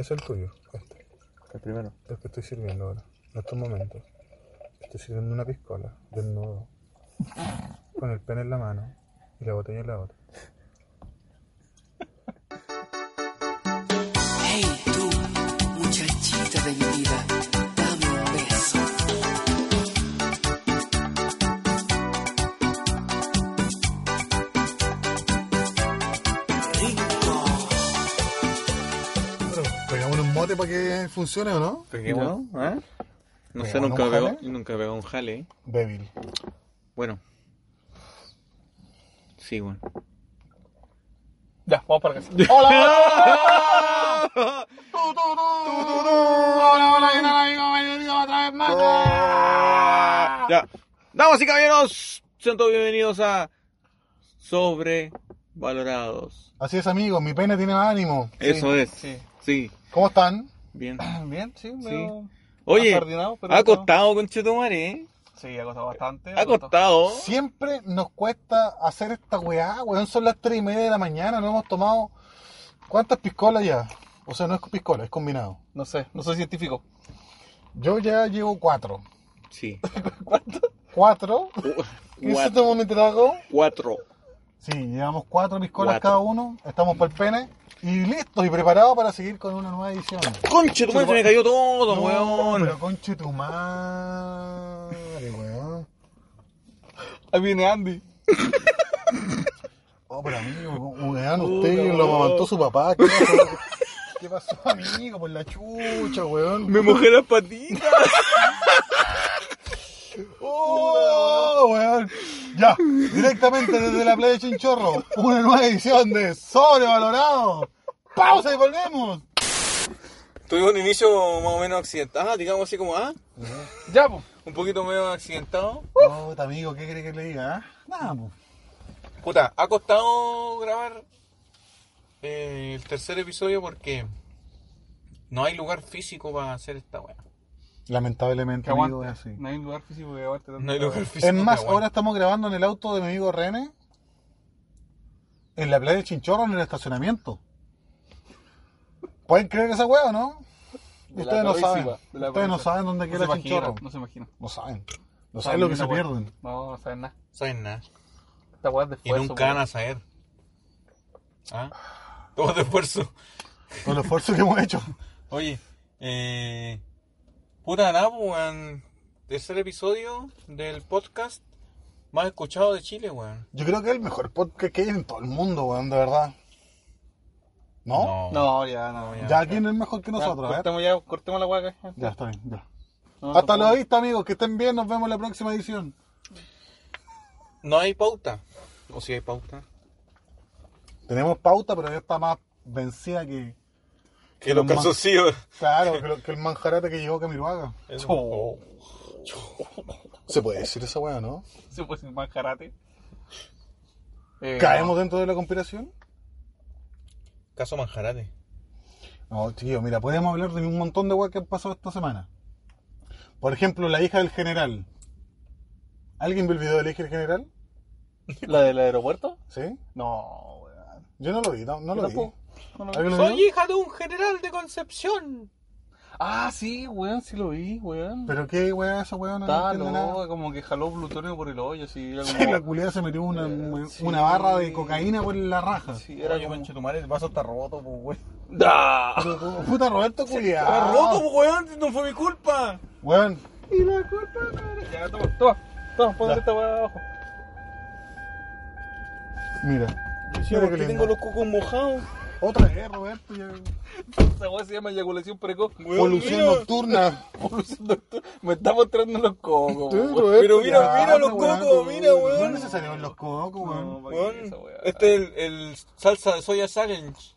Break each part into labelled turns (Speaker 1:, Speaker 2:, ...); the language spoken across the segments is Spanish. Speaker 1: Es el tuyo, este,
Speaker 2: El primero.
Speaker 1: el que estoy sirviendo ahora, en estos momentos. Estoy sirviendo una piscola, desnudo, con el pene en la mano y la botella en la otra.
Speaker 3: Hey tú, muchachita de mi vida, dame un beso. Rico.
Speaker 4: Pero, pegámosle un mote para que funcione o no.
Speaker 2: ¿No? ¿Ah? No sé,
Speaker 4: ¿Pegamos
Speaker 2: nunca
Speaker 4: un
Speaker 2: veo,
Speaker 4: jale?
Speaker 2: nunca veo un jale. ¿eh?
Speaker 4: Débil.
Speaker 2: Bueno. Sí, bueno.
Speaker 5: Ya, vamos para casa. ¡Hola!
Speaker 2: Ya. Damas y caballeros, sean todos bienvenidos a Sobrevalorados.
Speaker 4: Así es, amigos, mi pene tiene más ánimo.
Speaker 2: Eso es.
Speaker 5: sí.
Speaker 2: Sí,
Speaker 4: ¿Cómo están?
Speaker 2: bien.
Speaker 5: Bien, sí, medio...
Speaker 2: medio- Oye,
Speaker 5: Atardinado, pero
Speaker 2: ha costado, conchetumare, ¿eh?
Speaker 5: Sí, ha costado bastante.
Speaker 2: Ha costado.
Speaker 4: Siempre nos cuesta hacer esta weá, weón. Son las 3 y media de la mañana, no hemos tomado. ¿Cuántas piscolas ya? O sea, no es con piscola, es combinado.
Speaker 5: No sé, no soy científico.
Speaker 4: Yo ya llevo 4.
Speaker 2: Sí.
Speaker 4: 4. ¿Quién se
Speaker 2: Uh, Cuatro.
Speaker 4: tomó mi trago?
Speaker 2: Cuatro.
Speaker 4: Sí, llevamos 4 piscolas
Speaker 2: Cuatro.
Speaker 4: cada uno. Estamos para el pene. Y listos y preparados para seguir con una nueva edición.
Speaker 2: Conchetumare, se me cayó todo,
Speaker 4: No, Pero
Speaker 2: weón.
Speaker 4: conche tu madre, weón.
Speaker 5: Ahí viene Andy.
Speaker 4: Oh, pero amigo, weón, usted lo amamantó su papá. ¿Qué pasó? ¿Qué pasó, amigo? Por la chucha, weón.
Speaker 2: Me mojé las patitas.
Speaker 4: Oh, weón. Ya, directamente desde la playa de Chinchorro, una nueva edición de Sobrevalorado. Pausa y volvemos.
Speaker 2: Tuvimos un inicio más o menos accidentado, digamos así como, ah,
Speaker 5: Ya, pues.
Speaker 2: un poquito medio accidentado.
Speaker 4: Puta, amigo, ¿qué crees que le diga? ah? Nada, po.
Speaker 2: Puta, ha costado grabar eh, el tercer episodio porque no hay lugar físico para hacer esta weá.
Speaker 4: Lamentablemente,
Speaker 5: Que
Speaker 4: amigo,
Speaker 5: aguante.
Speaker 4: es así.
Speaker 5: No hay lugar físico que aguante tanto.
Speaker 2: No hay lugar físico.
Speaker 4: Es más,
Speaker 2: para
Speaker 4: ahora estamos grabando en el auto de mi amigo René. En la playa de Chinchorro, en el estacionamiento. ¿Pueden creer esa hueá o no?
Speaker 5: De la
Speaker 4: Ustedes no
Speaker 5: próxima,
Speaker 4: saben.
Speaker 5: de la
Speaker 4: Ustedes no
Speaker 5: próxima.
Speaker 4: saben dónde
Speaker 5: No
Speaker 4: queda
Speaker 5: se
Speaker 4: Chinchorro.
Speaker 5: imagina, no se imagina.
Speaker 4: No saben. No saben lo que se
Speaker 5: Esta weá-
Speaker 4: pierden.
Speaker 5: No, no saben nada.
Speaker 2: saben nada.
Speaker 5: Esta weá es de
Speaker 2: Y
Speaker 5: esfuerzo,
Speaker 2: nunca van
Speaker 5: weón.
Speaker 2: a saber. ¿Ah? Todo de esfuerzo.
Speaker 4: Con el esfuerzo que hemos hecho.
Speaker 2: Oye, eh, puta nada, pues, weón. Tercer episodio del podcast más escuchado de Chile, weón.
Speaker 4: Yo creo que es el mejor podcast que hay en todo el mundo, weón, de verdad. ¿No?
Speaker 5: No, ya, no, ya.
Speaker 4: Ya quién es mejor que
Speaker 5: Ya,
Speaker 4: nosotros, ¿eh?
Speaker 5: cortemos, ya, cortemos la weá acá.
Speaker 4: Ya, está bien, ya.
Speaker 5: No,
Speaker 4: Hasta
Speaker 5: no
Speaker 4: la
Speaker 5: puedo.
Speaker 4: vista, amigos. Que estén bien. Nos vemos en la próxima edición.
Speaker 2: No hay pauta. O si hay pauta.
Speaker 4: Tenemos pauta, pero ya está más vencida que...
Speaker 2: Que
Speaker 4: los
Speaker 2: calzoncillos.
Speaker 4: Claro, que, lo- que el manjarate que llegó a Camiroaga.
Speaker 5: Oh,
Speaker 4: Se puede decir esa weá, ¿no?
Speaker 5: Se puede ser más karate. Eh,
Speaker 4: ¿Caemos dentro de la conspiración?
Speaker 2: Caso Manjarate.
Speaker 4: No, tío, mira, podemos hablar de un montón de weá que han pasado esta semana. Por ejemplo, la hija del general. ¿Alguien vio el video de la hija del general?
Speaker 5: ¿La del aeropuerto?
Speaker 4: ¿Sí?
Speaker 5: No, weón.
Speaker 4: Yo no lo vi, no, no lo vi.
Speaker 5: Tampoco. No lo vi.
Speaker 4: ¿Alguien lo
Speaker 2: Soy
Speaker 4: vio?
Speaker 2: hija de un general de Concepción.
Speaker 5: Ah, sí, weón, sí lo vi, weón.
Speaker 4: ¿Pero qué weá esa weá? No,
Speaker 5: Está
Speaker 4: entiendo
Speaker 5: loco,
Speaker 4: nada.
Speaker 5: como que jaló plutonio por el hoyo, así. Era
Speaker 4: Sí,
Speaker 5: como...
Speaker 4: la culiada se metió una,
Speaker 5: Eh, sí.
Speaker 4: una barra de cocaína por la raja.
Speaker 5: sí, era como...
Speaker 2: tu madre, el vaso está roto, pues, weón.
Speaker 5: ¡Ah!
Speaker 4: Pero, como- Puta Roberto culiado.
Speaker 2: Está roto, pues, weón. No fue mi culpa.
Speaker 4: Weón,
Speaker 5: Y la culpa, madre. Ya, toma, toma, toma, ponte
Speaker 4: Ya.
Speaker 5: esta weá abajo.
Speaker 4: mira. Mira qué lindo.
Speaker 2: cocos mojados?
Speaker 4: Otra vez, Roberto. Ya...
Speaker 5: Esa weá se llama eyaculación precoz.
Speaker 4: Polución nocturna.
Speaker 5: Polución nocturna. Me está mostrando los cocos,
Speaker 4: Sí,
Speaker 5: weón.
Speaker 4: Roberto,
Speaker 2: Pero mira,
Speaker 4: ya,
Speaker 2: mira los
Speaker 4: eh. Ah, weón,
Speaker 2: cocos, mira,
Speaker 4: No
Speaker 2: weón.
Speaker 4: es necesario ver los cocos, weón.
Speaker 5: No, pa' qué
Speaker 2: Weón,
Speaker 5: esa weá.
Speaker 2: este es el, el salsa de soya challenge.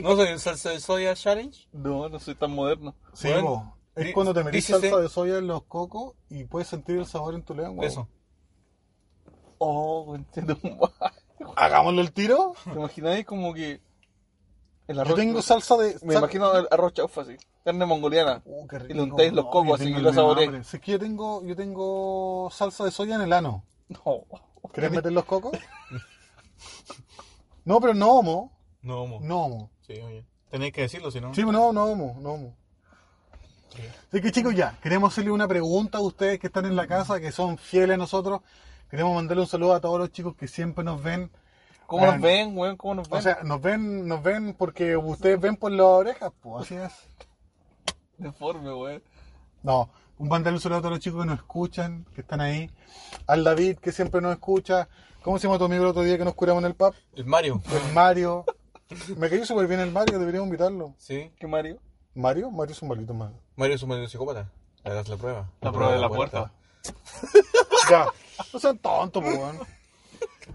Speaker 2: ¿No soy salsa de soya challenge?
Speaker 5: No, no soy tan moderno.
Speaker 4: Sí,
Speaker 2: Bueno,
Speaker 4: po. Es
Speaker 2: di-
Speaker 4: cuando te metís
Speaker 2: dícese-
Speaker 4: salsa de soya en los cocos y puedes sentir el sabor en tu lengua. po.
Speaker 2: Eso.
Speaker 5: Oh, entiendo. ¿Te
Speaker 4: Hagámoslo el tiro.
Speaker 5: imagináis como que el arroz?
Speaker 4: Yo tengo salsa de.
Speaker 5: Me
Speaker 4: sal-
Speaker 5: imagino el arroz chaufa así, carne mongoliana.
Speaker 4: Uh, qué rico.
Speaker 5: Y le untáis los
Speaker 4: No,
Speaker 5: cocos
Speaker 4: yo
Speaker 5: así
Speaker 4: tengo
Speaker 5: y lo
Speaker 4: el mismo
Speaker 5: saboreáis.
Speaker 4: hambre. Si es que yo tengo, yo tengo salsa de soya en el ano.
Speaker 5: No.
Speaker 4: ¿Querés meter los cocos? No, pero no homo.
Speaker 2: No, homo.
Speaker 4: No homo.
Speaker 2: Sí, oye. Tenéis que decirlo, si no.
Speaker 4: Sí, no, no homo, no homo. Así que chicos, ya, queremos hacerle una pregunta a ustedes que están en la casa, que son fieles a nosotros. Queremos mandarle un saludo a todos los chicos que siempre nos ven.
Speaker 5: ¿Cómo nos
Speaker 4: Bueno.
Speaker 5: ven, weón? ¿Cómo nos ven?
Speaker 4: O sea, nos ven, nos ven porque ustedes ven por las orejas, pues así es.
Speaker 5: Deforme, weón.
Speaker 4: No, un mandarle un saludo a todos los chicos que nos escuchan, que están ahí. Al David, que siempre nos escucha. ¿Cómo se llama tu amigo el otro día que nos curamos en el pub?
Speaker 2: El Mario.
Speaker 4: El Mario. Me cayó súper bien el Mario, deberíamos invitarlo.
Speaker 2: Sí.
Speaker 5: ¿Qué Mario?
Speaker 4: ¿Mario? Mario es un maldito malo.
Speaker 2: Mario es un medio psicópata. Hagas la prueba.
Speaker 5: La prueba de la puerta.
Speaker 4: Ya, no sean tontos, po, weón.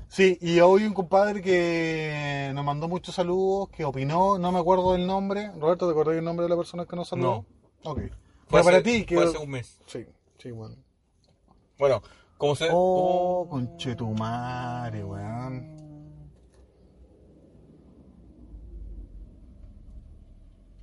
Speaker 4: Sí, y hoy un compadre que nos mandó muchos saludos, que opinó, no me acuerdo del nombre. Roberto, ¿te acordás del nombre de la persona que nos saludó? No. Ok.
Speaker 2: Fue
Speaker 4: Fue
Speaker 2: hace-
Speaker 4: para ti, que...
Speaker 2: Fue hace un mes.
Speaker 4: Sí, sí, bueno.
Speaker 2: Bueno, como se.
Speaker 4: Oh, conchetumare, weón.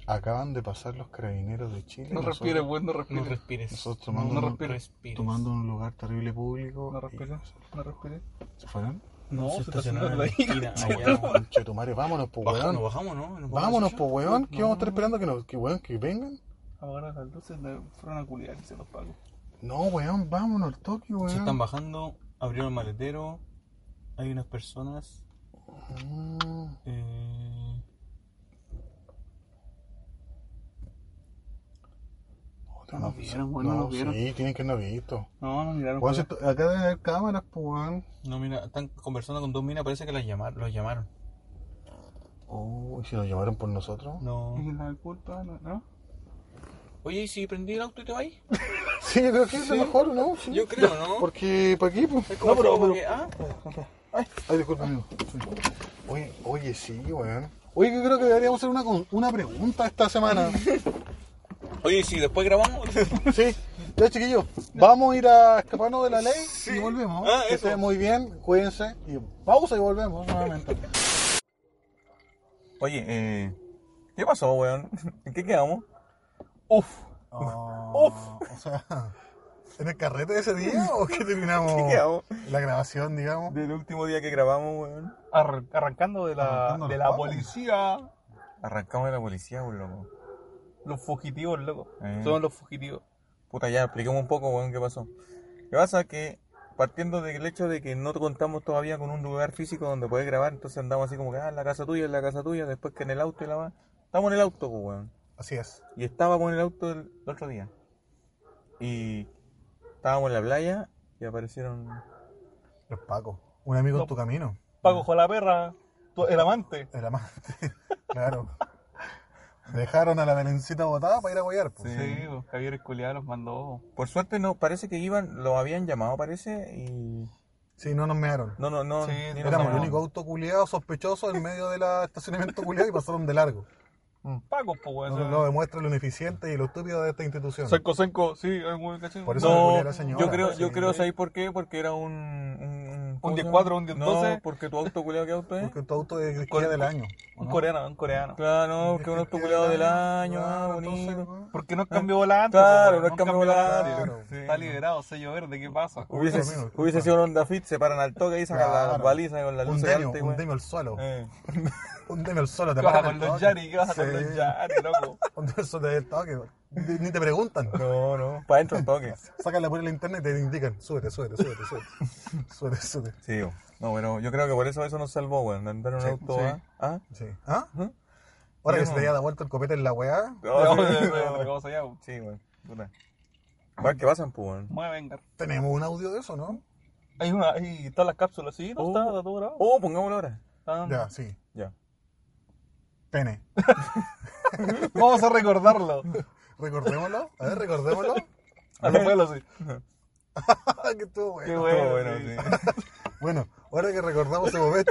Speaker 4: Acaban de pasar los carabineros de Chile.
Speaker 5: No
Speaker 4: Nosotros-
Speaker 5: respires, weón, no
Speaker 2: No
Speaker 5: respires.
Speaker 2: respires.
Speaker 4: Nosotros
Speaker 2: no,
Speaker 4: tomando, un-
Speaker 2: respires. respires.
Speaker 4: tomando en un lugar terrible público.
Speaker 5: No
Speaker 4: y-
Speaker 5: respires, no respires.
Speaker 4: ¿Se fueron?
Speaker 5: No, se está haciendo la
Speaker 2: estacionaron en la
Speaker 5: hija.
Speaker 2: esquina. Ah, weón.
Speaker 4: Conchetumare, vámonos, po,
Speaker 2: Baja-
Speaker 4: weón.
Speaker 2: Nos bajamos, ¿no?
Speaker 4: Vámonos,
Speaker 2: Nos bajamos,
Speaker 4: po, weón. ¿Qué vamos a estar esperando que, nos, que, weón, que vengan?
Speaker 5: Ahora las luces de- fueron a culiar y se los pago.
Speaker 4: No, weón, vámonos al toque,
Speaker 2: Se están
Speaker 4: weón.
Speaker 2: bajando, abrieron el maletero, hay unas personas.
Speaker 4: Mm,
Speaker 2: eh,
Speaker 4: puta,
Speaker 5: No nos vieron, weón, no nos vieron.
Speaker 4: Sí, tienen que haber visto.
Speaker 5: No, no miraron.
Speaker 4: Weón,
Speaker 5: weón.
Speaker 4: se to- acá deben haber cámaras, po, weón.
Speaker 2: no, mira, están conversando con dos minas, parece que las llamaron, los llamaron.
Speaker 4: Oh, ¿y si nos llamaron por nosotros?
Speaker 2: No.
Speaker 5: Es la culpa, ¿no? ¿no?
Speaker 2: Oye, ¿y si prendí el auto y te vas ahí?
Speaker 4: Sí, creo que es lo mejor, ¿no? Sí.
Speaker 2: Yo creo, ¿no?
Speaker 4: Porque, ¿para qué? po?
Speaker 2: Es como
Speaker 4: No, pero-
Speaker 2: como
Speaker 4: pero-
Speaker 2: que, ah,
Speaker 4: Ay, disculpa, amigo. Sí. Oye, oye, sí, weón. Oye, yo creo que deberíamos hacer una, con- una pregunta esta semana.
Speaker 2: Oye, ¿y si después grabamos?
Speaker 4: Sí, ya chiquillos, vamos a ir a escaparnos de la ley y volvemos.
Speaker 2: Ah,
Speaker 4: que
Speaker 2: eso.
Speaker 4: estén muy bien, cuídense y pausa y volvemos nuevamente.
Speaker 2: Oye, eh, ¿qué pasó, weón? ¿En qué quedamos? Uf,
Speaker 5: Oh.
Speaker 4: Oh, o sea, ¿en el carrete de ese
Speaker 5: Mm.
Speaker 4: día o qué terminamos?
Speaker 2: ¿Qué quedamos?
Speaker 4: La grabación, digamos.
Speaker 2: del último día que grabamos, weón.
Speaker 5: Arr- arrancando de la,
Speaker 4: Arrancando
Speaker 5: de
Speaker 4: los
Speaker 5: la
Speaker 4: pagos.
Speaker 5: policía.
Speaker 2: Arrancamos de la policía, weón, loco.
Speaker 5: Los fugitivos, loco.
Speaker 2: Eh.
Speaker 5: Son los fugitivos.
Speaker 2: Puta, ya, expliquemos un poco, weón, qué pasó. Lo que pasa es que, partiendo del hecho de que no contamos todavía con un lugar físico donde poder grabar, entonces andamos así como que, ah, en la casa tuya, en la casa tuya, después que en el auto y la va. Estamos en el auto, pues, weón.
Speaker 4: Así es.
Speaker 2: Y estábamos en el auto el, el otro día. Y estábamos en la playa y aparecieron.
Speaker 4: Los Paco, un amigo en tu camino,
Speaker 5: Paco con la perra. tu- el amante.
Speaker 4: el amante, claro. Dejaron a la Belencita botada para ir a guayar. pues.
Speaker 5: Sí, pues, Javier Esculiá los mandó.
Speaker 2: Por suerte, no, parece que iban, lo habían llamado, parece, y.
Speaker 4: Sí, no nos mearon.
Speaker 2: No, no, no.
Speaker 5: Sí,
Speaker 2: ni nos
Speaker 4: Éramos
Speaker 2: llamaron.
Speaker 4: el único auto culiado sospechoso en medio del estacionamiento culiado y pasaron de largo.
Speaker 5: Paco, pues, weón.
Speaker 4: No, no, no, demuestra lo ineficiente y lo estúpido de esta institución.
Speaker 5: Senco, senco, sí, es un weón, ¿cachai?
Speaker 4: Por eso me
Speaker 2: No,
Speaker 4: culé a la señora.
Speaker 2: yo creo, yo
Speaker 4: Sí.
Speaker 2: creo, ¿sabéis por qué? Porque era un... Un, ¿cómo se
Speaker 5: 10-4,
Speaker 2: llama?
Speaker 5: un 10-12.
Speaker 2: No, porque tu auto culeado, ¿qué auto es?
Speaker 4: Porque tu auto es de esquina del año.
Speaker 5: Un coreano, un coreano.
Speaker 2: Claro, no, porque un auto culeado del año, ah,
Speaker 4: Claro,
Speaker 2: bonito.
Speaker 4: entonces, weón.
Speaker 5: Porque no cambió volante.
Speaker 2: Claro,
Speaker 5: pues,
Speaker 2: no es
Speaker 5: cambió
Speaker 2: cambio volante.
Speaker 4: Claro.
Speaker 2: Sí.
Speaker 5: Está liberado, sello verde, ¿qué pasa?
Speaker 2: Hubiese,
Speaker 4: Puta, amigo,
Speaker 2: hubiese sido un Honda Fit, se paran al toque y sacan las
Speaker 4: Claro.
Speaker 2: balizas con la luz
Speaker 4: Un
Speaker 2: de
Speaker 4: demio,
Speaker 2: arte,
Speaker 4: un
Speaker 2: güey.
Speaker 4: demio al suelo.
Speaker 2: Eh.
Speaker 4: Un demio al suelo.
Speaker 5: ¿Qué
Speaker 4: Te
Speaker 5: vas a
Speaker 4: paran
Speaker 5: con
Speaker 4: el
Speaker 5: los
Speaker 4: toque.
Speaker 5: Yari? ¿Qué vas a
Speaker 4: Sí.
Speaker 5: con los Yari, loco?
Speaker 4: Un demio al suelo te da el toque. Ni ni te preguntan.
Speaker 2: No, no, para adentro al toque.
Speaker 4: Sacan la por el internet y te indican. Súbete, súbete, súbete, súbete. súbete, súbete.
Speaker 2: Sí, güey. no, pero yo creo que por eso eso nos salvó, güey, de andar en un auto
Speaker 5: sí.
Speaker 2: ¿ah? ¿ah?
Speaker 4: Sí. ¿Ah?
Speaker 2: Ujú.
Speaker 4: Ahora
Speaker 2: Yo
Speaker 4: que se
Speaker 2: no.
Speaker 4: te haya dado vuelta el copete en la weá.
Speaker 2: No,
Speaker 5: No,
Speaker 2: sí,
Speaker 5: es otra cosa ya, pues.
Speaker 2: Sí, güey. puta. Igual que pasan, pues, güey.
Speaker 5: Mueven, gar-
Speaker 4: Tenemos un audio de eso, ¿no?
Speaker 5: Hay una, ahí están las cápsulas, sí, no
Speaker 2: Oh.
Speaker 5: está, Ah, está todo grabado.
Speaker 2: Oh, pongámoslo ahora.
Speaker 5: Está-
Speaker 4: Ya, sí.
Speaker 2: Ah. Ya.
Speaker 4: Pene.
Speaker 5: Vamos a recordarlo.
Speaker 4: Recordémoslo. A ver, recordémoslo.
Speaker 5: A los vuelos, sí.
Speaker 4: que estuvo bueno.
Speaker 5: Qué
Speaker 2: Estuvo
Speaker 5: bueno.
Speaker 2: Oh, bueno,
Speaker 5: sí.
Speaker 2: sí.
Speaker 4: Bueno, ahora que recordamos ese momento.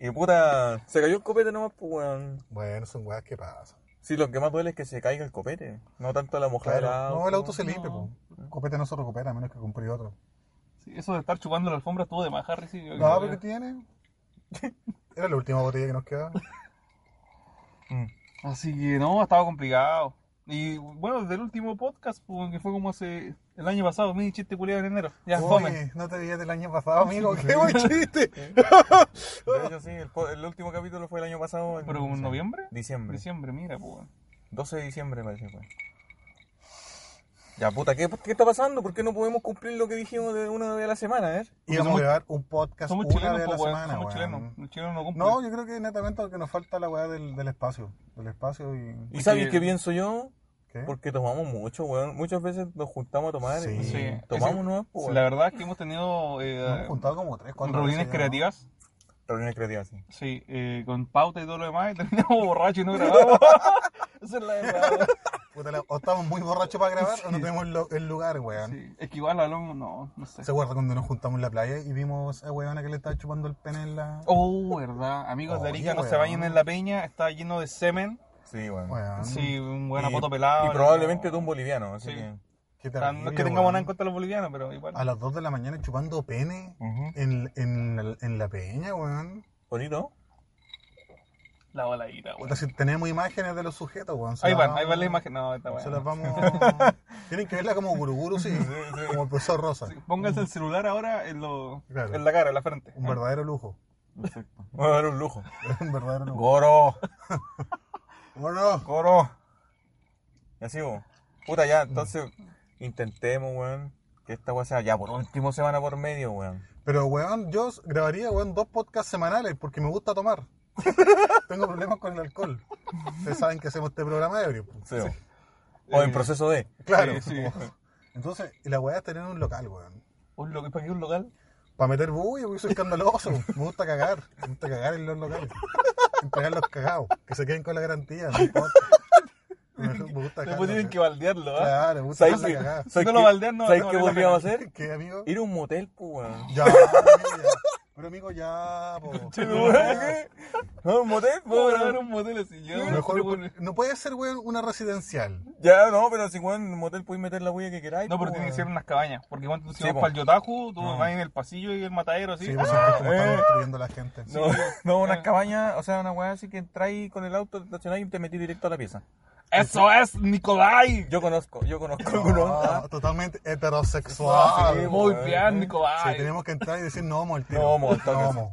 Speaker 2: Y puta, se cayó el copete nomás, pues, weón.
Speaker 4: Bueno, son weas que pasan.
Speaker 2: Sí, lo que más duele es que se caiga el copete. No tanto la mojada
Speaker 4: Claro.
Speaker 2: del auto.
Speaker 4: no, el auto se limpia, po. Copete no se recupera, a menos que compré otro.
Speaker 5: Sí, eso de estar chupando la alfombra estuvo de más, Harry. Sí, yo-
Speaker 4: No, pero ¿qué tiene? Era la última botella que nos quedaba.
Speaker 5: Así que no, estaba complicado. Y bueno, desde el último podcast, pues, que fue como hace el año pasado, mi chiste culiado en enero. Ya, fome.
Speaker 4: Oye, no te veías del año pasado, amigo. ¡Qué buen chiste!
Speaker 2: De hecho, sí, el, po- el último capítulo fue el año pasado. en-
Speaker 5: Pero como en noviembre,
Speaker 2: Diciembre.
Speaker 5: diciembre, mira, pues.
Speaker 2: 12 de diciembre parece que fue. Ya puta, ¿qué, ¿qué está pasando? ¿Por qué no podemos cumplir lo que dijimos de una vez a la semana, eh?
Speaker 4: Y vamos a
Speaker 5: Somos-
Speaker 4: grabar un podcast
Speaker 5: Somos
Speaker 4: una
Speaker 5: chilenos,
Speaker 4: vez a la
Speaker 5: pues, weón,
Speaker 4: semana,
Speaker 5: Somos
Speaker 4: weón.
Speaker 5: chilenos. Los chilenos no cumplen.
Speaker 4: No, yo creo que netamente porque nos falta la weá del, del espacio. Del espacio y.
Speaker 2: ¿Y
Speaker 5: Es
Speaker 2: sabes
Speaker 5: que-
Speaker 2: qué pienso yo?
Speaker 4: ¿Qué?
Speaker 2: Porque tomamos mucho, weón. Muchas veces nos juntamos a tomar.
Speaker 4: Sí.
Speaker 2: y
Speaker 5: Sí.
Speaker 2: Tomamos nuevas, pues,
Speaker 5: Sí,
Speaker 2: weón.
Speaker 5: La verdad es que hemos tenido eh,
Speaker 4: Nos hemos juntado como tres, cuatro veces
Speaker 5: reuniones
Speaker 4: ya, ¿no?
Speaker 5: creativas.
Speaker 2: Reuniones creativas, sí.
Speaker 5: Sí, eh, con pauta y todo lo demás, y terminamos borrachos y no grabamos. Esa es la verdad.
Speaker 4: Puta la- O estamos muy borrachos para grabar o no tenemos lo- el lugar, weón.
Speaker 5: Sí, es que igual hablamos, no, no sé.
Speaker 4: ¿Se acuerda cuando nos juntamos en la playa y vimos a weona que le estaba chupando el pene en la.
Speaker 5: Oh, verdad. Amigos de
Speaker 4: Oye,
Speaker 5: Arica, no se
Speaker 4: weón.
Speaker 5: bañen en la peña, está lleno de semen.
Speaker 2: Sí, weón.
Speaker 4: Weón,
Speaker 5: Sí, un buen
Speaker 2: Y-
Speaker 5: apoto pelado.
Speaker 2: Y probablemente de
Speaker 5: no.
Speaker 2: un boliviano, así
Speaker 5: Sí.
Speaker 2: que.
Speaker 4: qué
Speaker 5: O sea, No es que
Speaker 4: terrible,
Speaker 5: tengamos
Speaker 4: weón. Ah.
Speaker 5: nada en contra de los bolivianos, pero igual.
Speaker 4: A las 2 de la mañana chupando pene
Speaker 2: Ujú.
Speaker 4: en, en, en la peña, weón.
Speaker 2: Bonito.
Speaker 5: La baladita, güey.
Speaker 4: Puta, si tenemos imágenes de los sujetos, weón. se
Speaker 5: Ahí
Speaker 4: las
Speaker 5: van,
Speaker 4: vamos-
Speaker 5: ahí van las imágenes. No, está
Speaker 4: Se las
Speaker 5: bueno.
Speaker 4: vamos. Tienen que verla como guruguru, sí. Como el profesor Rosa.
Speaker 5: Pónganse el celular ahora en, lo,
Speaker 4: Claro.
Speaker 5: en la cara, en la frente.
Speaker 4: Un verdadero lujo.
Speaker 2: Perfecto. Bueno, era un lujo.
Speaker 4: Un verdadero lujo.
Speaker 2: Goro.
Speaker 4: Bueno,
Speaker 2: Coro. Y así, weón. Puta, ya, entonces intentemos, weón, que esta weá sea ya por último semana por medio, weón.
Speaker 4: pero weón, yo grabaría weón dos podcasts semanales porque me gusta tomar. Tengo problemas con el alcohol. Ustedes saben que hacemos este programa ebrio. pues.
Speaker 2: Sí, weón. O en proceso de.
Speaker 4: Claro.
Speaker 5: Sí, sí.
Speaker 4: Entonces, y la weá es tener un local, weón.
Speaker 5: Un local, ¿Para qué un local?
Speaker 4: Para meter bulla, porque soy escandaloso. Me gusta cagar. Me gusta cagar en los locales. Entregar los cagados. Que se queden con la garantía. No importa. Me, me gusta cagar.
Speaker 5: Después tienen que baldearlo, ¿ah?
Speaker 4: Claro, me gusta
Speaker 2: ¿Sabes
Speaker 4: dejar la
Speaker 2: qué?
Speaker 4: cagada.
Speaker 5: Si no lo baldean, no-
Speaker 2: ¿Sabes
Speaker 5: no
Speaker 2: qué
Speaker 5: vale la
Speaker 2: podríamos hacer?
Speaker 4: ¿Qué, amigo?
Speaker 2: Ir a un motel, pues, weón.
Speaker 4: Ya, amigo, ya. Pero amigo, ya, po.
Speaker 2: ¿Qué? ¿A un motel? po,
Speaker 5: Vamos a
Speaker 2: weón?
Speaker 5: grabar un modelo así. Yo,
Speaker 4: Mejor-
Speaker 5: yo pone-
Speaker 4: no puede ser, weón, una residencial.
Speaker 2: Ya, no, pero si, weón, en un motel podéis meter la huella que queráis.
Speaker 5: No,
Speaker 2: po,
Speaker 5: pero tiene que
Speaker 2: Pues, weón.
Speaker 5: ser unas cabañas. Porque cuando tú
Speaker 2: Sí,
Speaker 5: vas
Speaker 2: po.
Speaker 5: para el Yotahu, tú vas en el pasillo y el matadero así. ¡Ah!
Speaker 4: Sí, pues, sentís como están destruyendo a la gente.
Speaker 2: Ah, eh. No, no, una cabaña, o sea, una weá así que entráis con el auto estacionáis y te metís directo a la pieza.
Speaker 5: ¡Eso es, Nicolai!
Speaker 2: Yo conozco, yo conozco
Speaker 4: Ah,
Speaker 2: algunos.
Speaker 4: totalmente heterosexual.
Speaker 2: Sí,
Speaker 5: Muy
Speaker 2: weón.
Speaker 5: bien,
Speaker 4: Ah, Sí,
Speaker 5: Nicolai.
Speaker 4: tenemos que entrar y decir no, homo, el tiro.
Speaker 2: No, homo, al toque.
Speaker 4: No, homo.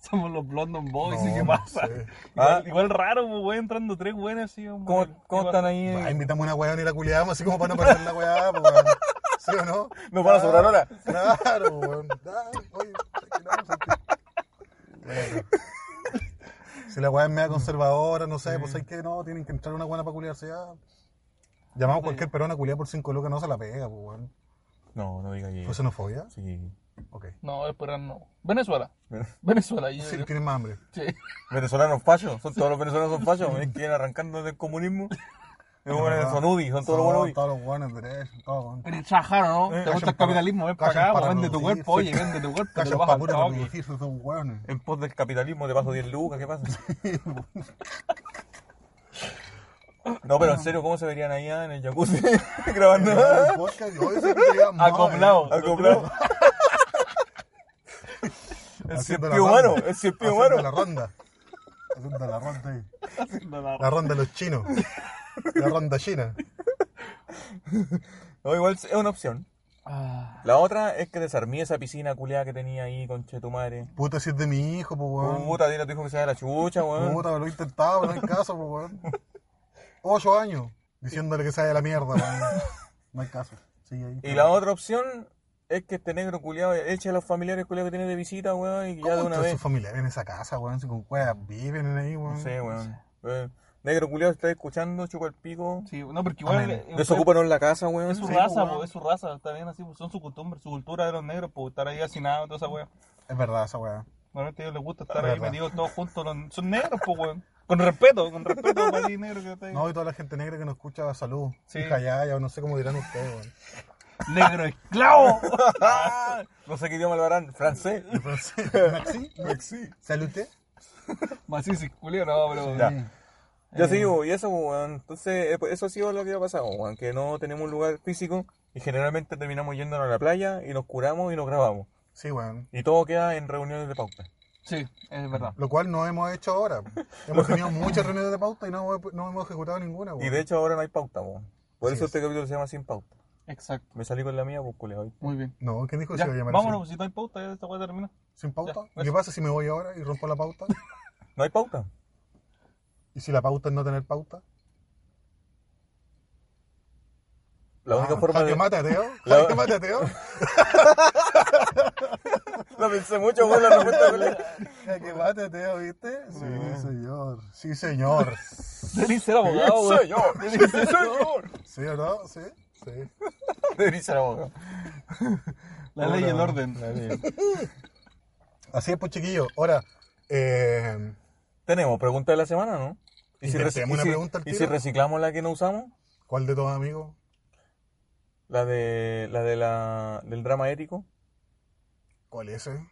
Speaker 5: Somos los Blondon Boys, ¿y
Speaker 4: No,
Speaker 5: qué pasa?
Speaker 4: sí.
Speaker 2: Ah.
Speaker 5: Igual, igual raro, pues, güey, entrando tres buenas así. un
Speaker 2: ¿Cómo,
Speaker 5: modelo.
Speaker 2: cómo
Speaker 5: ¿Qué
Speaker 2: están
Speaker 5: pasa?
Speaker 2: ahí?
Speaker 4: Ah, invitamos una weón y la culiamos así como para no perder la weá, po, weón. ¿Sí o no?
Speaker 2: Nos van a sobrar horas.
Speaker 4: Claro, weón. Ah, oye, tranquilamos aquí. Bueno. Si la weá es media conservadora, no sé, pues hay que no, tienen que entrar una buena para culiarse ya. Llamamos a cualquier perona a culiar por 5 lucas, no se la pega, pues weón.
Speaker 2: No, no diga
Speaker 4: ¿Fue
Speaker 2: yo.
Speaker 4: xenofobia?
Speaker 2: Sí.
Speaker 4: Ok.
Speaker 5: No, esperar no. Venezuela. Venezuela, yo.
Speaker 4: Sí, tienen más hambre.
Speaker 5: Sí.
Speaker 2: Venezolanos fallos, son todos los venezolanos son fallos, es que vienen arrancando del comunismo. Es bueno, Son UDI, son todos los buenos
Speaker 4: Ah, Son
Speaker 2: UDI.
Speaker 4: Todos los buenos derechos, todos, weón.
Speaker 5: Pero trabajar, ¿no?
Speaker 4: Eh,
Speaker 5: Te gusta
Speaker 4: callan
Speaker 5: el capitalismo, ven
Speaker 4: para-
Speaker 5: para acá,
Speaker 4: callan
Speaker 5: pues,
Speaker 4: para
Speaker 5: vende tu
Speaker 4: producir,
Speaker 5: cuerpo, oye, vende tu cuerpo, te
Speaker 4: Callan
Speaker 5: lo
Speaker 4: para
Speaker 5: vas al
Speaker 4: pura
Speaker 5: toque.
Speaker 4: producir, esos son weones.
Speaker 2: En pos del capitalismo te paso 10 lucas, ¿qué pasa? No, pero en serio, ¿cómo se verían ahí ah, en el jacuzzi grabando?
Speaker 4: El podcast, y hoy se quería más,
Speaker 5: Acoplado.
Speaker 2: Acoplado.
Speaker 4: eh,
Speaker 2: El
Speaker 4: haciendo la
Speaker 2: cierpio
Speaker 4: ronda.
Speaker 2: humano, el cierpio
Speaker 4: Haciendo
Speaker 2: humano.
Speaker 4: la ronda. Haciendo la ronda ahí. La ronda de los chinos. La ronda china.
Speaker 2: No, igual es una opción.
Speaker 5: Ah,
Speaker 2: La otra es que desarmé esa piscina culiada que tenía ahí, conche tu madre.
Speaker 4: Puta, si es de mi hijo, pues weón. Puta,
Speaker 2: Puta, dile a tu hijo que se haga la chucha, weón.
Speaker 4: me lo he intentado, pero no hay caso, pues weón. Ocho años diciéndole que se vaya a la mierda, weón. No hay caso. Sigue ahí.
Speaker 2: Y la otra opción es que este negro culiado eche a los familiares culiados que tiene de visita, weón, y que ya de
Speaker 4: ¿Cómo
Speaker 2: una
Speaker 4: están sus
Speaker 2: vez.
Speaker 4: familiares en esa casa, weón? Si con cuevas viven ahí, weón.
Speaker 2: No sé, weón. Eh, Negro culiado, está escuchando, chupa el pico.
Speaker 5: sí, no, porque igual.
Speaker 4: Amén.
Speaker 5: eh,
Speaker 2: Desocúpanos la casa, weón.
Speaker 5: Es su
Speaker 2: Sí,
Speaker 5: raza,
Speaker 2: weón.
Speaker 5: po, es su raza, está bien así, po, son su costumbre, su cultura de los negros, por estar ahí hacinados, toda esa wea.
Speaker 4: Es verdad esa weá.
Speaker 5: Normalmente a ellos les gusta estar
Speaker 4: Es
Speaker 5: ahí
Speaker 4: verdad.
Speaker 5: metidos todos juntos, los- son negros, pues weón. Con respeto, con respeto para ti negro que está ahí.
Speaker 4: No, y toda la gente negra que nos escucha, salud.
Speaker 5: Sí.
Speaker 4: Hija ya, ya, no sé cómo dirán ustedes, weón.
Speaker 5: negro esclavo.
Speaker 2: Ah, no sé qué idioma hablarán, francés.
Speaker 6: Maxi,
Speaker 2: Sí.
Speaker 6: salute.
Speaker 5: Macizo, culio, no, pero.
Speaker 2: Ya. Ya sí, bo, y eso, bo, weón. Entonces, eh, pues, eso ha sido lo que ha pasado, weón, que no tenemos un lugar físico y generalmente terminamos yéndonos a la playa y nos curamos y nos grabamos.
Speaker 4: Sí, weón.
Speaker 2: Y todo queda en reuniones de pauta.
Speaker 5: Sí, es verdad.
Speaker 4: Lo cual no hemos hecho ahora. Hemos tenido muchas reuniones de pauta y no, hemos- no hemos ejecutado ninguna, weón.
Speaker 2: Y de hecho ahora no hay pauta, weón. Por
Speaker 4: Así
Speaker 2: eso
Speaker 4: es.
Speaker 2: este capítulo se llama Sin Pauta.
Speaker 5: Exacto.
Speaker 2: Me salí con la mía, pues, culiao, ¿viste?
Speaker 5: Muy bien.
Speaker 4: No, ¿quién dijo que
Speaker 5: Ya,
Speaker 4: se iba a llamar
Speaker 5: vámonos, pues, si no hay pauta, ya esta weá termina.
Speaker 4: así? ¿Sin pauta?
Speaker 5: Ya,
Speaker 4: ¿Qué pasa si me voy ahora y rompo la pauta?
Speaker 2: No hay pauta.
Speaker 4: ¿Y si la pauta es no tener pauta?
Speaker 2: La única
Speaker 4: Ah,
Speaker 2: forma
Speaker 4: jaque
Speaker 2: de...
Speaker 4: mate, ateo.
Speaker 2: eh, La-
Speaker 4: Jaque mate, ateo.
Speaker 2: La pensé mucho, weón, la respuesta, culiao.
Speaker 4: Jaque mate, ateo, ¿viste? Sí, señor. Sí, señor.
Speaker 5: Denis ser
Speaker 4: Ah,
Speaker 5: abogado, weón.
Speaker 2: Soy yo. Señor.
Speaker 4: ¿Sí o no? Sí. Sí.
Speaker 2: Denis ser abogado.
Speaker 5: La ley y el orden.
Speaker 4: Así es, pues, chiquillo. Ahora, eh,
Speaker 2: Tenemos pregunta de la semana, ¿no? ¿Y si,
Speaker 4: Inventemos
Speaker 2: reci- y
Speaker 4: una
Speaker 2: si-
Speaker 4: pregunta al
Speaker 2: y si
Speaker 4: tiro.
Speaker 2: reciclamos la que no usamos?
Speaker 4: ¿cuál de todos, amigos?
Speaker 2: La de la de la del drama ético.
Speaker 4: ¿Cuál es ese?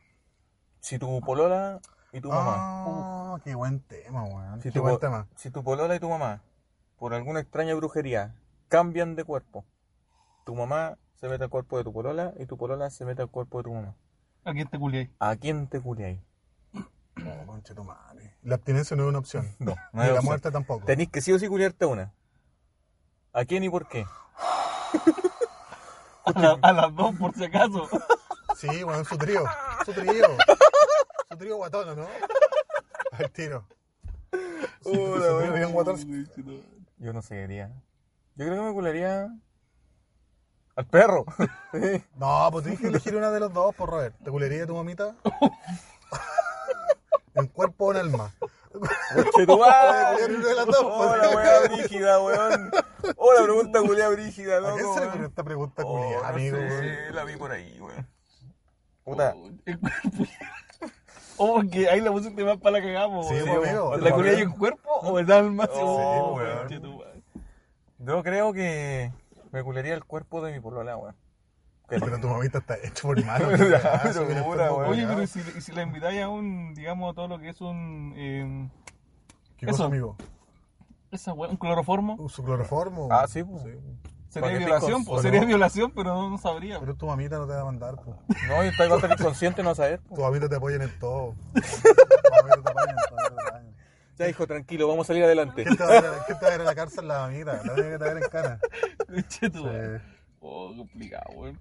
Speaker 2: Si tu polola y tu mamá.
Speaker 4: Ah, qué buen tema, weón.
Speaker 2: Si
Speaker 4: qué
Speaker 2: tu,
Speaker 4: buen
Speaker 2: po-
Speaker 4: tema.
Speaker 2: si tu polola y tu mamá, por alguna extraña brujería, cambian de cuerpo. Tu mamá se mete al cuerpo de tu polola y tu polola se mete al cuerpo de tu mamá.
Speaker 5: ¿A quién te culiáis?
Speaker 2: ¿A quién te culiáis?
Speaker 4: Oh, conche tu madre. La abstinencia no es una opción.
Speaker 2: No, no
Speaker 4: Ni
Speaker 2: hay
Speaker 4: la
Speaker 2: opción.
Speaker 4: muerte tampoco.
Speaker 2: Tenís que sí o sí culiarte una. ¿A quién y por qué?
Speaker 5: A, la- a las dos, por si acaso.
Speaker 4: Sí, weón, su trío. Su trío. Su trío guatono, ¿no? Al tiro. Su- su trío bien guatón.
Speaker 2: Yo no sé qué haría. Yo creo que me cularía al perro.
Speaker 4: No, pues tienes que elegir una de los dos, por Robert. ¿Te culería a tu mamita? ¿En cuerpo o en alma?
Speaker 2: Chetumare.
Speaker 4: Culear una de las dos, pues.
Speaker 2: Hola, weá brígida, weón. Hola, pregunta culia brígida,
Speaker 4: ¿A quién
Speaker 2: loco.
Speaker 4: se le
Speaker 2: weón.
Speaker 4: ocurrió esta pregunta,
Speaker 2: Oh,
Speaker 4: culiada,
Speaker 2: no
Speaker 4: amigo?
Speaker 2: sé,
Speaker 4: weón?
Speaker 2: la vi por ahí, weón. Puta.
Speaker 5: El cuerpo. Oh, que ahí la pusiste más para la cagamos.
Speaker 4: Sí,
Speaker 5: weón.
Speaker 4: pues, amigo.
Speaker 5: ¿La culiáis en cuerpo o en alma?
Speaker 2: Oh,
Speaker 5: Sí,
Speaker 2: weón.
Speaker 5: conche tu madre.
Speaker 2: Yo creo que me culería el cuerpo de mi polola, weón. Que-
Speaker 4: Pero tu mamita está hecha por mano.
Speaker 2: Ya,
Speaker 4: weón.
Speaker 2: pero
Speaker 4: Se mira,
Speaker 2: pura,
Speaker 4: está-
Speaker 2: weón.
Speaker 5: Oye, pero ¿y si, y si la invitáis a un, digamos, a todo lo que es un. eh,
Speaker 4: ¿Qué cosa,
Speaker 5: Eso.
Speaker 4: amigo?
Speaker 5: esa weón, un cloroformo.
Speaker 4: ¿Su cloroformo?
Speaker 2: Ah, sí, pues.
Speaker 5: Sería
Speaker 2: Paqueticos,
Speaker 5: violación, pues,
Speaker 2: ¿o
Speaker 5: sería
Speaker 2: no?
Speaker 5: violación, pero no, no sabría.
Speaker 4: Pero tu mamita no te va a mandar, pues.
Speaker 2: No, yo estoy bastante inconsciente, no vas a saber. po.
Speaker 4: Tu mamita te apoya en todo. Tu mamita te apoya en todo, te apoya.
Speaker 2: Ya, hijo, tranquilo, vamos a salir adelante.
Speaker 4: ¿Quién te va a ver- quién te va a ver a la cárcel? La mamita. La única que te va a ver en cara.
Speaker 5: Conche tu madre.
Speaker 4: Eh,
Speaker 5: Oh, complicado, weón.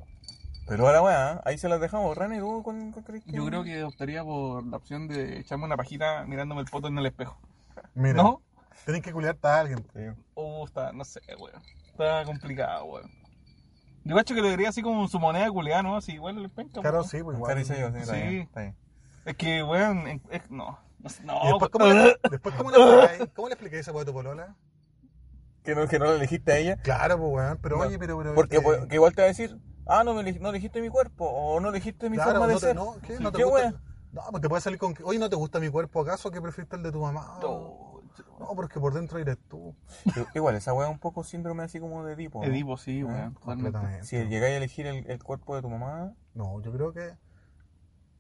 Speaker 2: Pero ahora, weón, ¿ah? ahí se las dejamos. Rani, ¿tú con, con crees que-
Speaker 5: Yo creo que optaría por la opción de echarme una pajita mirándome el foto en el espejo.
Speaker 4: Mira,
Speaker 5: ¿No?
Speaker 4: tenés que culiarte a alguien.
Speaker 5: Oh, está, no sé, weón. Está complicado, weón. Yo cacho que le diría así como su moneda culiada, ¿no? Así, igual le penca.
Speaker 4: Claro,
Speaker 5: weón.
Speaker 4: sí, pues
Speaker 2: Cari,
Speaker 4: igual.
Speaker 2: sí, yo, sí, está
Speaker 5: Sí.
Speaker 2: bien, está bien.
Speaker 5: Es que, weón, en- es- no. No, sé, no,
Speaker 4: Y después, ¿cómo le, después, ¿cómo le explicáis- ¿cómo le explicáis esa weá a tu polola?
Speaker 2: Que no, que no la elegiste a ella.
Speaker 4: Claro, pues weón, pero oye, pero... pero
Speaker 2: Porque
Speaker 4: eh,
Speaker 2: pues, que igual te va a decir, ah, no, me eleg- no elegiste mi cuerpo, o no elegiste mi
Speaker 4: claro,
Speaker 2: forma de
Speaker 4: no te,
Speaker 2: ser.
Speaker 4: No, ¿qué? ¿No te
Speaker 2: ¿Qué
Speaker 4: gusta?
Speaker 2: wea?
Speaker 4: No, pues te puede salir con que, oye, ¿no te gusta mi cuerpo acaso? ¿Qué prefieres el de tu mamá?
Speaker 5: Oh,
Speaker 4: No, pero es que por dentro eres tú.
Speaker 2: I- Igual, esa weá es un poco síndrome así como de tipo. ¿no?
Speaker 5: Edipo, sí, weón. totalmente.
Speaker 4: Ah, Completamente.
Speaker 2: Si llegáis a elegir el, el cuerpo de tu mamá,
Speaker 4: No, yo creo que...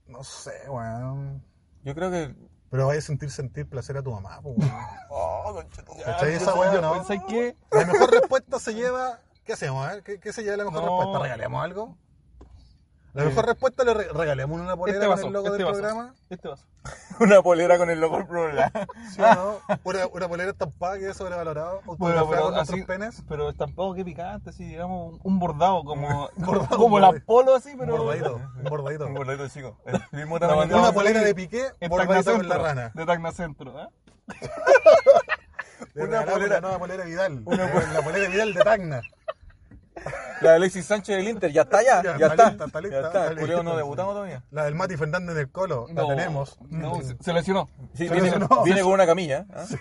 Speaker 4: No sé, weón.
Speaker 2: yo creo que.
Speaker 4: Pero vaya a sentir sentir placer a tu mamá, pues weón.
Speaker 2: Oh, conchetumare.
Speaker 4: ¿Cachai?
Speaker 5: Ah,
Speaker 4: Esa
Speaker 5: yo-
Speaker 4: weá,
Speaker 5: yo
Speaker 4: ¿no?
Speaker 5: pensé que-
Speaker 4: La mejor respuesta se lleva. ¿Qué hacemos? eh? ¿Qué, qué se lleva la mejor
Speaker 5: No.
Speaker 4: respuesta? ¿Regalemos algo? La mejor respuesta le re- regalemos una polera
Speaker 5: Este
Speaker 4: con
Speaker 5: vaso,
Speaker 4: el logo
Speaker 5: este
Speaker 4: del
Speaker 5: vaso.
Speaker 4: programa.
Speaker 5: Este vaso.
Speaker 2: Una polera con el logo del programa.
Speaker 4: ¿Sí o no? Una, una polera estampada que es sobrevalorado. Bueno, con nuestros penes.
Speaker 5: pero tampoco que picante, así, digamos, un- un bordado, como,
Speaker 4: Bordado,
Speaker 5: como
Speaker 4: un
Speaker 5: la
Speaker 4: borde-
Speaker 5: polo, así,
Speaker 4: Un
Speaker 5: pero...
Speaker 4: bordadito. Un bordadito.
Speaker 2: Un boleto chico. El mismo
Speaker 5: La
Speaker 2: tamaño.
Speaker 4: Una
Speaker 5: mandamos-
Speaker 4: polera de piqué
Speaker 5: en
Speaker 4: bordadita con la
Speaker 5: Tecnocentro,
Speaker 4: rana.
Speaker 5: De Tecnocentro, ¿eh?
Speaker 4: Le
Speaker 2: Una
Speaker 4: regalamos
Speaker 2: polera-
Speaker 4: Una nueva polera Vidal.
Speaker 2: Una pol-
Speaker 4: la polera Vidal de Tacna.
Speaker 2: La de Alexis Sánchez del Inter, ya está, ya.
Speaker 4: Ya,
Speaker 2: Ya,
Speaker 4: está
Speaker 2: está.
Speaker 4: lista, está lista,
Speaker 2: ya está.
Speaker 4: está
Speaker 2: El culeo no
Speaker 4: lista.
Speaker 2: debutamos todavía.
Speaker 4: La del Mati Fernández del Colo. La
Speaker 5: No,
Speaker 4: tenemos.
Speaker 5: No, se, se lesionó.
Speaker 2: Sí,
Speaker 4: Pero
Speaker 2: viene,
Speaker 4: eso no.
Speaker 2: viene con una camilla. ¿ah? Sí.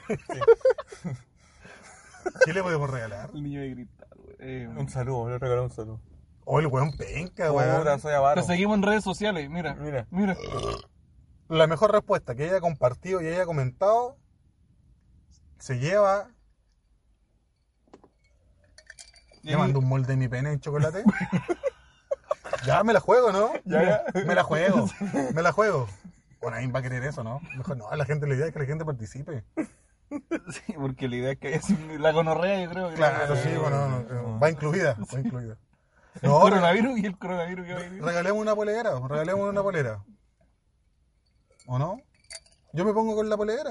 Speaker 4: ¿Qué le podemos regalar?
Speaker 5: El niño de gritar, güey. Eh,
Speaker 2: Un saludo, le regaló un saludo.
Speaker 4: Oh, el weón penca, weón.
Speaker 2: Ahora soy avaro.
Speaker 5: Te seguimos en redes sociales, mira.
Speaker 2: Mira.
Speaker 5: Mira. mira.
Speaker 4: la mejor respuesta que haya compartido y haya comentado se lleva Le mando un molde de mi pene en chocolate. ya me la juego, ¿no?
Speaker 2: Ya,
Speaker 4: Me la juego. Me la juego. Bueno, ahí va a querer eso, ¿no? Mejor no, a la gente la idea es que la gente participe.
Speaker 5: Sí, porque la idea es que es la gonorrea, yo creo que
Speaker 4: Claro,
Speaker 5: la-
Speaker 4: sí, bueno, no, no, va incluida, va incluida.
Speaker 5: el
Speaker 4: No,
Speaker 5: coronavirus y el coronavirus que va a vivir.
Speaker 4: regalemos una polera, regalemos una polera. ¿O no? Yo me pongo con la polera,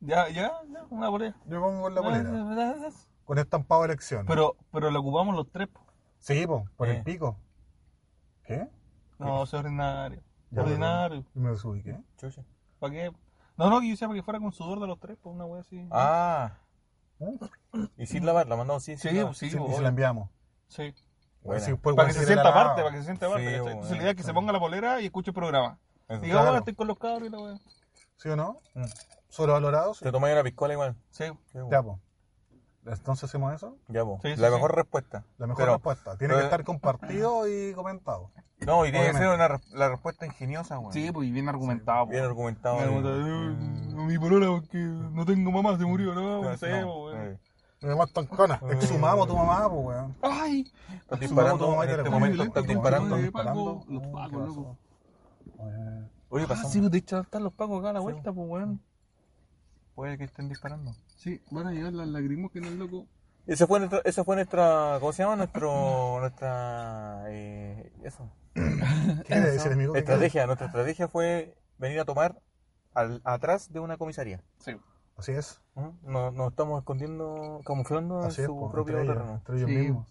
Speaker 5: Ya, ya, ya, una polera.
Speaker 4: yo me pongo con la polera,
Speaker 5: Ah,
Speaker 4: con estampado de elección.
Speaker 5: Pero, pero la ocupamos los tres. po.
Speaker 4: Sí, po, por
Speaker 5: Eh.
Speaker 4: el pico. ¿Qué?
Speaker 5: No, es ordinario.
Speaker 4: Ya,
Speaker 5: ordinario.
Speaker 4: Y Me desubiqué.
Speaker 2: Chucha.
Speaker 5: ¿Para qué? No, no, que yo decía para que fuera con sudor de los tres, pues una wea así.
Speaker 2: Ah. Y sin lavar, la mandamos sin,
Speaker 5: sí,
Speaker 2: sin lavar.
Speaker 5: sí,
Speaker 4: Sí,
Speaker 5: po,
Speaker 4: y se
Speaker 5: obvio.
Speaker 4: la enviamos.
Speaker 5: sí.
Speaker 2: Buena.
Speaker 4: Sí, pues, bueno,
Speaker 5: Para que se
Speaker 4: si
Speaker 5: sienta
Speaker 4: la-
Speaker 5: aparte, para que se sienta aparte.
Speaker 2: Sí,
Speaker 5: ¿cachai?
Speaker 2: bueno,
Speaker 5: Entonces la idea es que se ponga la polera y escuche el programa.
Speaker 2: Eso.
Speaker 5: Y
Speaker 4: Claro.
Speaker 5: ahora estoy con los cabros y la wea.
Speaker 4: ¿Sí o no?
Speaker 2: Mm.
Speaker 4: Sobrevalorado, sí.
Speaker 2: Te tomáis una piscola igual.
Speaker 5: Sí.
Speaker 2: Qué bueno.
Speaker 4: Ya, po. Entonces hacemos eso.
Speaker 2: Ya, po.
Speaker 5: Sí, sí,
Speaker 2: la
Speaker 5: sí.
Speaker 2: mejor respuesta.
Speaker 4: La mejor
Speaker 2: Pero-
Speaker 4: respuesta. Tiene
Speaker 5: eh,
Speaker 4: que
Speaker 2: pero-
Speaker 4: estar compartido y comentado.
Speaker 2: No, y tiene que ser
Speaker 4: Obviamente.
Speaker 2: una res- la respuesta ingeniosa, weón.
Speaker 5: Sí, pues y bien argumentado.
Speaker 2: Bien
Speaker 5: po.
Speaker 2: argumentado.
Speaker 5: Bien
Speaker 2: weón.
Speaker 5: argumentado. Eh, Mi polola porque no tengo mamá, se murió, no, no sé, po,
Speaker 4: pues,
Speaker 2: No,
Speaker 5: wea.
Speaker 2: eh.
Speaker 4: Mi mamá es toncona.
Speaker 5: Mm.
Speaker 4: Exhumamos a tu mamá, pues, weón.
Speaker 5: Eh, Ay,
Speaker 2: Estás
Speaker 4: Sumamos
Speaker 2: disparando
Speaker 4: todo,
Speaker 2: en este
Speaker 4: vaya,
Speaker 2: momento,
Speaker 4: violento,
Speaker 2: estás
Speaker 4: como
Speaker 2: disparando.
Speaker 4: chile.
Speaker 5: de Paco,
Speaker 4: disparando.
Speaker 5: los
Speaker 4: Oh,
Speaker 5: pacos,
Speaker 4: qué
Speaker 5: loco.
Speaker 2: Oye,
Speaker 5: Ah,
Speaker 2: pasamos.
Speaker 5: sí, pues de hecho están los pacos acá a la vuelta, pues weón.
Speaker 2: Puede que estén disparando.
Speaker 5: Sí, van a llegar las lacrimógenas, loco.
Speaker 2: Esa fue nuestra, esa fue nuestra, ¿cómo se llama? Nuestro, nuestra, eh, eso.
Speaker 4: ¿Qué quiere decir, amigo? ¿Qué quiere-
Speaker 2: Estrategia, nuestra estrategia fue venir a tomar al, atrás de una comisaría.
Speaker 5: Sí.
Speaker 4: Así es.
Speaker 2: ¿Mm? Nos, nos estamos escondiendo,
Speaker 5: Ah,
Speaker 2: camuflando en
Speaker 4: Así es,
Speaker 2: su
Speaker 4: po,
Speaker 2: propio
Speaker 4: entre ellos,
Speaker 2: terreno.
Speaker 4: entre ellos
Speaker 5: Sí.
Speaker 4: mismos.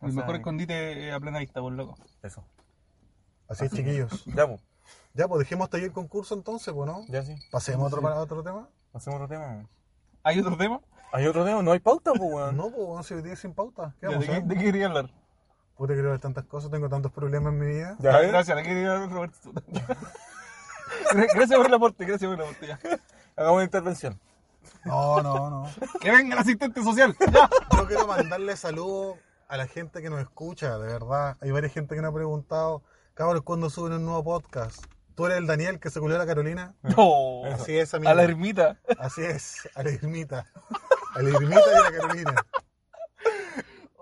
Speaker 5: El
Speaker 2: O sea,
Speaker 5: mejor escondite eh, a plena vista, por loco.
Speaker 2: Eso.
Speaker 4: Así es, chiquillos.
Speaker 2: Ya, pues,
Speaker 4: Ya, pues dejemos hasta ahí el concurso entonces, pues, ¿no?
Speaker 2: ya sí.
Speaker 4: Pasemos a otro, para otro tema.
Speaker 2: Hacemos otro tema. weón.
Speaker 5: ¿Hay otro tema?
Speaker 2: ¿Hay otro tema? ¿No hay pauta, pues, weón?
Speaker 4: No, pues, weón, si hoy día es sin pauta. ¿Qué
Speaker 5: ¿De
Speaker 4: vamos a
Speaker 2: pues,
Speaker 5: qué,
Speaker 4: hacer?
Speaker 5: de qué quería hablar?
Speaker 4: Puta, quiero ver tantas cosas, tengo tantos problemas en mi vida.
Speaker 2: Ya, ¿eh?
Speaker 5: Gracias, le quería hablar a Roberto. Gra- gracias por el aporte, gracias por el aporte. ya.
Speaker 2: Hagamos una intervención.
Speaker 4: No, no, no.
Speaker 5: Que venga el asistente social. ya.
Speaker 4: Yo quiero mandarle saludos a la gente que nos escucha, de verdad. Hay varias gente que nos ha preguntado, cabros, ¿cuándo suben un nuevo podcast? Tú eres el Daniel que se culió a la Carolina.
Speaker 5: No.
Speaker 4: Así es, amigo.
Speaker 5: A la ermita.
Speaker 4: Así es, a la ermita. A la ermita y a la Carolina.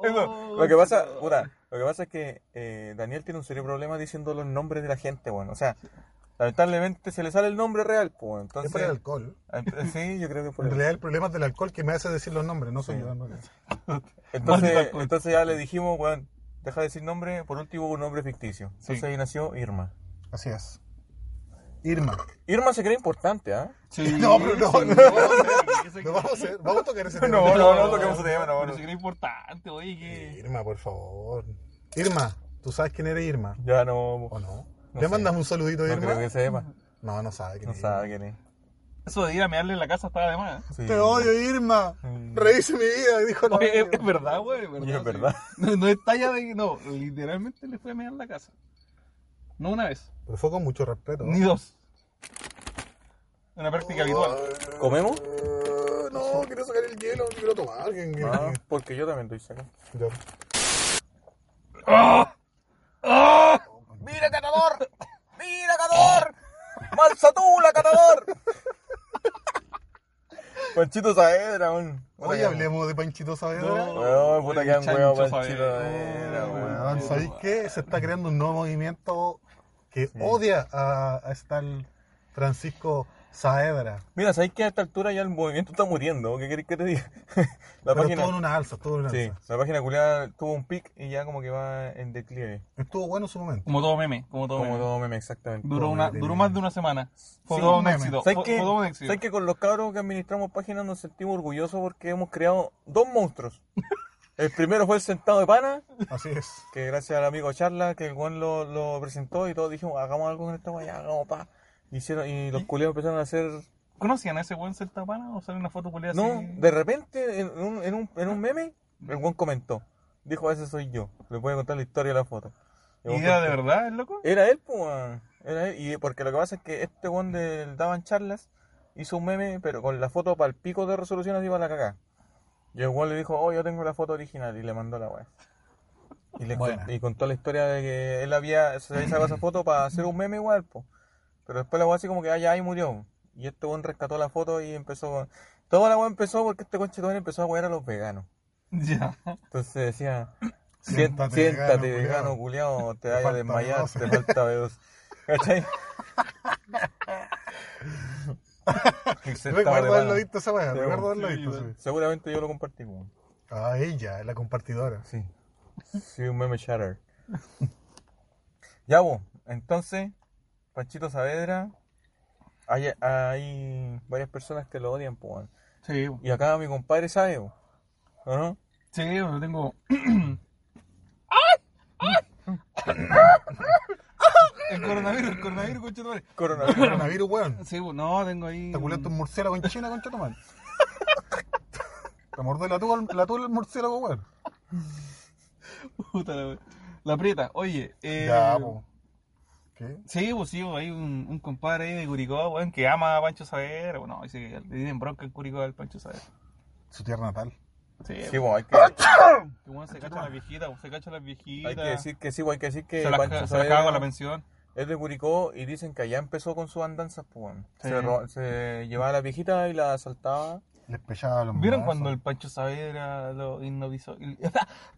Speaker 2: Eso, lo que pasa, puta, lo que pasa es que eh, Daniel tiene un serio problema diciendo los nombres de la gente, bueno, o sea, lamentablemente se le sale el nombre real, pues,
Speaker 4: Es por el
Speaker 2: entonces,
Speaker 4: alcohol.
Speaker 2: eh, sí, yo creo que es por
Speaker 4: En
Speaker 2: el-
Speaker 4: realidad el problema es del alcohol que me hace decir los nombres, no soy
Speaker 2: Sí.
Speaker 4: yo. no, no.
Speaker 2: entonces,
Speaker 5: Maldito alcohol.
Speaker 2: entonces ya le dijimos, weón, deja de decir nombre, por último un nombre ficticio, entonces
Speaker 5: Sí.
Speaker 2: ahí nació Irma.
Speaker 4: Así es. Irma.
Speaker 2: Irma se cree importante, ¿ah?
Speaker 5: Sí.
Speaker 4: No, pero no,
Speaker 5: sí,
Speaker 4: no.
Speaker 5: sí,
Speaker 4: Lo vamos a hacer, vamos a tocar ese tema.
Speaker 2: No, no, no toquemos ese tema, no,
Speaker 5: Pero
Speaker 2: no.
Speaker 5: sí que era importante, oye, que...
Speaker 4: Irma, por favor. Irma, ¿tú sabes quién eres Irma?
Speaker 2: Ya no,
Speaker 4: ¿O no?
Speaker 2: No
Speaker 4: ¿Le
Speaker 2: sé.
Speaker 4: mandas un saludito,
Speaker 2: no
Speaker 4: Irma?
Speaker 2: creo que sepa,
Speaker 4: No, no sabe quién
Speaker 2: no
Speaker 4: es.
Speaker 2: sabe quién es.
Speaker 5: Eso de ir a mearle en la casa estaba de más. ¿eh?
Speaker 2: Sí.
Speaker 4: Te odio, Irma.
Speaker 2: Mm.
Speaker 4: Rehice mi vida, dijo la
Speaker 5: Oye, es,
Speaker 2: eh,
Speaker 4: radio.
Speaker 5: es verdad, güey. Es verdad.
Speaker 2: Y es
Speaker 5: sí.
Speaker 2: verdad.
Speaker 5: No, no es talla de que no. Literalmente le fue a mear en la casa. No una vez,
Speaker 4: Pero fue con mucho respeto.
Speaker 5: ni dos. Una práctica habitual.
Speaker 2: ¿Comemos?
Speaker 4: Eh, No, quiero sacar el hielo, quiero tomar. que- que-
Speaker 2: Ah, porque yo también estoy sacando.
Speaker 4: Ya.
Speaker 2: ¡Mira, catador! ¡Mira, catador! ¡Mansa tú, la catador! Panchito Saavedra, weón.
Speaker 4: Hoy hablemos de Panchito Saavedra.
Speaker 5: No.
Speaker 2: Weón, puta que han
Speaker 5: Chancho
Speaker 2: weón, Panchito
Speaker 5: Saavedra.
Speaker 2: Saavedra,
Speaker 5: Oh,
Speaker 2: weón.
Speaker 4: Weón, ¿Sabéis qué? Se está creando un nuevo movimiento que odia a, a este tal Francisco Saavedra.
Speaker 2: Mira, ¿sabes que a esta altura ya el movimiento está muriendo? ¿Qué querés que te diga? La
Speaker 4: Pero todo en
Speaker 2: página.
Speaker 4: una alza, todo en una
Speaker 2: Sí,
Speaker 4: alza.
Speaker 2: la página culiada tuvo un pic y ya como que va en declive.
Speaker 4: Estuvo bueno en su momento.
Speaker 5: Como todo meme, como todo
Speaker 2: Como
Speaker 5: meme.
Speaker 2: todo meme, exactamente.
Speaker 5: Duró, una,
Speaker 4: meme.
Speaker 5: duró más de una semana. Fue
Speaker 4: Sí,
Speaker 5: todo un
Speaker 4: meme.
Speaker 5: éxito. Fue,
Speaker 2: ¿Sabes que,
Speaker 5: fue todo un éxito.
Speaker 2: ¿Sabes que con los cabros que administramos páginas nos sentimos orgullosos porque hemos creado dos monstruos? El primero fue el sentado de pana
Speaker 4: Así es.
Speaker 2: que gracias al amigo Charla, que el buen lo, lo presentó y todos dijimos, hagamos algo con esta weá, ya, hagamos pa. Hicieron, y los culiados empezaron a hacer.
Speaker 5: ¿Conocían a ese buen Celtapana o sale una foto culiada
Speaker 2: No,
Speaker 5: así?
Speaker 2: de repente, en un, en, un, en un meme, el buen comentó. Dijo, ese soy yo. Les voy a contar la historia de la foto. Y el
Speaker 5: ¿Y
Speaker 2: buen
Speaker 5: era de
Speaker 2: comentó,
Speaker 5: verdad, el loco?
Speaker 2: Era él, pues, weón. Era él. Y porque lo que pasa es que este buen del Daban Charlas hizo un meme, pero con la foto para el pico de resolución así para la cagada. Y el weón le dijo, oh, yo tengo la foto original. Y le mandó la weá. Y, le
Speaker 4: Buena.
Speaker 2: con- y contó la historia de que él había se había sacado esa foto para hacer un meme igual, po. Pero después la weá así como que, ah, ya, ahí murió. Y este weón rescató la foto y empezó con... Toda la weá empezó porque este conche empezó a wear a los veganos.
Speaker 5: Ya.
Speaker 2: Entonces decía,
Speaker 4: Siéntate,
Speaker 2: siéntate, siéntate
Speaker 4: vegano,
Speaker 2: vegano, culiao, te vayas a
Speaker 4: falta
Speaker 2: desmayar,
Speaker 4: dos.
Speaker 2: te falta B2. ¿Cachai? Y se estaba de
Speaker 4: Recuerdo haberlo
Speaker 2: pana.
Speaker 4: visto esa weá,
Speaker 2: Sí,
Speaker 4: recuerdo haberlo
Speaker 2: sí,
Speaker 4: visto.
Speaker 2: bueno.
Speaker 4: sí.
Speaker 2: Seguramente yo lo compartí, weón.
Speaker 4: Ah, ella, la compartidora.
Speaker 2: Sí. Soy un meme shatter. ya, vos. Entonces, Panchito Saavedra, hay, hay varias personas que lo odian, po, weón.
Speaker 5: Sí, bo.
Speaker 2: Y acá mi compadre sabe, po. ¿o no?
Speaker 5: sí, pero tengo. el coronavirus, el coronavirus, concha tu madre.
Speaker 2: Coronavirus.
Speaker 4: Coronavirus, weón.
Speaker 5: Sí, bo, no, tengo ahí.
Speaker 4: Te culiaste
Speaker 2: Mm.
Speaker 4: un murciélago en China, concha tu madre. Te mordió la tuya la tuya el murciélago, weón.
Speaker 5: Puta la wea. La prieta, oye. Eh,
Speaker 4: Ya, po. ¿Qué?
Speaker 5: Sí, pues sí, bo, hay un, un compadre ahí de Curicó, weón, que ama a Pancho Saavedra. Bueno, dice que le tienen bronca en Curicó al Pancho Saavedra.
Speaker 4: Su tierra natal.
Speaker 5: Sí,
Speaker 2: Sí,
Speaker 5: bo,
Speaker 2: po, hay que...
Speaker 5: que bueno, se cacha a las viejitas, bo, se cacha a las viejitas.
Speaker 2: Hay que decir que sí, güey, hay que decir que
Speaker 5: se las
Speaker 2: Pancho
Speaker 5: ca- se las
Speaker 2: Saavedra
Speaker 5: caga con la pensión.
Speaker 2: es de Curicó y dicen que allá empezó con sus andanzas, pues, weón.
Speaker 5: Sí.
Speaker 2: Se, ro- se llevaba a la viejita y la asaltaba.
Speaker 4: Les pechaba los
Speaker 5: ¿Vieron
Speaker 4: mazos.
Speaker 5: cuando el Pancho Saavedra lo hipnotizó? el-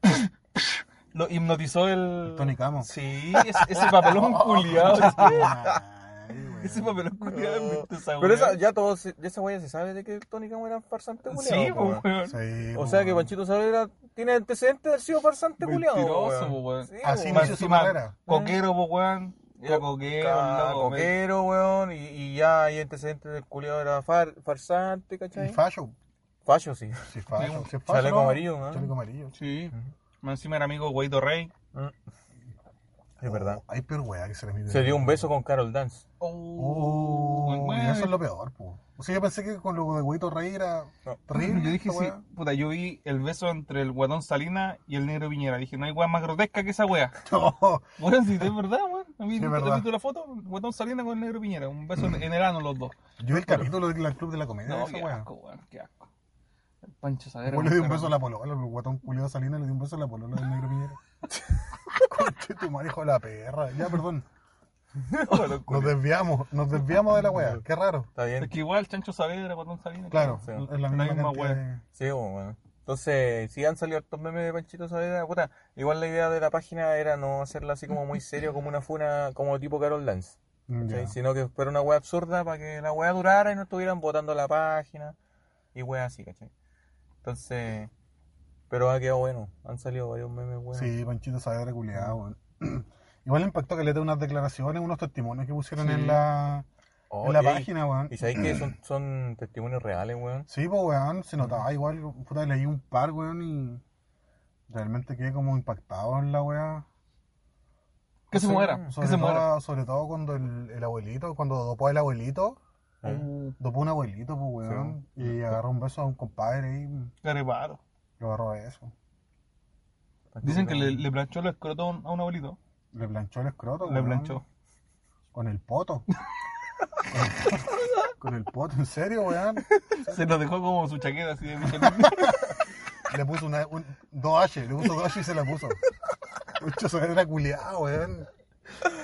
Speaker 5: lo hipnotizó el.
Speaker 4: Tony Camo.
Speaker 5: Sí, es- ese papelón culiado.
Speaker 4: Ay, weón.
Speaker 5: ese papelón culiado es muy esa
Speaker 2: Pero esa,
Speaker 5: weá.
Speaker 2: ya todos, se- ya esa güey se sabe de que el Tony Camo era farsante, culiao,
Speaker 5: Sí,
Speaker 2: po,
Speaker 5: pues,
Speaker 2: weón.
Speaker 5: weón.
Speaker 4: Sí,
Speaker 2: O
Speaker 4: po,
Speaker 2: sea que
Speaker 4: weón.
Speaker 2: Panchito Saavedra tiene antecedentes de haber sido farsante, culiao, po,
Speaker 5: Mentiroso, po, weón.
Speaker 2: Sí,
Speaker 4: Así
Speaker 2: po,
Speaker 4: no
Speaker 5: Más
Speaker 4: hizo su
Speaker 5: encima,
Speaker 4: carrera.
Speaker 5: Coquero, po, weón. Era
Speaker 2: Co-
Speaker 5: coquero,
Speaker 2: ca-
Speaker 5: loco, weón.
Speaker 2: coquero, weón, y, y ya hay antecedentes del culiao era far- farsante,
Speaker 4: Y
Speaker 2: ¿cachai?
Speaker 4: fallo.
Speaker 2: Fallo, sí.
Speaker 4: Si fallo. Si fallo.
Speaker 2: Chaleco
Speaker 4: no.
Speaker 2: amarillo, ¿no?
Speaker 4: Chaleco amarillo.
Speaker 5: Sí. Más encima era amigo de Guaito Rey.
Speaker 2: Es verdad.
Speaker 4: Hay peor weá que se les mide.
Speaker 2: Se dio un beso con Carol Dance.
Speaker 4: Oh,
Speaker 5: Weón,
Speaker 4: y eso es lo peor, po. O sea, yo pensé que con lo de Huevito Rey era
Speaker 2: No.
Speaker 4: terrible.
Speaker 5: Yo dije,
Speaker 4: esta
Speaker 5: sí,
Speaker 4: weá.
Speaker 5: puta, yo vi el beso entre el guatón Salina y el negro Piñera. Dije, no hay weá más grotesca que esa weá.
Speaker 4: No,
Speaker 5: Bueno, sí, es verdad, weón. A mí
Speaker 4: Sí,
Speaker 5: ¿te
Speaker 4: es
Speaker 5: has
Speaker 4: verdad.
Speaker 5: visto la foto? Guatón Salinas con el negro Piñera. Un beso en en el ano los dos.
Speaker 4: yo el capítulo del Club de la Comedia,
Speaker 5: No,
Speaker 4: esa
Speaker 5: qué
Speaker 4: weá.
Speaker 5: asco, weón, qué asco. El Pancho Saavedra. este
Speaker 4: Vos le di un beso a
Speaker 5: weón.
Speaker 4: la polola, el guatón culiado Salinas le dio un beso a la polola del negro Piñera. Conche tu madre, hijo de la perra. Ya, perdón. Nos desviamos, nos desviamos de la weá. Qué raro.
Speaker 2: Está bien.
Speaker 5: Es que igual, Chancho Saavedra, Guatón Salinas.
Speaker 4: Claro,
Speaker 2: Sí.
Speaker 4: es la misma,
Speaker 5: La misma
Speaker 4: cantidad
Speaker 5: weá.
Speaker 4: de-
Speaker 2: Sí, po, weón. Entonces, si han salido estos memes de Panchito Saavedra, puta, igual la idea de la página era no hacerla así como muy serio, como una funa, como tipo Carol Dance,
Speaker 4: Mm,
Speaker 2: ¿cachai?
Speaker 4: ya.
Speaker 2: sino que fuera una wea absurda para que la wea durara y no estuvieran votando la página y wea así, ¿cachai? Entonces, pero ha quedado bueno, han salido varios memes buenos.
Speaker 4: Sí, Panchito Saavedra culiado, weón. Igual le impactó que le dé unas declaraciones, unos testimonios que pusieron en la,
Speaker 2: Oh,
Speaker 4: en la
Speaker 2: y-
Speaker 4: página, weón.
Speaker 2: Y sabéis que son, son testimonios reales, weón.
Speaker 4: Sí, pues, weón, se notaba igual. Puta, leí un par, weón, y realmente quedé como impactado en la weá.
Speaker 5: Que se muera, que
Speaker 4: Sobre,
Speaker 5: se
Speaker 4: todo,
Speaker 5: muera.
Speaker 4: sobre todo cuando el, el abuelito, cuando dopó el abuelito,
Speaker 2: ¿eh?
Speaker 5: Uh,
Speaker 4: dopó un abuelito, pues, weón, y agarró un beso a un compadre y
Speaker 5: Garibaro.
Speaker 4: lo agarró a eso.
Speaker 2: Ah,
Speaker 5: Dicen que le, le planchó el escroto a un, a un abuelito.
Speaker 4: Le planchó el escroto,
Speaker 5: Le
Speaker 4: weón,
Speaker 5: planchó.
Speaker 4: Con el poto. con el poto, en serio, weón.
Speaker 5: Se lo dejó como su chaqueta así de Michelin.
Speaker 4: Le puso una, un, dos H, le puso dos H y se la puso. Mucho era culiado, weón.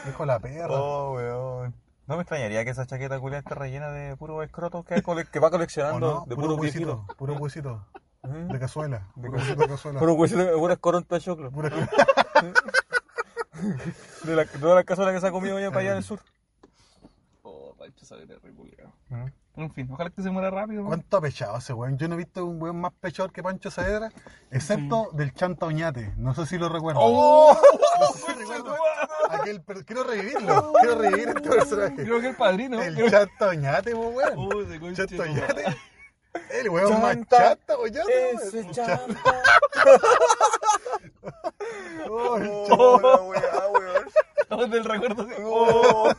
Speaker 4: Dijo la perra.
Speaker 2: Oh, weón. No me extrañaría que esa chaqueta culia esté rellena de puros escrotos que, cole- que va
Speaker 4: ¿O
Speaker 2: coleccionando
Speaker 4: no?
Speaker 2: de
Speaker 4: puro
Speaker 2: puros
Speaker 4: huesito,
Speaker 2: viejitos.
Speaker 4: puro huesito.
Speaker 2: ¿Eh?
Speaker 4: De cazuela. Puro huesito de cazuela.
Speaker 2: Puro huesito, puras corontas de choclo.
Speaker 4: Puro-
Speaker 2: De la, de todas las cazuelas que se ha comido allá para allá del sur.
Speaker 5: oh, Pancho Saavedra, republicano.
Speaker 2: ¿Mm?
Speaker 5: En fin, ojalá que se muera rápido. weón.
Speaker 4: ¿Ah? ¿Cuánto ha pechado ese weón? Yo no he visto un weón más pechador que Pancho Saavedra, excepto del Chanta Oñate. No sé si lo recuerdo. No sé si recuerdo aquel per- Quiero revivirlo. Quiero revivir este personaje.
Speaker 5: Creo que el padrino.
Speaker 4: El
Speaker 5: creo-
Speaker 4: Chanta Oñate, po, weón.
Speaker 5: Oh, ese conche
Speaker 4: Chanta
Speaker 5: tu madre.
Speaker 4: Oñate. El weón más
Speaker 2: Chanta.
Speaker 4: chanta, Oñate. weón.
Speaker 2: Ese chanta.
Speaker 4: Oh, el
Speaker 2: Oh,
Speaker 4: Chanta-
Speaker 2: la weá, weón.
Speaker 5: Estamos del recuerdo. así.
Speaker 2: Oh.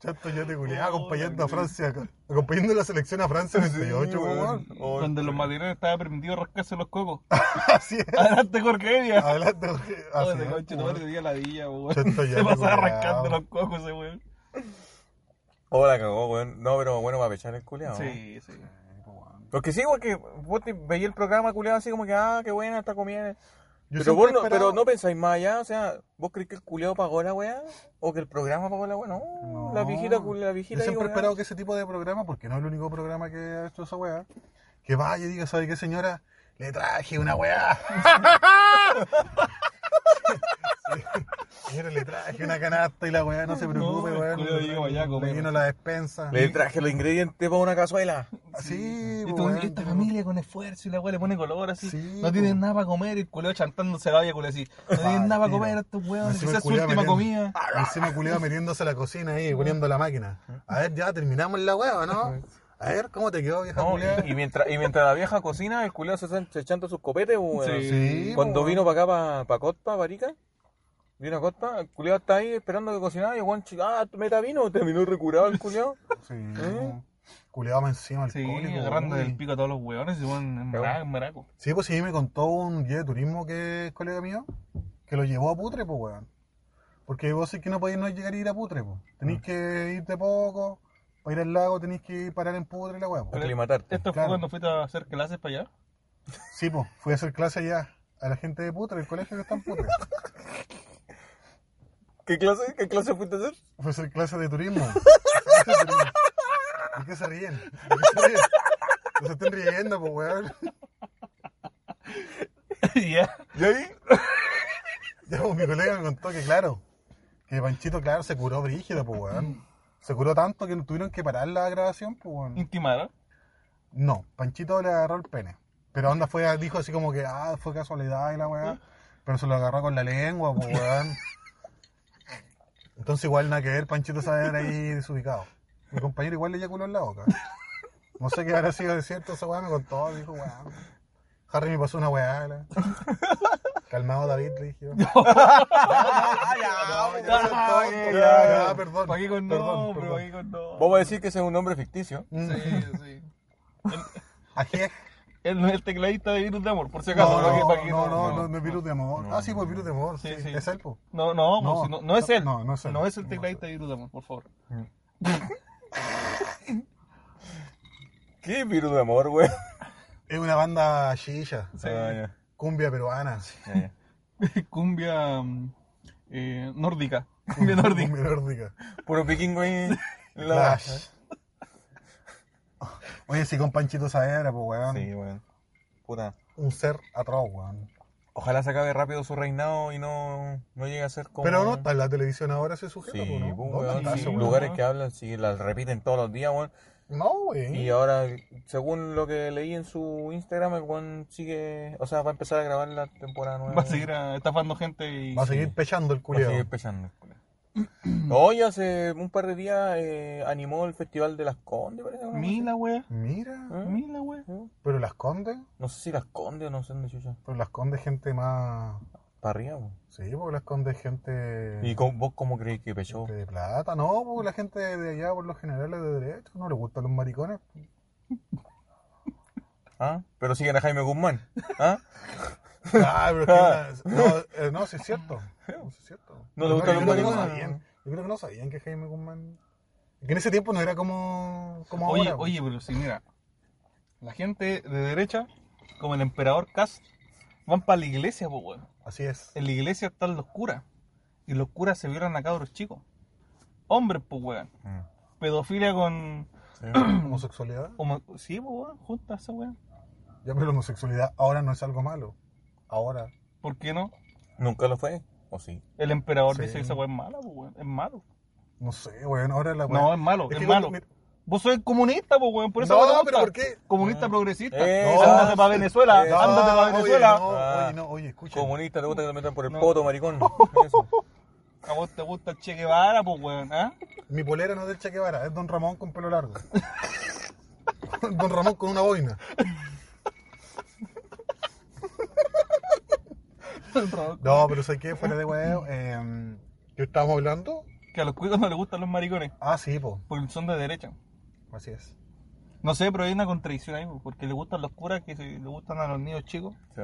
Speaker 4: Chanta Oñate, culiado, acompañando a Francia. Acompañando la selección a Francia en el 98, po, weón.
Speaker 2: Oh,
Speaker 5: Cuando los matinales estaba permitido rascarse los cocos.
Speaker 4: Así es.
Speaker 5: Adelante, Jorge Evia.
Speaker 4: Adelante, Jorge. Así
Speaker 5: Joder,
Speaker 4: es,
Speaker 5: conche,
Speaker 4: po,
Speaker 5: tu madre,
Speaker 4: weón.
Speaker 5: te di a la villa, weón.
Speaker 4: Yo estoy
Speaker 5: Se
Speaker 4: Oh. ya
Speaker 5: pasaba
Speaker 4: curado.
Speaker 5: arrancando los cocos ese weón.
Speaker 2: Oh, la cagó, weón. No, pero bueno, va a pechar el culeado.
Speaker 5: Sí, sí.
Speaker 2: Porque sí, porque vos te- veí el programa culeado así como que, ah, qué buena esta comida.
Speaker 4: Yo
Speaker 2: Pero,
Speaker 4: siempre
Speaker 2: vos no,
Speaker 4: he esperado-
Speaker 2: pero no pensáis más allá, o sea, ¿vos crees que el culeado pagó la weá? ¿O que el programa pagó la weá? No, la viejita, cul- la viejita.
Speaker 4: Yo siempre
Speaker 2: digo,
Speaker 4: he
Speaker 2: weá.
Speaker 4: esperado que ese tipo de programa, porque no es el único programa que ha hecho esa weá, que vaya y diga, ¿sabe qué señora? Le traje una weá. Señora, le traje una canasta y la weá, no se preocupe,
Speaker 5: el
Speaker 4: weón.
Speaker 5: culiao llegó allá a
Speaker 4: Le
Speaker 5: comer.
Speaker 4: vino la despensa.
Speaker 2: Le traje los ingredientes para una cazuela.
Speaker 4: Sí,
Speaker 5: Y
Speaker 4: po,
Speaker 5: tú,
Speaker 4: weón.
Speaker 5: esta familia con esfuerzo y la weá le pone color así.
Speaker 4: Sí,
Speaker 5: no
Speaker 4: po.
Speaker 5: tienen nada para comer y el culeo chantándose la olla, culeo así. No tienen nada para
Speaker 4: tira.
Speaker 5: comer estos weones.
Speaker 4: Encima
Speaker 5: Esa
Speaker 4: el
Speaker 5: es su
Speaker 4: culiao
Speaker 5: última
Speaker 4: metiendo- Ah,
Speaker 5: comida.
Speaker 4: Encima culiado metiéndose a la cocina ahí, poniendo la máquina. A ver, ya terminamos la hueá, ¿no? A ver, ¿cómo te quedó, vieja
Speaker 2: No,
Speaker 4: culiada?
Speaker 2: y, y mientras, y mientras la vieja cocina, el culeo se, está- se echando sus copetes, pues, weón.
Speaker 5: Sí.
Speaker 4: Sí, pues,
Speaker 2: Cuando
Speaker 4: po,
Speaker 2: vino para acá, para pa Cotpa, Barica, vino a Cotpa, el culiao está ahí esperando que cocinara y el guan, ah, meta vino, terminó recurado el culiao.
Speaker 4: Sí. Culeado más encima
Speaker 5: eh. Sí,
Speaker 4: alcohólico.
Speaker 5: agarrando
Speaker 4: uy.
Speaker 5: del pico a todos los weones y weón, en
Speaker 2: Pero-
Speaker 5: maraco, en maraco.
Speaker 4: Sí, pues sí, me contó un guía de turismo que es colega mío, que lo llevó a Putre, pues, weón. Porque vos es que no podéis no llegar a ir a Putre, pues. Tenéis que irte poco, para ir al lago tenéis que parar en Putre, la weá, pues.
Speaker 2: Aclimatarte.
Speaker 5: Esto fue
Speaker 4: Claro.
Speaker 5: cuando fuiste a hacer clases para allá.
Speaker 4: Sí, pues, fui a hacer clase allá a la gente de Putre, el colegio que está en Putre.
Speaker 2: ¿Qué clase, ¿Qué clase fuiste a hacer?
Speaker 4: Fue a hacer clases de turismo. Clases de turismo. ¿De qué se ríen? ¿De qué se ríen? No se estén riendo, pues, weón.
Speaker 5: Ya.
Speaker 2: ¿Y ahí?
Speaker 4: Ya, pues, mi colega me contó que, claro, que Panchito, claro, se curó brígido, pues, weón. Se curó tanto que tuvieron que parar la grabación, pues, weón.
Speaker 5: Intimaron.
Speaker 4: No, Panchito le agarró el pene. Pero onda fue, dijo así como que, ah, fue casualidad y la weá. Pero se lo agarró con la lengua, pues, weón. Entonces, igual nada que ver, Panchito sabe era ahí desubicado. Mi compañero igual le eyaculó en la boca. No sé qué habrá sido de cierto, esa weá me contó, dijo, weón. Harry me pasó una weá. la- Calmado, David, le dije. yo.
Speaker 5: Ya,
Speaker 4: Ya,
Speaker 5: Ah, ya.
Speaker 4: Ah, ya, perdón.
Speaker 5: Pa' qué con no,
Speaker 4: perdón,
Speaker 5: pero
Speaker 4: perdón.
Speaker 5: pa' qué con no.
Speaker 2: Vos vas a decir que ese es un nombre ficticio.
Speaker 4: Mm.
Speaker 5: Sí, sí.
Speaker 4: Ajej.
Speaker 5: El, el tecladista de Virus de Amor, por si acaso.
Speaker 4: no,
Speaker 5: ¿para qué- para qué
Speaker 4: no, no, no, no es virus de amor. ah, sí, pues virus de amor.
Speaker 5: Sí,
Speaker 4: Sí,
Speaker 5: sí.
Speaker 4: Es él, pues.
Speaker 5: No, no, pues,
Speaker 4: No,
Speaker 5: si no, no es él.
Speaker 4: no, no es él.
Speaker 5: el tecladista de Virus de Amor, por favor.
Speaker 2: ¿Qué virus de amor, güey?
Speaker 4: Es una banda chilla, cumbia peruana.
Speaker 5: Cumbia mm, eh, nórdica. Cumbia nórdica.
Speaker 4: Cumbia nórdica.
Speaker 2: Puro piquingo ahí. en la-
Speaker 4: Flash. Oye, sí, con Panchito Saera, pues, weón.
Speaker 2: Sí, güey. Puta.
Speaker 4: Un ser atroz, weón.
Speaker 2: Ojalá se acabe rápido su reinado y no, no llegue a ser como...
Speaker 4: Pero no está en la televisión ahora ese sujeto,
Speaker 2: Sí,
Speaker 4: pues, ¿no?
Speaker 2: pues,
Speaker 4: ¿Dónde
Speaker 2: weón,
Speaker 4: está
Speaker 2: sí,
Speaker 4: ese weón?
Speaker 2: lugares que hablan, sí, las repiten todos los días, weón.
Speaker 4: No, weón.
Speaker 2: Y ahora, según lo que leí en su Instagram, el weón sigue, o sea, va a empezar a grabar la temporada nueva.
Speaker 5: Va a seguir a- estafando gente y.
Speaker 4: Va a seguir pechando el
Speaker 2: Va a seguir
Speaker 4: culiado.
Speaker 2: pechando, culiao. Hoy hace un par de días eh, animó el festival de las Condes, parece. ¿no?
Speaker 5: Mila, wea.
Speaker 4: Mira,
Speaker 2: ¿Eh?
Speaker 5: Mila, wea.
Speaker 4: pero las condes,
Speaker 2: No sé si las Condes o no sé dónde chucha.
Speaker 4: pero las condes gente más.
Speaker 2: Para arriba, weón.
Speaker 4: Sí, porque las condes gente.
Speaker 2: ¿Y con, vos cómo crees que pechó?
Speaker 4: De plata, no, porque la gente de allá, por los generales de derecho, no le gustan los maricones.
Speaker 2: ¿Ah? Pero siguen a Jaime Guzmán. ¿Ah?
Speaker 4: Ah, pero es que una- no, eh, no, sí es cierto. No, sí es cierto.
Speaker 2: No le gustan
Speaker 4: yo
Speaker 2: los
Speaker 4: creo que
Speaker 2: maricones.
Speaker 4: No sabían, yo creo que no sabían que Jaime Guzmán. Que en ese tiempo no era como, como
Speaker 5: Oye,
Speaker 4: ahora.
Speaker 5: oye, pero si mira. La gente de derecha, como el emperador Cast, van para la iglesia, pues, weón.
Speaker 4: Así es.
Speaker 5: en la iglesia están los curas. Y los curas se violan a cabros chicos. Hombres, pues, weón.
Speaker 2: Mm.
Speaker 5: Pedofilia con.
Speaker 4: Homosexualidad.
Speaker 5: homo- Sí, pues, weón, junta esa weón.
Speaker 4: Ya, pero la homosexualidad ahora no es algo malo. Ahora.
Speaker 5: ¿Por qué no?
Speaker 2: ¿Nunca lo fue? ¿O sí?
Speaker 5: El emperador
Speaker 4: Sí.
Speaker 5: dice que esa weón es mala, pues, weón. Es malo.
Speaker 4: No sé, weón. Ahora la
Speaker 5: No, es malo, es,
Speaker 4: que
Speaker 5: malo.
Speaker 4: cuando-
Speaker 5: Vos sos comunista, pues, weón. Por eso
Speaker 4: No,
Speaker 5: weón te
Speaker 4: pero ¿por
Speaker 5: gusta.
Speaker 4: qué? Ah.
Speaker 5: Comunista progresista.
Speaker 2: Eh,
Speaker 5: no, ándate
Speaker 4: no.
Speaker 5: para Venezuela.
Speaker 2: Eh,
Speaker 4: No,
Speaker 5: Ah, ándate para
Speaker 4: oye,
Speaker 5: Venezuela.
Speaker 4: no,
Speaker 2: Ah.
Speaker 4: oye, no, oye, escucha.
Speaker 2: Comunista, te gusta que lo metan por el poto, maricón. Eso.
Speaker 5: A vos te gusta el Che Guevara, pues, weón. ¿ah?
Speaker 4: Mi polera no es del Che Guevara, es Don Ramón con pelo largo. Don Ramón con una boina. No, pero sé que fuera de huevo. Eh, ¿Qué estábamos hablando?
Speaker 5: Que a los cuicos no les gustan los maricones.
Speaker 4: Ah, sí, po.
Speaker 5: Porque son de derecha.
Speaker 4: Así es.
Speaker 5: No sé, pero hay una contradicción ahí, porque le gustan los curas que se- le gustan a los niños chicos,
Speaker 2: Sí.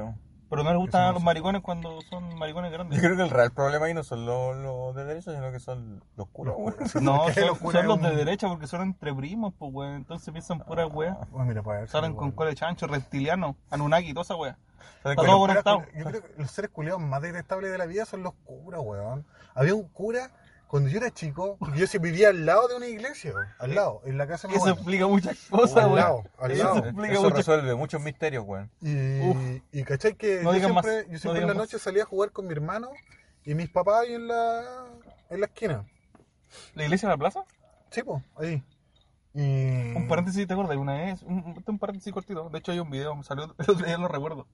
Speaker 5: pero no les gustan a los maricones cuando son maricones
Speaker 2: Yo
Speaker 5: grandes.
Speaker 2: creo que el real problema ahí no son los, los de derecha, sino que son los culos, güey.
Speaker 5: No,
Speaker 4: Qué
Speaker 5: son,
Speaker 4: locura,
Speaker 5: son los de
Speaker 4: un-
Speaker 5: derecha porque son entre primos, pues, weón. Entonces piensan pura weá.
Speaker 4: Bueno, mira, para ver. si
Speaker 5: Salen
Speaker 4: me
Speaker 5: con
Speaker 4: acuerdo.
Speaker 5: cola de chancho, reptiliano, anunnaki, toda esa weá.
Speaker 2: Salen
Speaker 5: Está
Speaker 2: con
Speaker 5: todo
Speaker 2: los-
Speaker 4: Los curas
Speaker 5: conectado.
Speaker 4: cul- Yo creo que los seres culeados más detestables de la vida son los curas, weón. Había un cura Cuando yo era chico, porque yo sí vivía al lado de una iglesia, al lado, en la casa de mi
Speaker 5: Eso
Speaker 4: abuela.
Speaker 5: explica muchas cosas,
Speaker 4: Al
Speaker 5: weón.
Speaker 4: lado, al
Speaker 5: Eso
Speaker 4: lado.
Speaker 5: explica
Speaker 2: Eso
Speaker 5: muchas-
Speaker 2: resuelve muchos misterios, weón.
Speaker 4: Y,
Speaker 5: Uf.
Speaker 4: y cachai que
Speaker 5: No
Speaker 4: yo
Speaker 5: digan más,
Speaker 4: siempre,
Speaker 5: no
Speaker 4: yo siempre
Speaker 5: digan
Speaker 4: en la
Speaker 5: más.
Speaker 4: noche salía a jugar con mi hermano y mis papás ahí en la, en la esquina.
Speaker 5: ¿La iglesia de la plaza?
Speaker 4: Sí, po, ahí. Y...
Speaker 5: Un paréntesis, ¿te acuerdas? Una vez, un, un- un paréntesis cortito. De hecho, hay un video, me salió el otro día, lo recuerdo.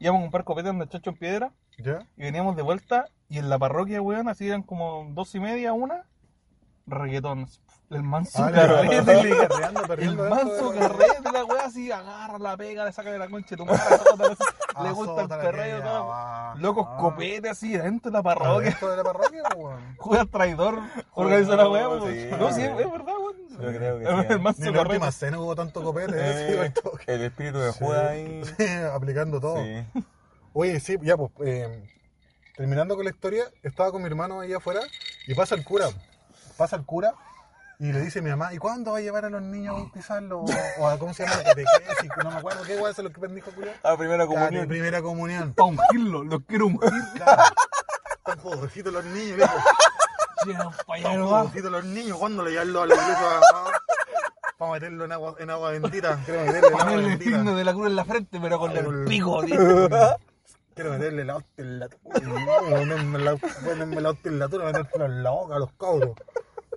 Speaker 5: Íbamos a comprar copetes en el chocho en piedra
Speaker 4: ¿Ya?
Speaker 5: y veníamos de vuelta y en la parroquia, weón, así eran como dos y media, una, reggaetón. El manso
Speaker 4: Ah,
Speaker 5: carrete,
Speaker 4: no.
Speaker 5: le-
Speaker 4: Carreando,
Speaker 5: El
Speaker 4: perdiendo esto,
Speaker 5: manso carrete, la weá así, agarra la pega, le saca de la concha, de tu madre, azótala,
Speaker 4: Ah,
Speaker 5: le gusta el
Speaker 4: Azótala,
Speaker 5: perreo,
Speaker 4: que ya va.
Speaker 5: todo. Locos
Speaker 4: Ah.
Speaker 5: copete así, dentro de la
Speaker 4: ¿Todo
Speaker 5: parroquia.
Speaker 4: esto de la parroquia, po, weón?
Speaker 5: Juega al traidor, organiza la weá,
Speaker 2: sí,
Speaker 5: weón. No, sí, es
Speaker 2: weón.
Speaker 5: es verdad, weón.
Speaker 2: Yo creo que sí,
Speaker 5: El
Speaker 2: weón.
Speaker 4: Ni
Speaker 5: manso
Speaker 4: en la
Speaker 5: carrete.
Speaker 4: última cena hubo tanto copete, así,
Speaker 2: Eh,
Speaker 4: al toque.
Speaker 2: el espíritu de Judas ahí.
Speaker 4: Sí, aplicando todo.
Speaker 2: Sí.
Speaker 4: Oye, sí, ya pues, eh, terminando con la historia, estaba con mi hermano ahí afuera y pasa el cura, pasa el cura y le dice a mi mamá, ¿y cuándo va a llevar a los niños a bautizarlos? O, o a, ¿cómo se llama? Catequesis, no me acuerdo, ¿qué guay es lo que pendijo, cura?
Speaker 2: A Ah, primera
Speaker 4: Cate-
Speaker 2: comunión.
Speaker 4: Primera comunión.
Speaker 5: Para ungirlo, los quiero ungir.
Speaker 4: Claro. Están jodositos los niños, viejo.
Speaker 5: Ya, pa' allá
Speaker 4: Están
Speaker 5: nomás.
Speaker 4: jodositos los niños, ¿cuándo le llevarlo a la iglesia? Ah, Vamos a meterlo en agua, en agua bendita. Quiero meterle en agua
Speaker 5: Ponerle el
Speaker 4: bendita.
Speaker 5: signo de la cruz en la frente, pero con el
Speaker 4: el-
Speaker 5: pico, tío.
Speaker 4: Quiero meterle la hostia en la ponerme la- ponerme la hostia en la tura, metértela en la boca a los cabros.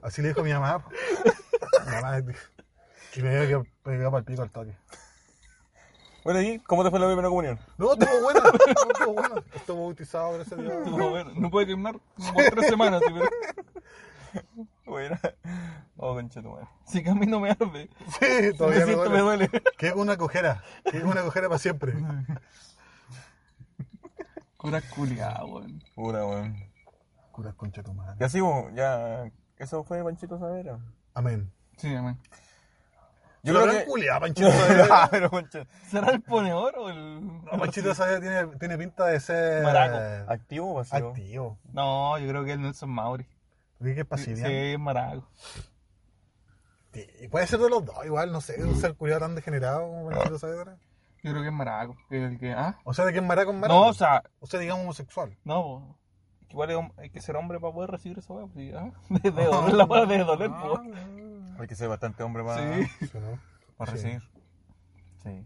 Speaker 4: Así le dijo mi mamá. po. Mi mamá dijo- y me dio que me dio para el pico al toque.
Speaker 2: Bueno, ¿y cómo te fue la primera comunión?
Speaker 4: No, estuvo buena, no, estuvo buena. Estuvo bautizado, gracias a Dios.
Speaker 5: No, bueno, No puede terminar como por tres semanas, tío. pero-
Speaker 2: Bueno. Oh, concha tu madre.
Speaker 5: Si que a mí no me arde.
Speaker 4: Sí,
Speaker 5: Me
Speaker 4: todavía me
Speaker 5: siento, me
Speaker 4: duele.
Speaker 5: duele.
Speaker 4: Que es una cojera, que es una cojera para siempre.
Speaker 5: Cura culiada, weón.
Speaker 2: Pura, weón.
Speaker 4: Cura concha tu madre.
Speaker 2: Y así, weón, ya. Eso fue Panchito Savera.
Speaker 4: Amén.
Speaker 5: Sí, amén.
Speaker 4: Yo
Speaker 2: Yo
Speaker 4: lo
Speaker 2: creo
Speaker 4: habrán
Speaker 2: que-
Speaker 4: culiado, Panchito
Speaker 2: Ah,
Speaker 4: Saavedra.
Speaker 2: pero concha.
Speaker 5: ¿Será el ponedor o el.?
Speaker 4: No, Panchito Saavedra tiene, tiene pinta de ser...
Speaker 5: Maraco.
Speaker 2: ¿Activo o vacío?
Speaker 4: Activo.
Speaker 5: No, yo creo que es Nelson Mauri.
Speaker 4: Porque es
Speaker 5: Sí,
Speaker 4: pasividad.
Speaker 5: es Marago.
Speaker 4: Sí, y puede ser de los dos, igual, no sé, un ser culiado tan degenerado como Panchito Saavedra.
Speaker 5: Yo creo que es Marago. que El que, ¿ah?
Speaker 4: O sea, de que es maraco es maraco.
Speaker 5: No, o sea,
Speaker 4: O sea, digamos homosexual.
Speaker 5: no, po. Es que Igual es hom- hay que ser hombre para poder recibir esa weá. pues, ¿ah? De, de doler, la weá de doler, po.
Speaker 2: Hay que ser bastante hombre para,
Speaker 5: Sí.
Speaker 4: Eso, ¿no?
Speaker 2: para recibir. Sí.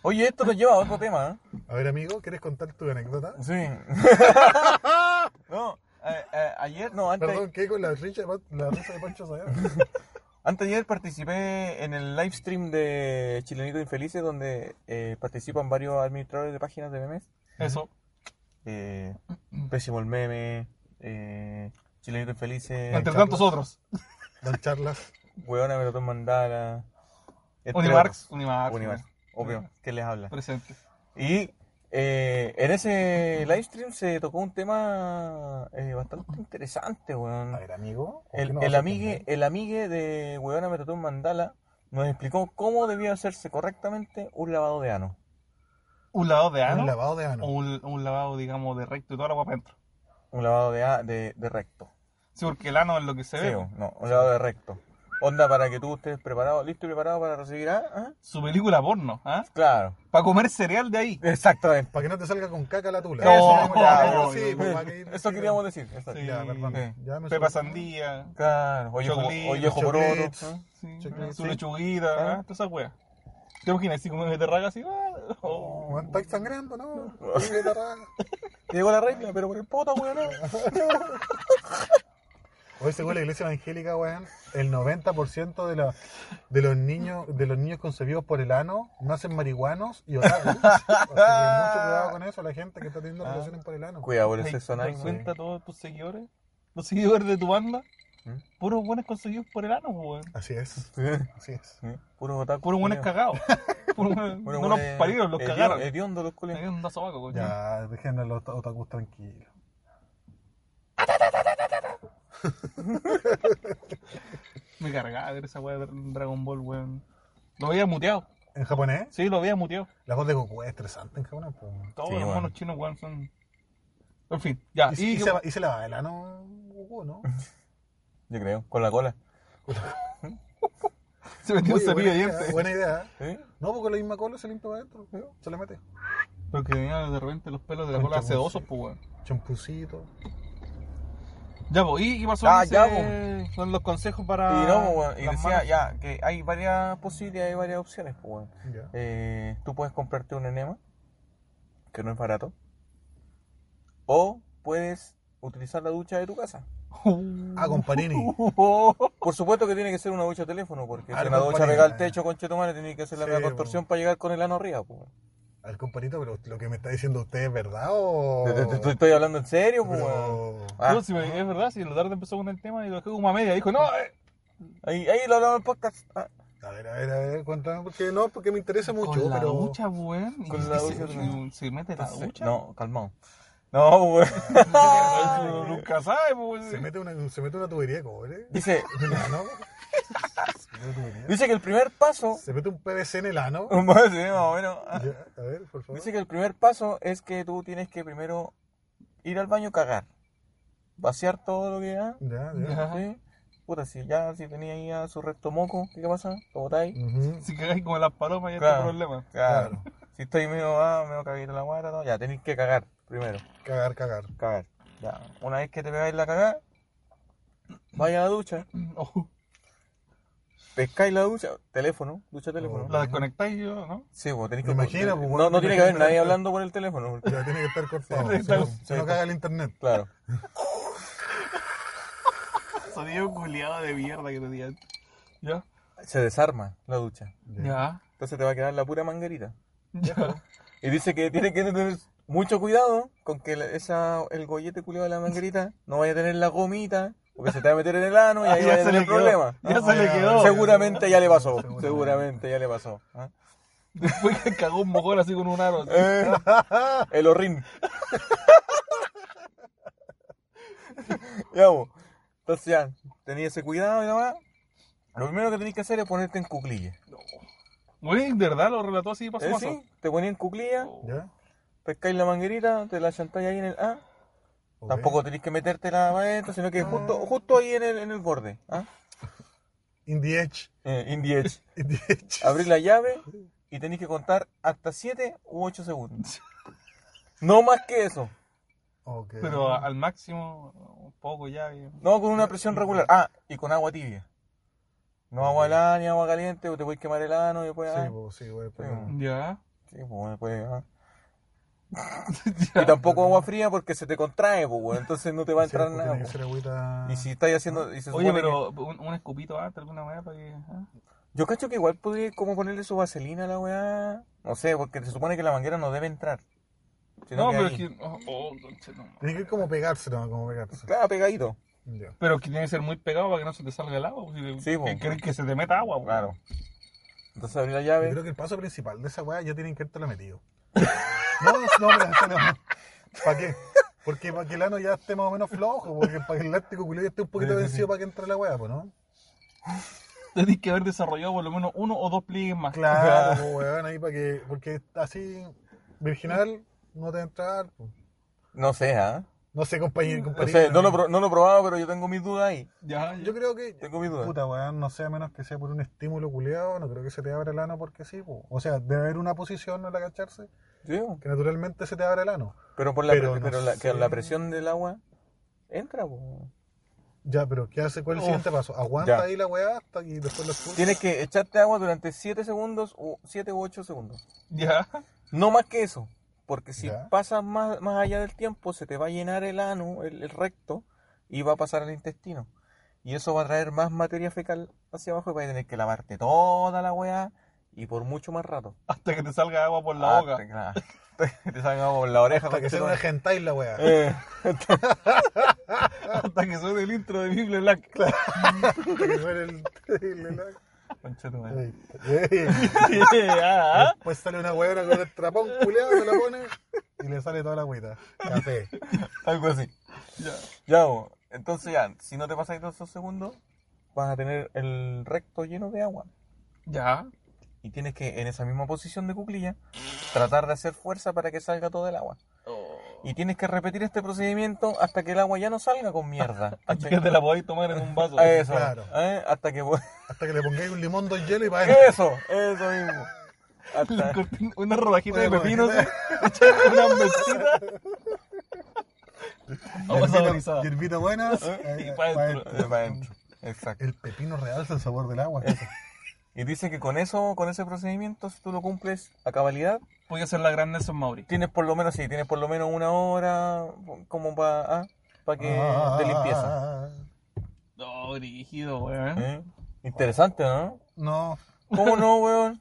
Speaker 2: Oye, esto nos lleva a otro tema, ¿eh?
Speaker 4: A ver, amigo, ¿quieres contar tu anécdota?
Speaker 2: Sí. no, eh, eh, ayer, no, antes,
Speaker 4: Perdón, ¿qué con la risa, la risa de Pancho Saavedra?
Speaker 2: Antes de ayer participé en el live stream de Chilenito Infelices, donde eh, participan varios administradores de páginas de memes.
Speaker 5: Eso.
Speaker 2: Eh, Pésimo el meme, eh, Chilenito Infelices,
Speaker 5: Entre tantos otros.
Speaker 4: Las charlas.
Speaker 2: Hueona Melotón Mandala, entre
Speaker 5: Unimarx.
Speaker 2: otros.
Speaker 5: Unimarx.
Speaker 2: Unimarx, obvio, que les habla.
Speaker 5: Presente.
Speaker 2: Y eh, en ese live stream se tocó un tema eh, bastante interesante, weón.
Speaker 4: A ver, amigo. ¿por qué
Speaker 2: El,
Speaker 4: no
Speaker 2: el
Speaker 4: vas a
Speaker 2: amigue,
Speaker 4: contar?
Speaker 2: el amigue de Huevona Metatón Mandala nos explicó cómo debía hacerse correctamente un lavado de ano.
Speaker 5: Un lavado de ano.
Speaker 4: Un lavado de ano.
Speaker 5: o ¿Ah? un, un lavado, digamos, de recto y toda la agua para adentro.
Speaker 2: Un lavado de, a- de, de recto.
Speaker 5: Sí, porque el ano es lo que se
Speaker 2: Sí,
Speaker 5: ve.
Speaker 2: o- no, un lavado de recto. Onda para que tú estés preparado, listo y preparado para recibir a... ¿ah?
Speaker 5: Su película porno, ¿ah?
Speaker 2: Claro.
Speaker 5: Para comer cereal de ahí.
Speaker 2: Exactamente.
Speaker 4: Para que no te salga con caca la tula.
Speaker 5: No,
Speaker 4: Eso,
Speaker 5: ya,
Speaker 4: eso
Speaker 5: obvio,
Speaker 4: sí,
Speaker 5: obvio.
Speaker 4: pues, para que-
Speaker 2: Eso queríamos decir. exacto.
Speaker 5: Sí.
Speaker 4: Ya, perdón.
Speaker 2: Sí.
Speaker 4: Ya me
Speaker 5: Pepa
Speaker 4: solté.
Speaker 5: sandía,
Speaker 2: Claro. Oye,
Speaker 5: Choclín,
Speaker 2: oyejo por otro.
Speaker 4: choclets.
Speaker 5: sí,
Speaker 4: Chocolate,
Speaker 5: su
Speaker 4: sí.
Speaker 5: lechuguita,
Speaker 2: Ah.
Speaker 5: ¿ah? todas esas weas. ¿Te imaginas así como de terraga así? ah, oh.
Speaker 4: Oh, estáis sangrando, ¿no? Oye, tarada.
Speaker 2: Llegó la regla, pero por el poto, weón.
Speaker 4: Hoy según la iglesia evangélica, weón, el 90% de, la- de los niños de los niños concebidos por el ano nacen marihuanos y otakus. Así que mucho cuidado con eso, la gente que está teniendo relaciones por el ano.
Speaker 2: Cuidado por el
Speaker 5: ¿Te
Speaker 2: sexo
Speaker 5: das
Speaker 2: anal.
Speaker 5: cuenta todos tus seguidores? Los seguidores de tu banda.
Speaker 2: ¿Mm?
Speaker 5: Puros buenos conseguidos por el ano, weón.
Speaker 4: Así es,
Speaker 2: weón.
Speaker 4: así es.
Speaker 2: Sí. Puros otakus.
Speaker 5: Puros buenos
Speaker 2: culiao.
Speaker 5: cagados. Puros buenos-
Speaker 2: Bueno, bueno,
Speaker 5: no los
Speaker 2: eh,
Speaker 5: parieron, los
Speaker 2: hediondo-
Speaker 5: cagaron.
Speaker 2: hediondo los
Speaker 5: Me
Speaker 2: culiados.
Speaker 5: dieron un dazo vago, weón.
Speaker 4: Ya, dejen a los otakus tranquilos.
Speaker 5: Me cargaba ver esa wea de Dragon Ball, weón. Lo había muteado.
Speaker 4: En japonés,
Speaker 5: Sí, lo había muteado.
Speaker 4: la voz de Goku es estresante en japonés. po.
Speaker 5: Todos
Speaker 2: Sí,
Speaker 5: los
Speaker 2: bueno.
Speaker 5: monos chinos, weón, son. En fin, ya.
Speaker 4: Y,
Speaker 5: Ah, Y,
Speaker 4: y se, va- y se lava el ano Goku, ¿no?
Speaker 2: Yo creo, con la cola.
Speaker 5: se metió un eh.
Speaker 4: Oye,
Speaker 5: cepillo
Speaker 4: buena,
Speaker 5: de
Speaker 4: idea,
Speaker 5: dientes.
Speaker 4: buena idea.
Speaker 2: ¿Sí?
Speaker 4: No, porque la misma cola se limpia para adentro, se le mete.
Speaker 5: Porque tenía de repente los pelos de la cola
Speaker 4: Concha,
Speaker 5: sedosos, pues, weón.
Speaker 4: Champucito.
Speaker 5: Ya, pues, y, y pasó
Speaker 2: Ah,
Speaker 5: dice,
Speaker 2: ya, pues.
Speaker 5: con los consejos para.
Speaker 2: Y no, pues, weón, y
Speaker 5: las
Speaker 2: decía
Speaker 5: manos.
Speaker 2: ya que hay varias posibilidades, hay varias opciones, pues, weón.
Speaker 4: Ya.
Speaker 2: Eh, tú puedes comprarte un enema, que no es barato, o puedes utilizar la ducha de tu casa.
Speaker 4: Ah, con Panini.
Speaker 5: Oh,
Speaker 2: Por supuesto que tiene que ser una ducha de teléfono, porque
Speaker 4: Ah, no,
Speaker 2: si una
Speaker 4: con
Speaker 2: ducha
Speaker 4: panela,
Speaker 2: pega al
Speaker 4: ya.
Speaker 2: techo, con chetumare, tiene que hacer la
Speaker 4: Sí,
Speaker 2: contorsión para llegar con el ano arriba, pues. weón.
Speaker 4: Al comparito, pero lo que me está diciendo usted es verdad o.
Speaker 2: Te- te- te- te estoy hablando en serio, pues. weón.
Speaker 4: Pero-
Speaker 2: Ah,
Speaker 5: Oh. Yo, si me- es verdad, si lo tarde empezó con el tema y lo dejé como a media, dijo, no, eh,
Speaker 2: ahí, ahí lo hablamos en el podcast. Ah,
Speaker 4: A ver, a ver, a ver, cuéntame, porque no, porque me interesa mucho,
Speaker 5: con la
Speaker 4: pero.
Speaker 5: ducha, weón. y
Speaker 2: Con la
Speaker 5: se-
Speaker 2: ducha,
Speaker 5: se-
Speaker 2: weón.
Speaker 5: Se mete la
Speaker 2: entonces-
Speaker 5: ducha.
Speaker 2: Pues, eh, No, calmado. No, pues, weón.
Speaker 5: Eso nunca sabe, pues.
Speaker 4: Se mete una, se mete una tubería de cobre.
Speaker 2: Dice,
Speaker 4: en el ano. Se mete una tubería.
Speaker 2: dice que el primer paso.
Speaker 4: Se mete un PVC en el ano.
Speaker 2: Sí, más o menos. ah,
Speaker 4: Ya, a ver, por favor.
Speaker 2: Dice que el primer paso es que tú tienes que primero ir al baño, cagar, vaciar todo lo que da.
Speaker 4: Ya, ya.
Speaker 5: Ajá.
Speaker 2: ¿sí? Puta, si ya si tenía ahí a su resto moco, ¿qué pasa? ¿Lo botáis?
Speaker 4: Ujú.
Speaker 5: Si cagáis como las palomas, ya
Speaker 2: Claro.
Speaker 5: está el problema.
Speaker 2: Claro. Si estoy medio, ah, medio caguito en la guata, no, ya tenéis que cagar primero.
Speaker 4: Cagar, cagar.
Speaker 2: Cagar. Ya. Una vez que te pegáis la cagada, vaya a la ducha,
Speaker 5: Oh,
Speaker 2: pescáis la ducha, teléfono, ducha teléfono.
Speaker 5: la desconectáis yo, ¿no?
Speaker 2: Sí, vos tenés que.
Speaker 4: Me imagino, pues,
Speaker 2: no,
Speaker 4: bueno,
Speaker 2: no tiene que haber
Speaker 4: imagínate.
Speaker 2: nadie hablando por el teléfono. porque-
Speaker 4: Ya tiene que estar cortado.
Speaker 2: Sí,
Speaker 4: si no,
Speaker 2: sí,
Speaker 4: si no
Speaker 2: sí.
Speaker 4: caga el internet.
Speaker 2: Claro.
Speaker 5: Sonido culiado de mierda que te digan. Ya.
Speaker 2: Se desarma la ducha.
Speaker 5: Ya.
Speaker 2: Entonces te va a quedar la pura manguerita.
Speaker 5: Ya.
Speaker 2: Y dice que tiene que tener mucho cuidado con que la- esa, el gollete culiado de la manguerita no vaya a tener la gomita, porque se te va a meter en el ano y ahí
Speaker 5: Ya
Speaker 2: vaya a
Speaker 5: se
Speaker 2: tener
Speaker 5: le quedó.
Speaker 2: problemas.
Speaker 5: Ya
Speaker 2: ¿Ah?
Speaker 5: se le quedó.
Speaker 2: Seguramente ya le pasó. Seguramente ya le pasó. ¿ah?
Speaker 5: Después que cagó un mojón así con un aro. así.
Speaker 2: Eh, el horrín. ya, vos. Entonces ya, tenía ese cuidado y demás. Lo primero que tenés que hacer es ponerte en cuclillas.
Speaker 5: Güey, de verdad lo relató así paso a
Speaker 2: ¿Eh?
Speaker 5: paso.
Speaker 2: ¿Sí? Te ponías en cuclillas,
Speaker 4: ¿Ya?
Speaker 2: pescáis la manguerita, te la chantáis ahí en el A.
Speaker 4: Ok.
Speaker 2: Tampoco tenéis que metértela más adentro, sino que justo, justo ahí en el, en el borde. ¿ah?
Speaker 4: In the edge.
Speaker 2: Eh, in the edge.
Speaker 4: In the edge.
Speaker 2: Abrir la llave y tenéis que contar hasta 7 u 8 segundos. No más que eso.
Speaker 4: Ok.
Speaker 5: Pero a- al máximo, un poco ya. y-
Speaker 2: No con una presión regular. Ah, y con agua tibia. No agua helada ni agua caliente, o te puedes quemar el ano y después.
Speaker 4: Sí,
Speaker 2: ah,
Speaker 4: pues, sí, güey,
Speaker 2: sí,
Speaker 4: pero-
Speaker 5: Ya.
Speaker 2: sí, pues, bueno, pues, ah. Y tampoco agua fría porque se te contrae, pues, bueno, entonces no te va a
Speaker 4: sí,
Speaker 2: entrar
Speaker 4: pues,
Speaker 2: nada.
Speaker 4: Tiene que
Speaker 2: pues.
Speaker 4: ser agüita.
Speaker 2: Y si estáis haciendo. y se supone
Speaker 5: Oye,
Speaker 2: que-
Speaker 5: pero un, un escupito antes, alguna manera para que. ah.
Speaker 2: Yo cacho que igual podría como ponerle su vaselina a la weá. No sé, porque se supone que la manguera no debe entrar. Sino
Speaker 5: No,
Speaker 2: que
Speaker 5: pero
Speaker 2: ahí.
Speaker 5: es que. oh, oh, conche tu madre.
Speaker 4: Tiene que ir como pegarse, no, como pegarse.
Speaker 2: Claro, pegadito.
Speaker 4: Ya.
Speaker 5: Pero que tiene que ser muy pegado para que no se te salga el agua. porque
Speaker 2: Sí, po.
Speaker 5: que- que- que se te meta agua? pues. po.
Speaker 2: Claro. Entonces abrí la
Speaker 4: Yo
Speaker 2: llave.
Speaker 4: creo que el paso principal de esa weá ya tienen que la metido. No, no, no, ¿Para qué? Porque para que el ano ya esté más o menos flojo, porque para que el láctico culiado esté un poquito vencido para que entre la weá, pues, ¿no?
Speaker 5: Tenés que haber desarrollado por lo menos uno o dos pliegues más.
Speaker 4: Claro, pues, weón, ahí para que. Porque así, virginal, no te va a entrar. pues.
Speaker 2: No sé, ¿ah?
Speaker 4: No sé, compañero,
Speaker 2: No
Speaker 4: compañero.
Speaker 2: sé, no lo, he pro- no lo he probado, pero yo tengo mis dudas ahí.
Speaker 5: Ya, ya.
Speaker 4: Yo creo que.
Speaker 2: Tengo mis dudas.
Speaker 4: Puta, weón, no sé, a menos que sea por un estímulo culeado, no creo que se te abra el ano porque sí, po. O sea, debe haber una posición en la cacharse
Speaker 2: Sí, po.
Speaker 4: que naturalmente se te abra el ano.
Speaker 2: pero por la,
Speaker 4: Pero
Speaker 2: pre-
Speaker 4: no
Speaker 2: pero la, que
Speaker 4: sé.
Speaker 2: la presión del agua entra, po.
Speaker 4: Ya, pero ¿qué hace? ¿Cuál es el siguiente paso? Aguanta
Speaker 2: Ya.
Speaker 4: ahí la weá hasta y después lo expulsa.
Speaker 2: Tienes que echarte agua durante 7 segundos, o 7 u 8 segundos.
Speaker 5: Ya.
Speaker 2: No más que eso. Porque si
Speaker 4: Ya.
Speaker 2: pasas más, más allá del tiempo, se te va a llenar el ano, el, el recto, y va a pasar al intestino. Y eso va a traer más materia fecal hacia abajo y vas a tener que lavarte toda la weá y por mucho más rato.
Speaker 5: Hasta que te salga agua por la boca.
Speaker 2: Ah, Te, claro. Te salga por la oreja.
Speaker 4: Hasta que sea
Speaker 2: conchetumare.
Speaker 4: una gentai la weá.
Speaker 2: Eh,
Speaker 5: Hasta que suene el intro de Bible Black. Claro.
Speaker 4: Hasta que suene el- el- el- el- Ey,
Speaker 2: ¿ah?
Speaker 5: ya.
Speaker 4: Después sale una weá con el trapón culeado, se la pone y le sale toda la agüita. Café.
Speaker 2: Algo así.
Speaker 5: Ya.
Speaker 2: Ya, bo. entonces ya, si no te pasáis todos esos segundos, vas a tener el recto lleno de agua.
Speaker 5: Ya.
Speaker 2: Y tienes que, en esa misma posición de cuclilla, tratar de hacer fuerza para que salga todo el agua. Y tienes que repetir este procedimiento hasta que el agua ya no salga con mierda.
Speaker 5: Hasta que te la podáis tomar en un vaso.
Speaker 2: Eso,
Speaker 4: Claro.
Speaker 2: ¿eh? hasta que... po-
Speaker 4: Hasta que le pongáis un limón, dos hielo y va
Speaker 2: Eso, eso mismo.
Speaker 5: Le
Speaker 2: Hasta...
Speaker 5: corté Una rodajita de
Speaker 4: Una
Speaker 5: pepino,
Speaker 4: rodajita.
Speaker 5: sí. Echarle una mesita. Agua
Speaker 4: Hierbita-
Speaker 5: saborizada.
Speaker 4: hierbita buena.
Speaker 5: Y
Speaker 4: eh,
Speaker 5: pa'
Speaker 4: eh,
Speaker 5: dentro.
Speaker 4: pa' dentro.
Speaker 2: Para adentro. Exacto.
Speaker 4: El pepino realza el sabor del agua.
Speaker 2: Eh, Y dice que con eso, con ese procedimiento, si tú lo cumples a cabalidad,
Speaker 5: Voy a hacer la gran Nelson Mauri.
Speaker 2: tienes por lo menos, sí, tienes por lo menos una hora como para que
Speaker 4: Ah,
Speaker 2: de limpieza.
Speaker 5: No, dirigido, Oh, weón.
Speaker 2: ¿Eh? Interesante, ¿no?
Speaker 4: No.
Speaker 2: ¿Cómo no, weón?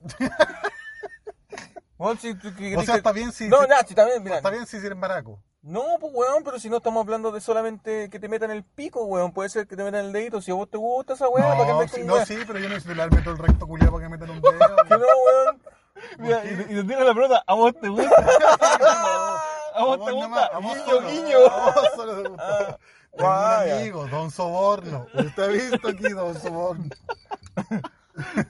Speaker 2: Weón, si tú que-
Speaker 4: O sea,
Speaker 2: que-
Speaker 4: está bien si.
Speaker 2: No,
Speaker 4: si-
Speaker 2: no, si también, mira.
Speaker 4: Está bien si eres maraco.
Speaker 2: No, pues weón, pero si no estamos hablando de solamente que te metan el pico, weón. Puede ser que te metan el dedito. Si a vos te gusta esa weá, ¿para qué
Speaker 4: No,
Speaker 2: metes
Speaker 4: sí,
Speaker 2: un
Speaker 4: no,
Speaker 2: weón?
Speaker 4: sí, pero yo no necesito le meto el recto culiado para que metan un dedo.
Speaker 2: Que no, weón.
Speaker 5: Mira, y, y te tira la pelota. A vos te gusta. A vos te gusta.
Speaker 4: A vos
Speaker 2: Guiño,
Speaker 4: solo-
Speaker 2: guiño.
Speaker 4: a vos solo te gusta. Tengo
Speaker 2: Ah,
Speaker 4: un
Speaker 2: ya.
Speaker 4: amigo, Don Soborno. Usted ha visto aquí Don Soborno.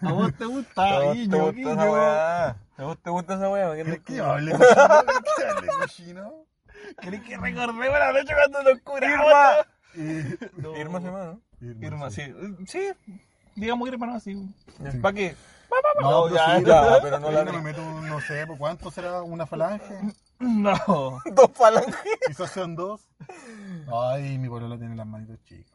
Speaker 5: A vos te
Speaker 2: A
Speaker 5: gusta.
Speaker 2: vos te
Speaker 5: Guiño,
Speaker 2: gusta esa
Speaker 5: guiño.
Speaker 2: weá. A vos te gusta esa weá. ¿para qué
Speaker 4: ¿Crees
Speaker 2: te-
Speaker 4: que yo hable cochino? ¿Crees que hable cochino?
Speaker 5: ¿Querés que recordemos la noche cuando nos curamos?
Speaker 2: Irma.
Speaker 4: Y-
Speaker 2: Irma se llama, ¿no?
Speaker 5: Irma, sí. Sí, digamos Irma, no, así.
Speaker 2: Ya. ¿Para qué?
Speaker 4: No,
Speaker 2: ya,
Speaker 4: pero sí,
Speaker 2: ya,
Speaker 4: no,
Speaker 2: pero no
Speaker 4: ahí
Speaker 2: la-
Speaker 4: me meto, un, no sé, ¿por ¿cuánto será una falange?
Speaker 5: No.
Speaker 2: Dos falanges.
Speaker 4: Quizás sean dos. Ay, mi polola tiene las manitos chicas.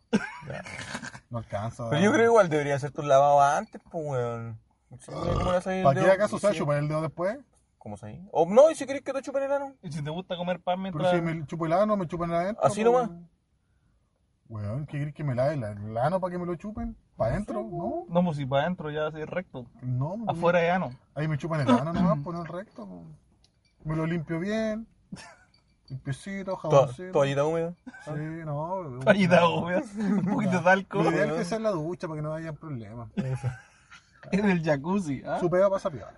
Speaker 4: No alcanza.
Speaker 2: Pero Pues yo creo que igual debería ser tu lavado antes, pues weón. Si no, ¿Cómo le vas a ir el
Speaker 4: ¿Para qué
Speaker 2: dedo?
Speaker 4: acaso se va a
Speaker 2: Sí.
Speaker 4: chupar el dedo después?
Speaker 2: ¿Cómo se ahí? O no, y si querés que te chupen el ano.
Speaker 5: ¿Y si te gusta comer pan
Speaker 4: Pero
Speaker 5: mientras...
Speaker 4: si me chupo el ano, me chupan adentro.
Speaker 2: Así
Speaker 4: pues.
Speaker 2: nomás.
Speaker 4: Weón, ¿qué querés que me lave la- el ano para que me lo chupen? ¿Para adentro? No,
Speaker 5: No, pues si para adentro ya así recto.
Speaker 4: no.
Speaker 5: Afuera de ano.
Speaker 4: Ahí me chupan el ano nomás, por el recto. pues. Me lo limpio bien. Limpiecito,
Speaker 2: To-
Speaker 4: jaboncito.
Speaker 2: Toallita húmeda.
Speaker 4: Sí, no.
Speaker 5: Ahí da húmedo. Un poquito de
Speaker 4: Lo
Speaker 5: alcohol.
Speaker 4: ideal es que sea en la ducha para que no haya problemas.
Speaker 5: En el jacuzzi. ¿ah?
Speaker 4: Su pedo pasa piola.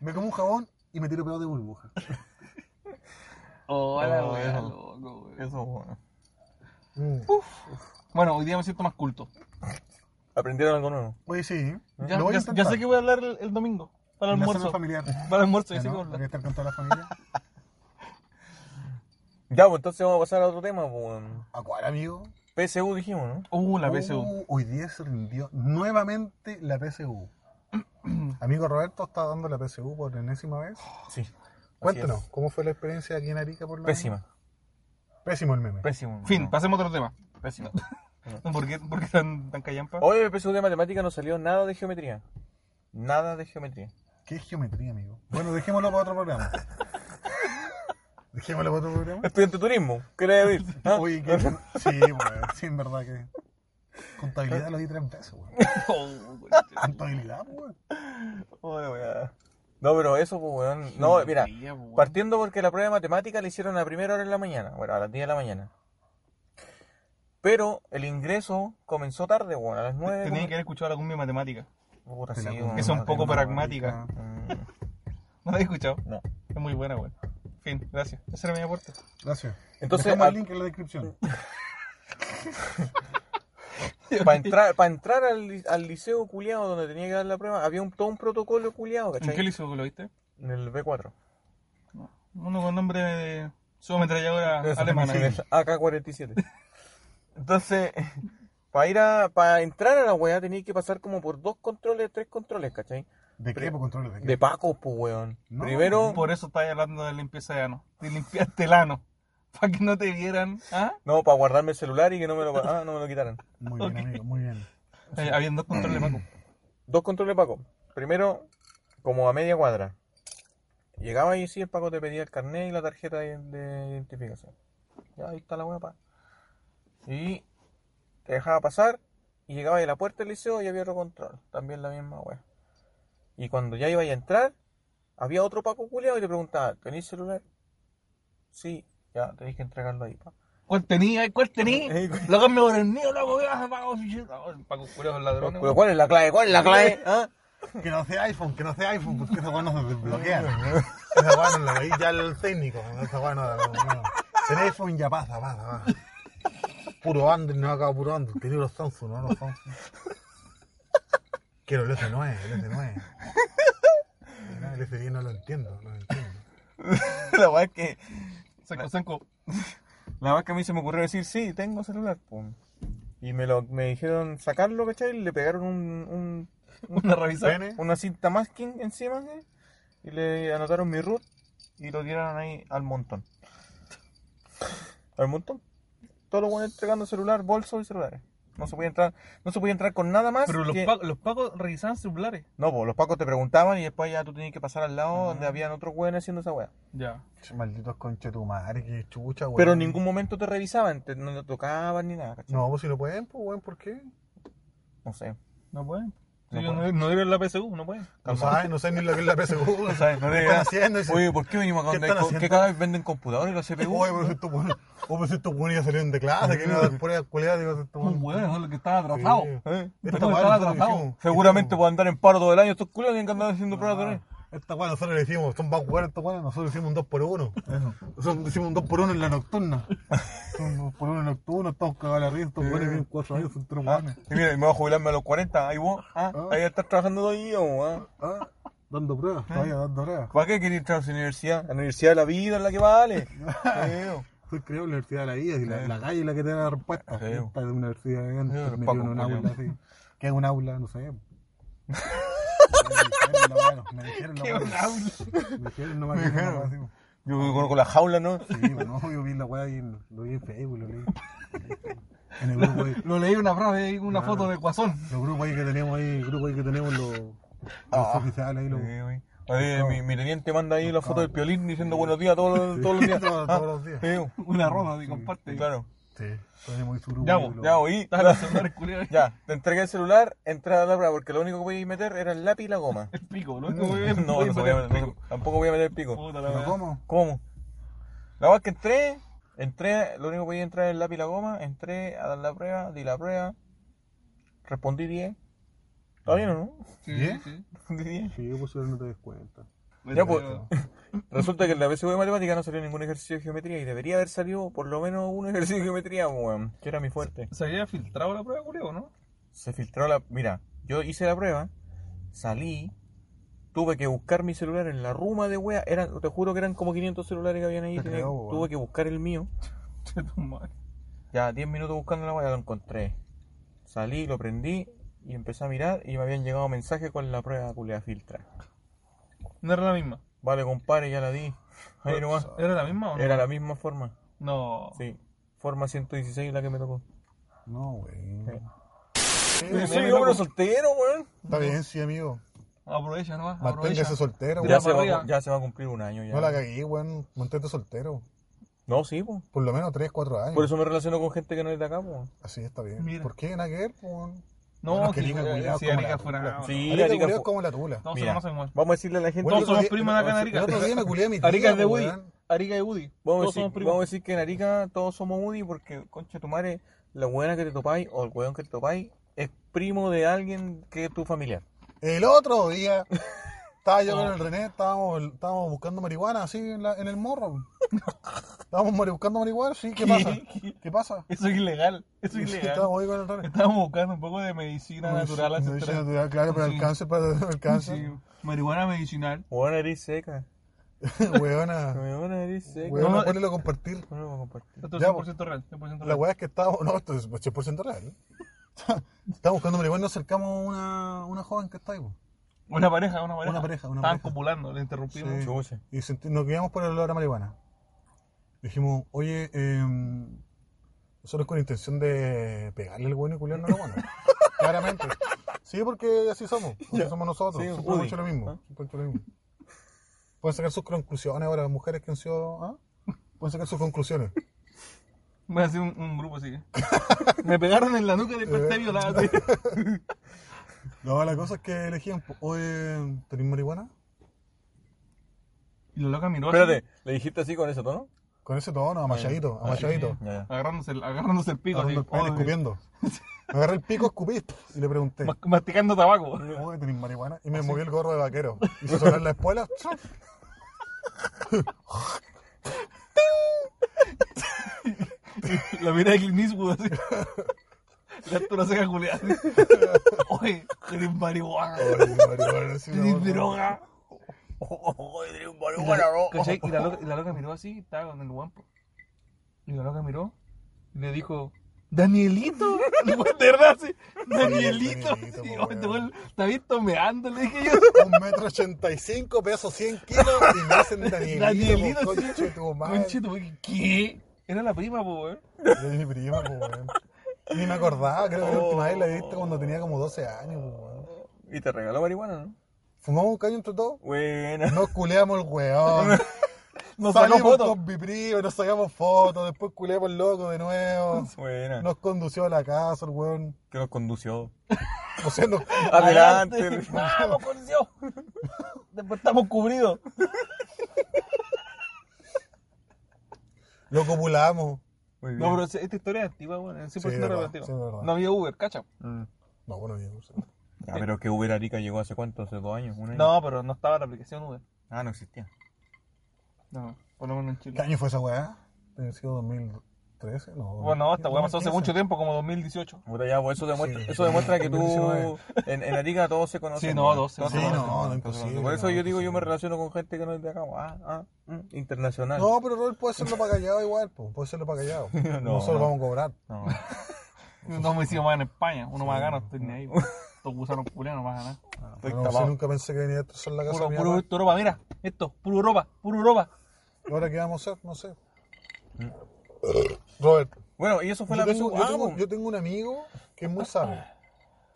Speaker 4: Me como un jabón y me tiro pedo de burbuja.
Speaker 5: Hola,
Speaker 2: No,
Speaker 5: Oh, wea,
Speaker 2: eso.
Speaker 5: loco, wea.
Speaker 2: Eso, weón.
Speaker 5: Bueno, hoy día me siento más culto.
Speaker 2: Aprendieron algo nuevo.
Speaker 4: Oye, sí. ¿eh?
Speaker 5: Ya,
Speaker 4: lo voy a
Speaker 5: ya- ya
Speaker 4: intentar.
Speaker 5: sé que voy a hablar el, el domingo. Para
Speaker 4: En
Speaker 5: el
Speaker 4: la cena
Speaker 5: almuerzo.
Speaker 4: familiar.
Speaker 5: Para el almuerzo,
Speaker 4: Ya
Speaker 5: ya sé que
Speaker 4: no,
Speaker 5: voy a
Speaker 4: hay
Speaker 5: hablar.
Speaker 4: que estar con toda la familia.
Speaker 2: Ya, pues entonces vamos a pasar a otro tema, pues weón.
Speaker 4: ¿A cuál, amigo?
Speaker 2: PSU dijimos, ¿no?
Speaker 5: Uh, la PSU.
Speaker 4: Uh, hoy día se rindió nuevamente la PSU. amigo Roberto está dando la PSU por enésima vez.
Speaker 2: Sí. Así
Speaker 4: Cuéntanos,
Speaker 2: es.
Speaker 4: ¿cómo fue la experiencia aquí en Arica por la
Speaker 2: Pésima.
Speaker 4: Pésimo el meme.
Speaker 2: Pésimo.
Speaker 5: fin,
Speaker 2: no.
Speaker 5: pasemos a otro tema.
Speaker 2: Pésimo.
Speaker 5: ¿Por qué, por qué tan, tan callampa?
Speaker 2: Hoy el PSU de matemática no salió nada de geometría. Nada de geometría.
Speaker 4: ¿Qué es geometría, amigo? Bueno, dejémoslo para otro programa. Dejémoslo para otro programa.
Speaker 2: Estudiante de turismo, ¿qué le decir? ¿Ah?
Speaker 4: Oye, que... sí, weón, sí, en verdad que. Contabilidad lo di tres veces, weón.
Speaker 5: Oh,
Speaker 4: Contabilidad, weón.
Speaker 2: Hola, Oh, weá. No, pero eso, pues, weón. No, mira,
Speaker 5: Geometría, pues, weón.
Speaker 2: partiendo porque la prueba de matemática la hicieron a primera hora de la mañana, bueno, a las 10 de la mañana. Pero el ingreso comenzó tarde, weón, a las 9.
Speaker 5: Tenía que haber escuchado la cumbia matemática.
Speaker 2: Puta,
Speaker 4: Te la
Speaker 2: sí,
Speaker 4: compro.
Speaker 2: weón.
Speaker 5: Es un poco pragmática.
Speaker 2: Mm,
Speaker 5: ¿No la he escuchado?
Speaker 2: No.
Speaker 5: Es muy buena, weón. Fin, gracias. Ese era mi aporte.
Speaker 4: Gracias.
Speaker 2: Entonces, ah,
Speaker 4: Dejamos
Speaker 2: a-
Speaker 4: el link en la descripción.
Speaker 2: Para entrar, para entrar al, li- al liceo culiado donde tenía que dar la prueba, había un, todo un protocolo culiado,
Speaker 5: ¿En qué
Speaker 2: ¿cachai?
Speaker 5: liceo lo viste?
Speaker 2: En el B4.
Speaker 5: Uno con nombre de subametralladora alemana.
Speaker 2: En el AK-47. Entonces, para ir a, para entrar a la weá tenía que pasar como por dos controles, tres controles, ¿cachai?
Speaker 4: ¿De qué? ¿Por controles de qué?
Speaker 2: De Paco, pues, weón.
Speaker 4: No, pues.
Speaker 2: Primero,
Speaker 5: Por eso estáis hablando de limpieza de ano. Te limpiaste el ano. Para que no te vieran. ¿Ah?
Speaker 2: no, para guardarme el celular y que no me lo, ah, no me lo quitaran.
Speaker 4: Muy bien, amigo, muy bien.
Speaker 5: Eh, habían dos controles, Paco.
Speaker 2: Dos controles, Paco. Primero, como a media cuadra. Llegaba y sí, el Paco te pedía el carnet y la tarjeta de, de identificación. Ya, ahí está la weá, pa. Y te dejaba pasar y llegaba a la puerta del liceo y había otro control. También la misma weá. Y cuando ya iba a entrar, había otro Paco culiado y te preguntaba, ¿tenéis celular? Sí, ya, tenéis que entregarlo ahí, pa.
Speaker 5: ¿Cuál tenía? ¿Cuál tenía?
Speaker 2: Eh, güey.
Speaker 5: Lo cambio por el mío, lo hago. ah, Paco, chucheta. Oh, Paco, curioso, ladrón.
Speaker 2: Pero ¿cuál es la clave? ¿Cuál es la clave? ¿Ah?
Speaker 4: Que no sea iPhone, que no sea iPhone, porque esa weá no se desbloquea. Esa weá no la veis ya el técnico. Esa weá no, no, no. El iPhone ya pasa, pasa, pasa. Puro Android, no acaba puro Android. Tenía los Samsung, no los Samsung. Quiero el S9, el S9. No, El S10 no lo entiendo, no lo entiendo.
Speaker 2: La weá es que.
Speaker 5: Sanco, Sanco.
Speaker 2: La más que a mí se me ocurrió decir, sí, tengo celular. pum. Y me, lo, me dijeron sacarlo, ¿cachai? Y le pegaron un, un-
Speaker 5: Una revisada.
Speaker 4: Pene.
Speaker 2: una cinta masking encima, ¿sí? Y le anotaron mi root y lo tiraron ahí al montón. Hay un montón. Todos los buenos entregando celular, bolsos y celulares. No se podía entrar, no se podía entrar con nada más.
Speaker 5: Pero los,
Speaker 2: que-
Speaker 5: pacos, los pacos revisaban celulares.
Speaker 2: No, pues los pacos te preguntaban y después ya tú tenías que pasar al lado donde habían otros hueones haciendo esa hueá.
Speaker 5: Ya.
Speaker 4: Malditos conchetumares, que chucha, weón.
Speaker 2: Pero en ningún momento te revisaban, te- no te tocaban ni nada, ¿cachai?
Speaker 4: No, pues si no pueden, pues, weón, ¿por qué?
Speaker 2: No sé.
Speaker 5: No pueden.
Speaker 2: No
Speaker 5: Ellos
Speaker 2: pueden.
Speaker 5: no, no dieron la PSU, no pueden.
Speaker 4: No saben, no saben ni lo que es la PSU. No
Speaker 2: saben, no
Speaker 4: ¿Qué
Speaker 2: tienen
Speaker 4: están
Speaker 2: idea.
Speaker 4: haciendo? Dicen,
Speaker 2: Oye, ¿por qué venimos acá?
Speaker 4: ¿Qué
Speaker 2: donde
Speaker 4: están
Speaker 2: hay co- ¿Qué
Speaker 4: haciendo?
Speaker 2: cada vez venden computadores y la CPU?
Speaker 4: Oye, pero si estos buenos, oh, pero si estos buenos ya salieron de clase, que no dan pruebas culiadas, digo, si estos
Speaker 5: Un
Speaker 4: buenos.
Speaker 5: weón, es lo que estaba atrasado.
Speaker 4: Sí.
Speaker 2: ¿Eh?
Speaker 4: Esta
Speaker 5: Pero
Speaker 4: weá
Speaker 5: estaba
Speaker 4: nosotros
Speaker 5: atrasado.
Speaker 4: dijimos-
Speaker 2: Seguramente pueden andar en paro todo el año estos culos tienen que andar
Speaker 4: Ah.
Speaker 2: haciendo pruebas de
Speaker 4: Esta weá nosotros le decimos, son más weones estos weones, nosotros hicimos un 2x1. Nosotros hicimos un 2x1 en la nocturna. un 2x1 en la nocturna, estamos cagados de la risa, estos weones tienen 4 años, son 3
Speaker 2: Ah,
Speaker 4: weones.
Speaker 2: y mira, y me voy a jubilarme a los 40. Ahí vos, ah, ahí estás trabajando todo el día, vos, ah.
Speaker 4: Ah, Dando pruebas, todavía dando pruebas.
Speaker 2: ¿Para qué querés entrar a la universidad? La universidad de la vida es la que vale. Creo.
Speaker 4: Soy creo la universidad de la vida, y la, la calle es la que te da la respuesta.
Speaker 2: Sí.
Speaker 4: Esta es una universidad de
Speaker 2: Sí,
Speaker 4: antes,
Speaker 2: los
Speaker 4: metido
Speaker 2: pacos,
Speaker 4: en un aula
Speaker 2: culiao.
Speaker 4: así. ¿Qué es un aula? No sé. Me dijeron lo
Speaker 5: ¿Qué
Speaker 4: bueno,
Speaker 5: un aula?
Speaker 4: me dijeron lo malo. Me dijeron lo malo. Me dijeron lo malo.
Speaker 2: Yo conozco la jaula, ¿no?
Speaker 4: Sí, bueno, yo vi la weá ahí, en- lo vi en Facebook, lo leí. En el grupo ahí,
Speaker 5: Lo leí una frase, una foto de Guasón.
Speaker 4: los grupos ahí que tenemos ahí, el grupo ahí que tenemos los, los oficiales ahí, los...
Speaker 2: Sí, güey. Oye, mi, mi teniente manda ahí la foto del piolín diciendo buenos días todos los, todos los días.
Speaker 4: Todos-
Speaker 2: Ah,
Speaker 4: todos los días.
Speaker 2: sí, güey.
Speaker 5: Una rosa de comparte.
Speaker 2: Claro.
Speaker 4: Sí, Ah, tenemos ahí su grupo.
Speaker 5: Ya,
Speaker 4: ahí,
Speaker 5: vos,
Speaker 4: los-
Speaker 2: Ya, oí.
Speaker 5: Estaban los celulares culiados.
Speaker 2: Ya, te entregué el celular, entra a la prueba, porque lo único que podías meter era el lápiz y la goma.
Speaker 5: El pico, lo único que
Speaker 2: No, no se podía meter-
Speaker 5: pico.
Speaker 2: no, tampoco voy a meter el pico.
Speaker 5: Puta la
Speaker 4: ¿Pero
Speaker 5: verdad.
Speaker 4: cómo?
Speaker 2: ¿Cómo? La verdad que entré, entré, lo único que podía entrar era el lápiz y la goma, entré a dar la prueba, di la prueba, respondí 10. ¿Está bien o no?
Speaker 4: ¿Bien?
Speaker 2: Respondí 10.
Speaker 4: Sí, pues yo no te des cuenta.
Speaker 2: Ya, pues, resulta que en la PSU de matemática no salió ningún ejercicio de geometría y debería haber salido por lo menos un ejercicio de geometría, weón, que era mi fuerte.
Speaker 5: ¿Se había filtrado la prueba, culeo, no?
Speaker 2: Se filtró la... Mira, yo hice la prueba, salí, tuve que buscar mi celular en la ruma de wea, eran, te juro que eran como 500 celulares que habían ahí,
Speaker 4: Te
Speaker 2: tenía-
Speaker 4: creo, weón.
Speaker 2: tuve que buscar el mío.
Speaker 5: Che, tu madre.
Speaker 2: Ya 10 minutos buscando la wea, lo encontré. Salí, lo prendí y empecé a mirar y me habían llegado mensajes con la prueba culea filtra.
Speaker 5: No era la misma.
Speaker 2: Vale, compadre, ya la di. Ahí nomás.
Speaker 5: ¿Era la misma o no?
Speaker 2: Era la misma forma.
Speaker 5: No.
Speaker 2: Sí, forma 116 la que me tocó.
Speaker 4: No, güey.
Speaker 2: Yo soy hombre soltero, weón.
Speaker 4: Está bien, sí, amigo.
Speaker 5: Aprovecha nomás. Aprovecha.
Speaker 4: Manténgase soltero,
Speaker 2: Ya,
Speaker 5: Ya
Speaker 4: weón.
Speaker 5: se
Speaker 2: se
Speaker 5: va
Speaker 2: va,
Speaker 5: a-
Speaker 2: ya se va a cumplir un año ya.
Speaker 4: No la cagué, weón. Mantente soltero.
Speaker 2: No, sí, po.
Speaker 4: Por lo menos 3, 4 años.
Speaker 2: Por eso me relaciono con gente que no es de acá, po.
Speaker 4: Así está bien.
Speaker 5: Mira.
Speaker 4: ¿Por qué? Nada que ver, weón.
Speaker 5: No,
Speaker 4: Bueno, que
Speaker 5: que
Speaker 4: Arica, culiao,
Speaker 5: si
Speaker 4: como
Speaker 5: Arica
Speaker 4: la-
Speaker 5: fuera.
Speaker 2: Sí,
Speaker 4: Arica,
Speaker 2: Arica
Speaker 4: culiao,
Speaker 2: fu-
Speaker 4: es como la tula.
Speaker 5: Todos
Speaker 2: Mira,
Speaker 5: somos igual.
Speaker 2: Vamos a decirle a la gente.
Speaker 4: Bueno,
Speaker 5: Todos
Speaker 4: otro
Speaker 5: somos
Speaker 4: día-
Speaker 5: primos de acá en
Speaker 4: El
Speaker 5: Arica.
Speaker 4: otro día me culié a mi tía,
Speaker 5: Arica es de Woody.
Speaker 4: weón.
Speaker 5: Arica es Woody.
Speaker 2: Vamos, a
Speaker 5: Todos
Speaker 2: decir-
Speaker 5: somos primos.
Speaker 2: vamos a decir que en Arica todos somos UDI porque, concha tu madre, la buena que te topáis o el weón que te topáis es primo de alguien que es tu familiar.
Speaker 4: El otro día estaba yo
Speaker 5: Ah.
Speaker 4: con el René, estábamos, estábamos buscando marihuana así en, la- en el morro. Estábamos mari- buscando marihuana, sí, ¿qué pasa? ¿Qué pasa?
Speaker 5: Eso es ilegal. Eso es ilegal.
Speaker 4: Estábamos ahí con el René.
Speaker 5: Estábamos buscando un poco de medicina natural.
Speaker 4: Me dice
Speaker 5: ancestral.
Speaker 4: natural, claro, para
Speaker 5: Sí.
Speaker 4: el cáncer, para el cáncer.
Speaker 5: Sí, marihuana medicinal.
Speaker 2: Buena eres seca.
Speaker 4: Weona,
Speaker 2: Buena eres seca.
Speaker 4: weona,
Speaker 5: No, eh. no,
Speaker 4: ponelo a compartir.
Speaker 2: Bueno, vamos a compartir.
Speaker 5: Esto es
Speaker 4: Ya,
Speaker 5: 100% real. 100%
Speaker 4: La
Speaker 5: real.
Speaker 4: weá es que estábamos, no, esto es 100% real. Estábamos buscando marihuana y nos acercamos a una, una joven que está ahí. po.
Speaker 5: Una pareja, una pareja.
Speaker 4: Una pareja, una
Speaker 5: Estaban
Speaker 4: pareja.
Speaker 5: copulando, le interrumpimos.
Speaker 4: Sí.
Speaker 2: Chucha.
Speaker 4: Y senti- nos guiamos por el olor a marihuana. Dijimos, oye, em, nosotros con intención de pegarle al bueno y culiarnos a la buena. Claramente. Sí, porque así somos. Así somos nosotros.
Speaker 2: Sí,
Speaker 4: siempre hemos
Speaker 2: uy.
Speaker 4: hecho lo mismo.
Speaker 2: ¿Ah?
Speaker 4: siempre hemos hecho lo mismo. Pueden sacar sus conclusiones ahora, las mujeres que han sido. ¿ah? Pueden sacar sus conclusiones.
Speaker 5: Voy a hacer un, un grupo así. Me pegaron en la nuca y después te violado.
Speaker 4: No, la cosa es que elegían, po, oye, ¿tenéis marihuana?
Speaker 5: Y la loca miró así,
Speaker 2: Espérate, ¿le dijiste así con ese tono?
Speaker 4: Con ese tono, amachadito, amachadito.
Speaker 2: Ya, ya.
Speaker 5: agarrándose, el- agarrándose el pico.
Speaker 4: Agarrando el pene,
Speaker 5: así, oh,
Speaker 4: escupiendo. Agarré el pico, escupí y le pregunté.
Speaker 5: ma- masticando tabaco.
Speaker 4: Uy, tenés marihuana. Y me movió el gorro de vaquero. Hizo sonar la espuela.
Speaker 5: La mirada de Clint Eastwood así. La altura seca Julián. Oye, eres marihuana.
Speaker 4: marihuana, sí,
Speaker 5: Eres
Speaker 4: me acuerdo.
Speaker 5: droga. Y la- ¿cachai? Y la loca- y la loca miró así, estaba con el guampo. Y la loca miró y le dijo, Danielito. Y el weón De verdad, sí. Danielito.
Speaker 4: Danielito,
Speaker 5: Sí,
Speaker 4: po,
Speaker 5: oye, este weón Está bien tomeando, le dije yo.
Speaker 4: Un metro ochenta y cinco, peso cien kilos y me hacen Danielito.
Speaker 5: Danielito,
Speaker 4: po,
Speaker 5: sí.
Speaker 4: conche tu madre.
Speaker 5: Conche, tu- ¿qué? Era la prima, po, weón.
Speaker 4: Era mi prima, po, weón. Ni me acordaba, creo que la última vez la he visto cuando tenía como 12 años, po, weón.
Speaker 2: Y te regaló marihuana, ¿no?
Speaker 4: Fumamos un caño entre todos,
Speaker 2: Buena.
Speaker 4: nos culeamos el weón.
Speaker 2: Nos sacó
Speaker 4: Salimos
Speaker 2: fotos.
Speaker 4: con mi prima, nos sacamos fotos, después culeamos el loco de nuevo.
Speaker 2: Buena.
Speaker 4: Nos condució a la casa el weón.
Speaker 2: Que nos condució.
Speaker 4: O sea, nos,
Speaker 2: Adelante.
Speaker 5: ¡Vamos, por Dios! Después estamos cubridos.
Speaker 4: lo copulamos.
Speaker 2: Muy bien.
Speaker 5: No, pero se- esta historia es antigua, weón. Es 100%
Speaker 4: Sí, verdad,
Speaker 5: relativa.
Speaker 4: sí, verdad.
Speaker 5: no había Uber, cacha.
Speaker 4: No, bueno, bien.
Speaker 2: Ah, pero que Uber Arica llegó hace cuánto, hace dos años, un año.
Speaker 5: No, pero no estaba la aplicación Uber.
Speaker 2: Ah, no existía.
Speaker 5: No, por lo menos en
Speaker 4: ¿Qué
Speaker 5: Chile.
Speaker 4: año fue esa weá? ¿Debe haber sido 2013? No.
Speaker 5: Bueno, esta weá pasó hace
Speaker 4: 2015.
Speaker 5: mucho tiempo, como 2018.
Speaker 2: Puta, ya, pues, eso demuestra,
Speaker 4: Sí.
Speaker 2: eso demuestra que tú
Speaker 4: 2019.
Speaker 2: en, en Arica todos se conocen.
Speaker 5: Sí, no,
Speaker 2: weón.
Speaker 5: todos se
Speaker 4: Sí,
Speaker 5: conocen.
Speaker 4: no, no,
Speaker 2: Entonces,
Speaker 4: imposible.
Speaker 2: Por eso
Speaker 4: no,
Speaker 2: yo digo, yo me
Speaker 4: imposible.
Speaker 2: relaciono con gente que no es de acá. Ah, ah, mm, internacional.
Speaker 4: No, pero Rol puede serlo para callado igual, po. puede serlo para callado. Nosotros vamos a cobrar.
Speaker 2: No.
Speaker 5: No me hicimos más en España. Uno más gana, estoy ni ahí. weón. Estos gusanos culianos más ganan.
Speaker 4: Pero no sé, nunca pensé que venía a destrozar la casa
Speaker 5: Puro,
Speaker 4: de mi
Speaker 5: puro
Speaker 4: mamá.
Speaker 5: esto, Europa, mira. Esto, puro Europa, puro Europa.
Speaker 4: ¿Ahora qué vamos a hacer? No sé. Robert,
Speaker 2: Bueno, y eso fue
Speaker 4: yo
Speaker 2: la
Speaker 4: tengo,
Speaker 2: vez-
Speaker 4: yo
Speaker 2: ah,
Speaker 4: tengo-
Speaker 2: po.
Speaker 4: yo tengo un amigo que es muy sabio.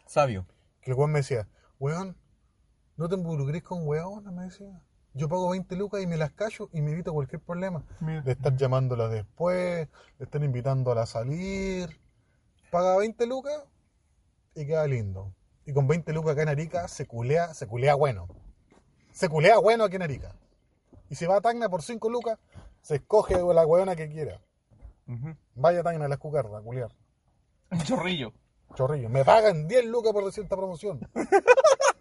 Speaker 2: Sabio.
Speaker 4: Que el weón me decía, weón, no te involucres con weón, me decía. Yo pago 20 lucas y me las callo y me evito cualquier problema. De estar llamándolas después, de estar invitándolas a salir. Paga 20 lucas y queda lindo. Y con 20 lucas acá en Arica se culea, se culea bueno. Se culea bueno aquí en Arica. Y si va a Tacna por 5 lucas, se escoge la weona que quiera.
Speaker 2: Ujú.
Speaker 4: Vaya a Tacna a las cucardas, a culear.
Speaker 5: Un chorrillo.
Speaker 4: Chorrillo. Me pagan 10 lucas por decir esta promoción.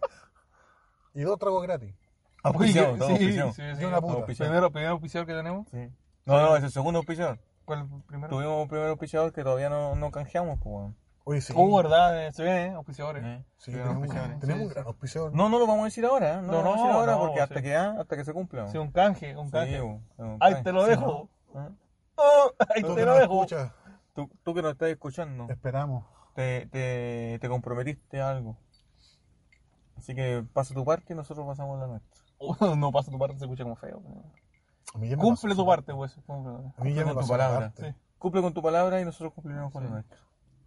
Speaker 4: y dos tragos gratis.
Speaker 2: Auspiciado,
Speaker 5: Uy,
Speaker 2: todo
Speaker 5: Ah, pues, sí,
Speaker 2: auspiciado.
Speaker 5: sí, sí.
Speaker 4: De una puta.
Speaker 2: Auspiciado.
Speaker 5: Primero, primero oficial que tenemos.
Speaker 2: Sí. No, no, es el segundo auspiciador.
Speaker 5: ¿Cuál es el primero?
Speaker 2: Tuvimos un primer auspiciador que todavía no, no canjeamos, pues, weón.
Speaker 4: Oye, sí.
Speaker 5: Oh, verdad, eh, se ven, eh, auspiciadores.
Speaker 2: Eh.
Speaker 4: Sí,
Speaker 5: Sí,
Speaker 4: tenemos,
Speaker 5: auspiciadores.
Speaker 4: tenemos
Speaker 5: Sí,
Speaker 4: un
Speaker 5: sí.
Speaker 4: gran auspiciador.
Speaker 2: No, no lo vamos a decir ahora, ¿eh? no,
Speaker 5: No,
Speaker 2: lo vamos a decir ahora
Speaker 5: no,
Speaker 2: porque hasta
Speaker 5: sí.
Speaker 2: que ah, hasta que se cumpla. weón.
Speaker 5: Sí, un canje, un canje.
Speaker 2: Sí, weón, es un
Speaker 5: Ahí
Speaker 2: canje.
Speaker 5: te lo dejo.
Speaker 2: Ah.
Speaker 5: Oh, ahí
Speaker 4: Tú
Speaker 5: te
Speaker 4: que
Speaker 5: lo
Speaker 4: nos
Speaker 5: dejo.
Speaker 4: escuchas,
Speaker 2: Tú, tú que nos estás escuchando,
Speaker 4: te esperamos.
Speaker 2: te, te, te comprometiste a algo. Así que pasa tu parte y nosotros pasamos la nuestra.
Speaker 5: Oh, no pasa tu parte, se escucha como feo.
Speaker 4: A mí ya me
Speaker 5: Cumple
Speaker 4: pasó.
Speaker 5: tu parte, pues. cumple.
Speaker 4: A mí ya me
Speaker 2: Cumple con
Speaker 4: pasó
Speaker 2: tu
Speaker 4: la
Speaker 2: palabra.
Speaker 4: parte.
Speaker 2: Cumple con tu palabra y nosotros cumpliremos con la nuestra.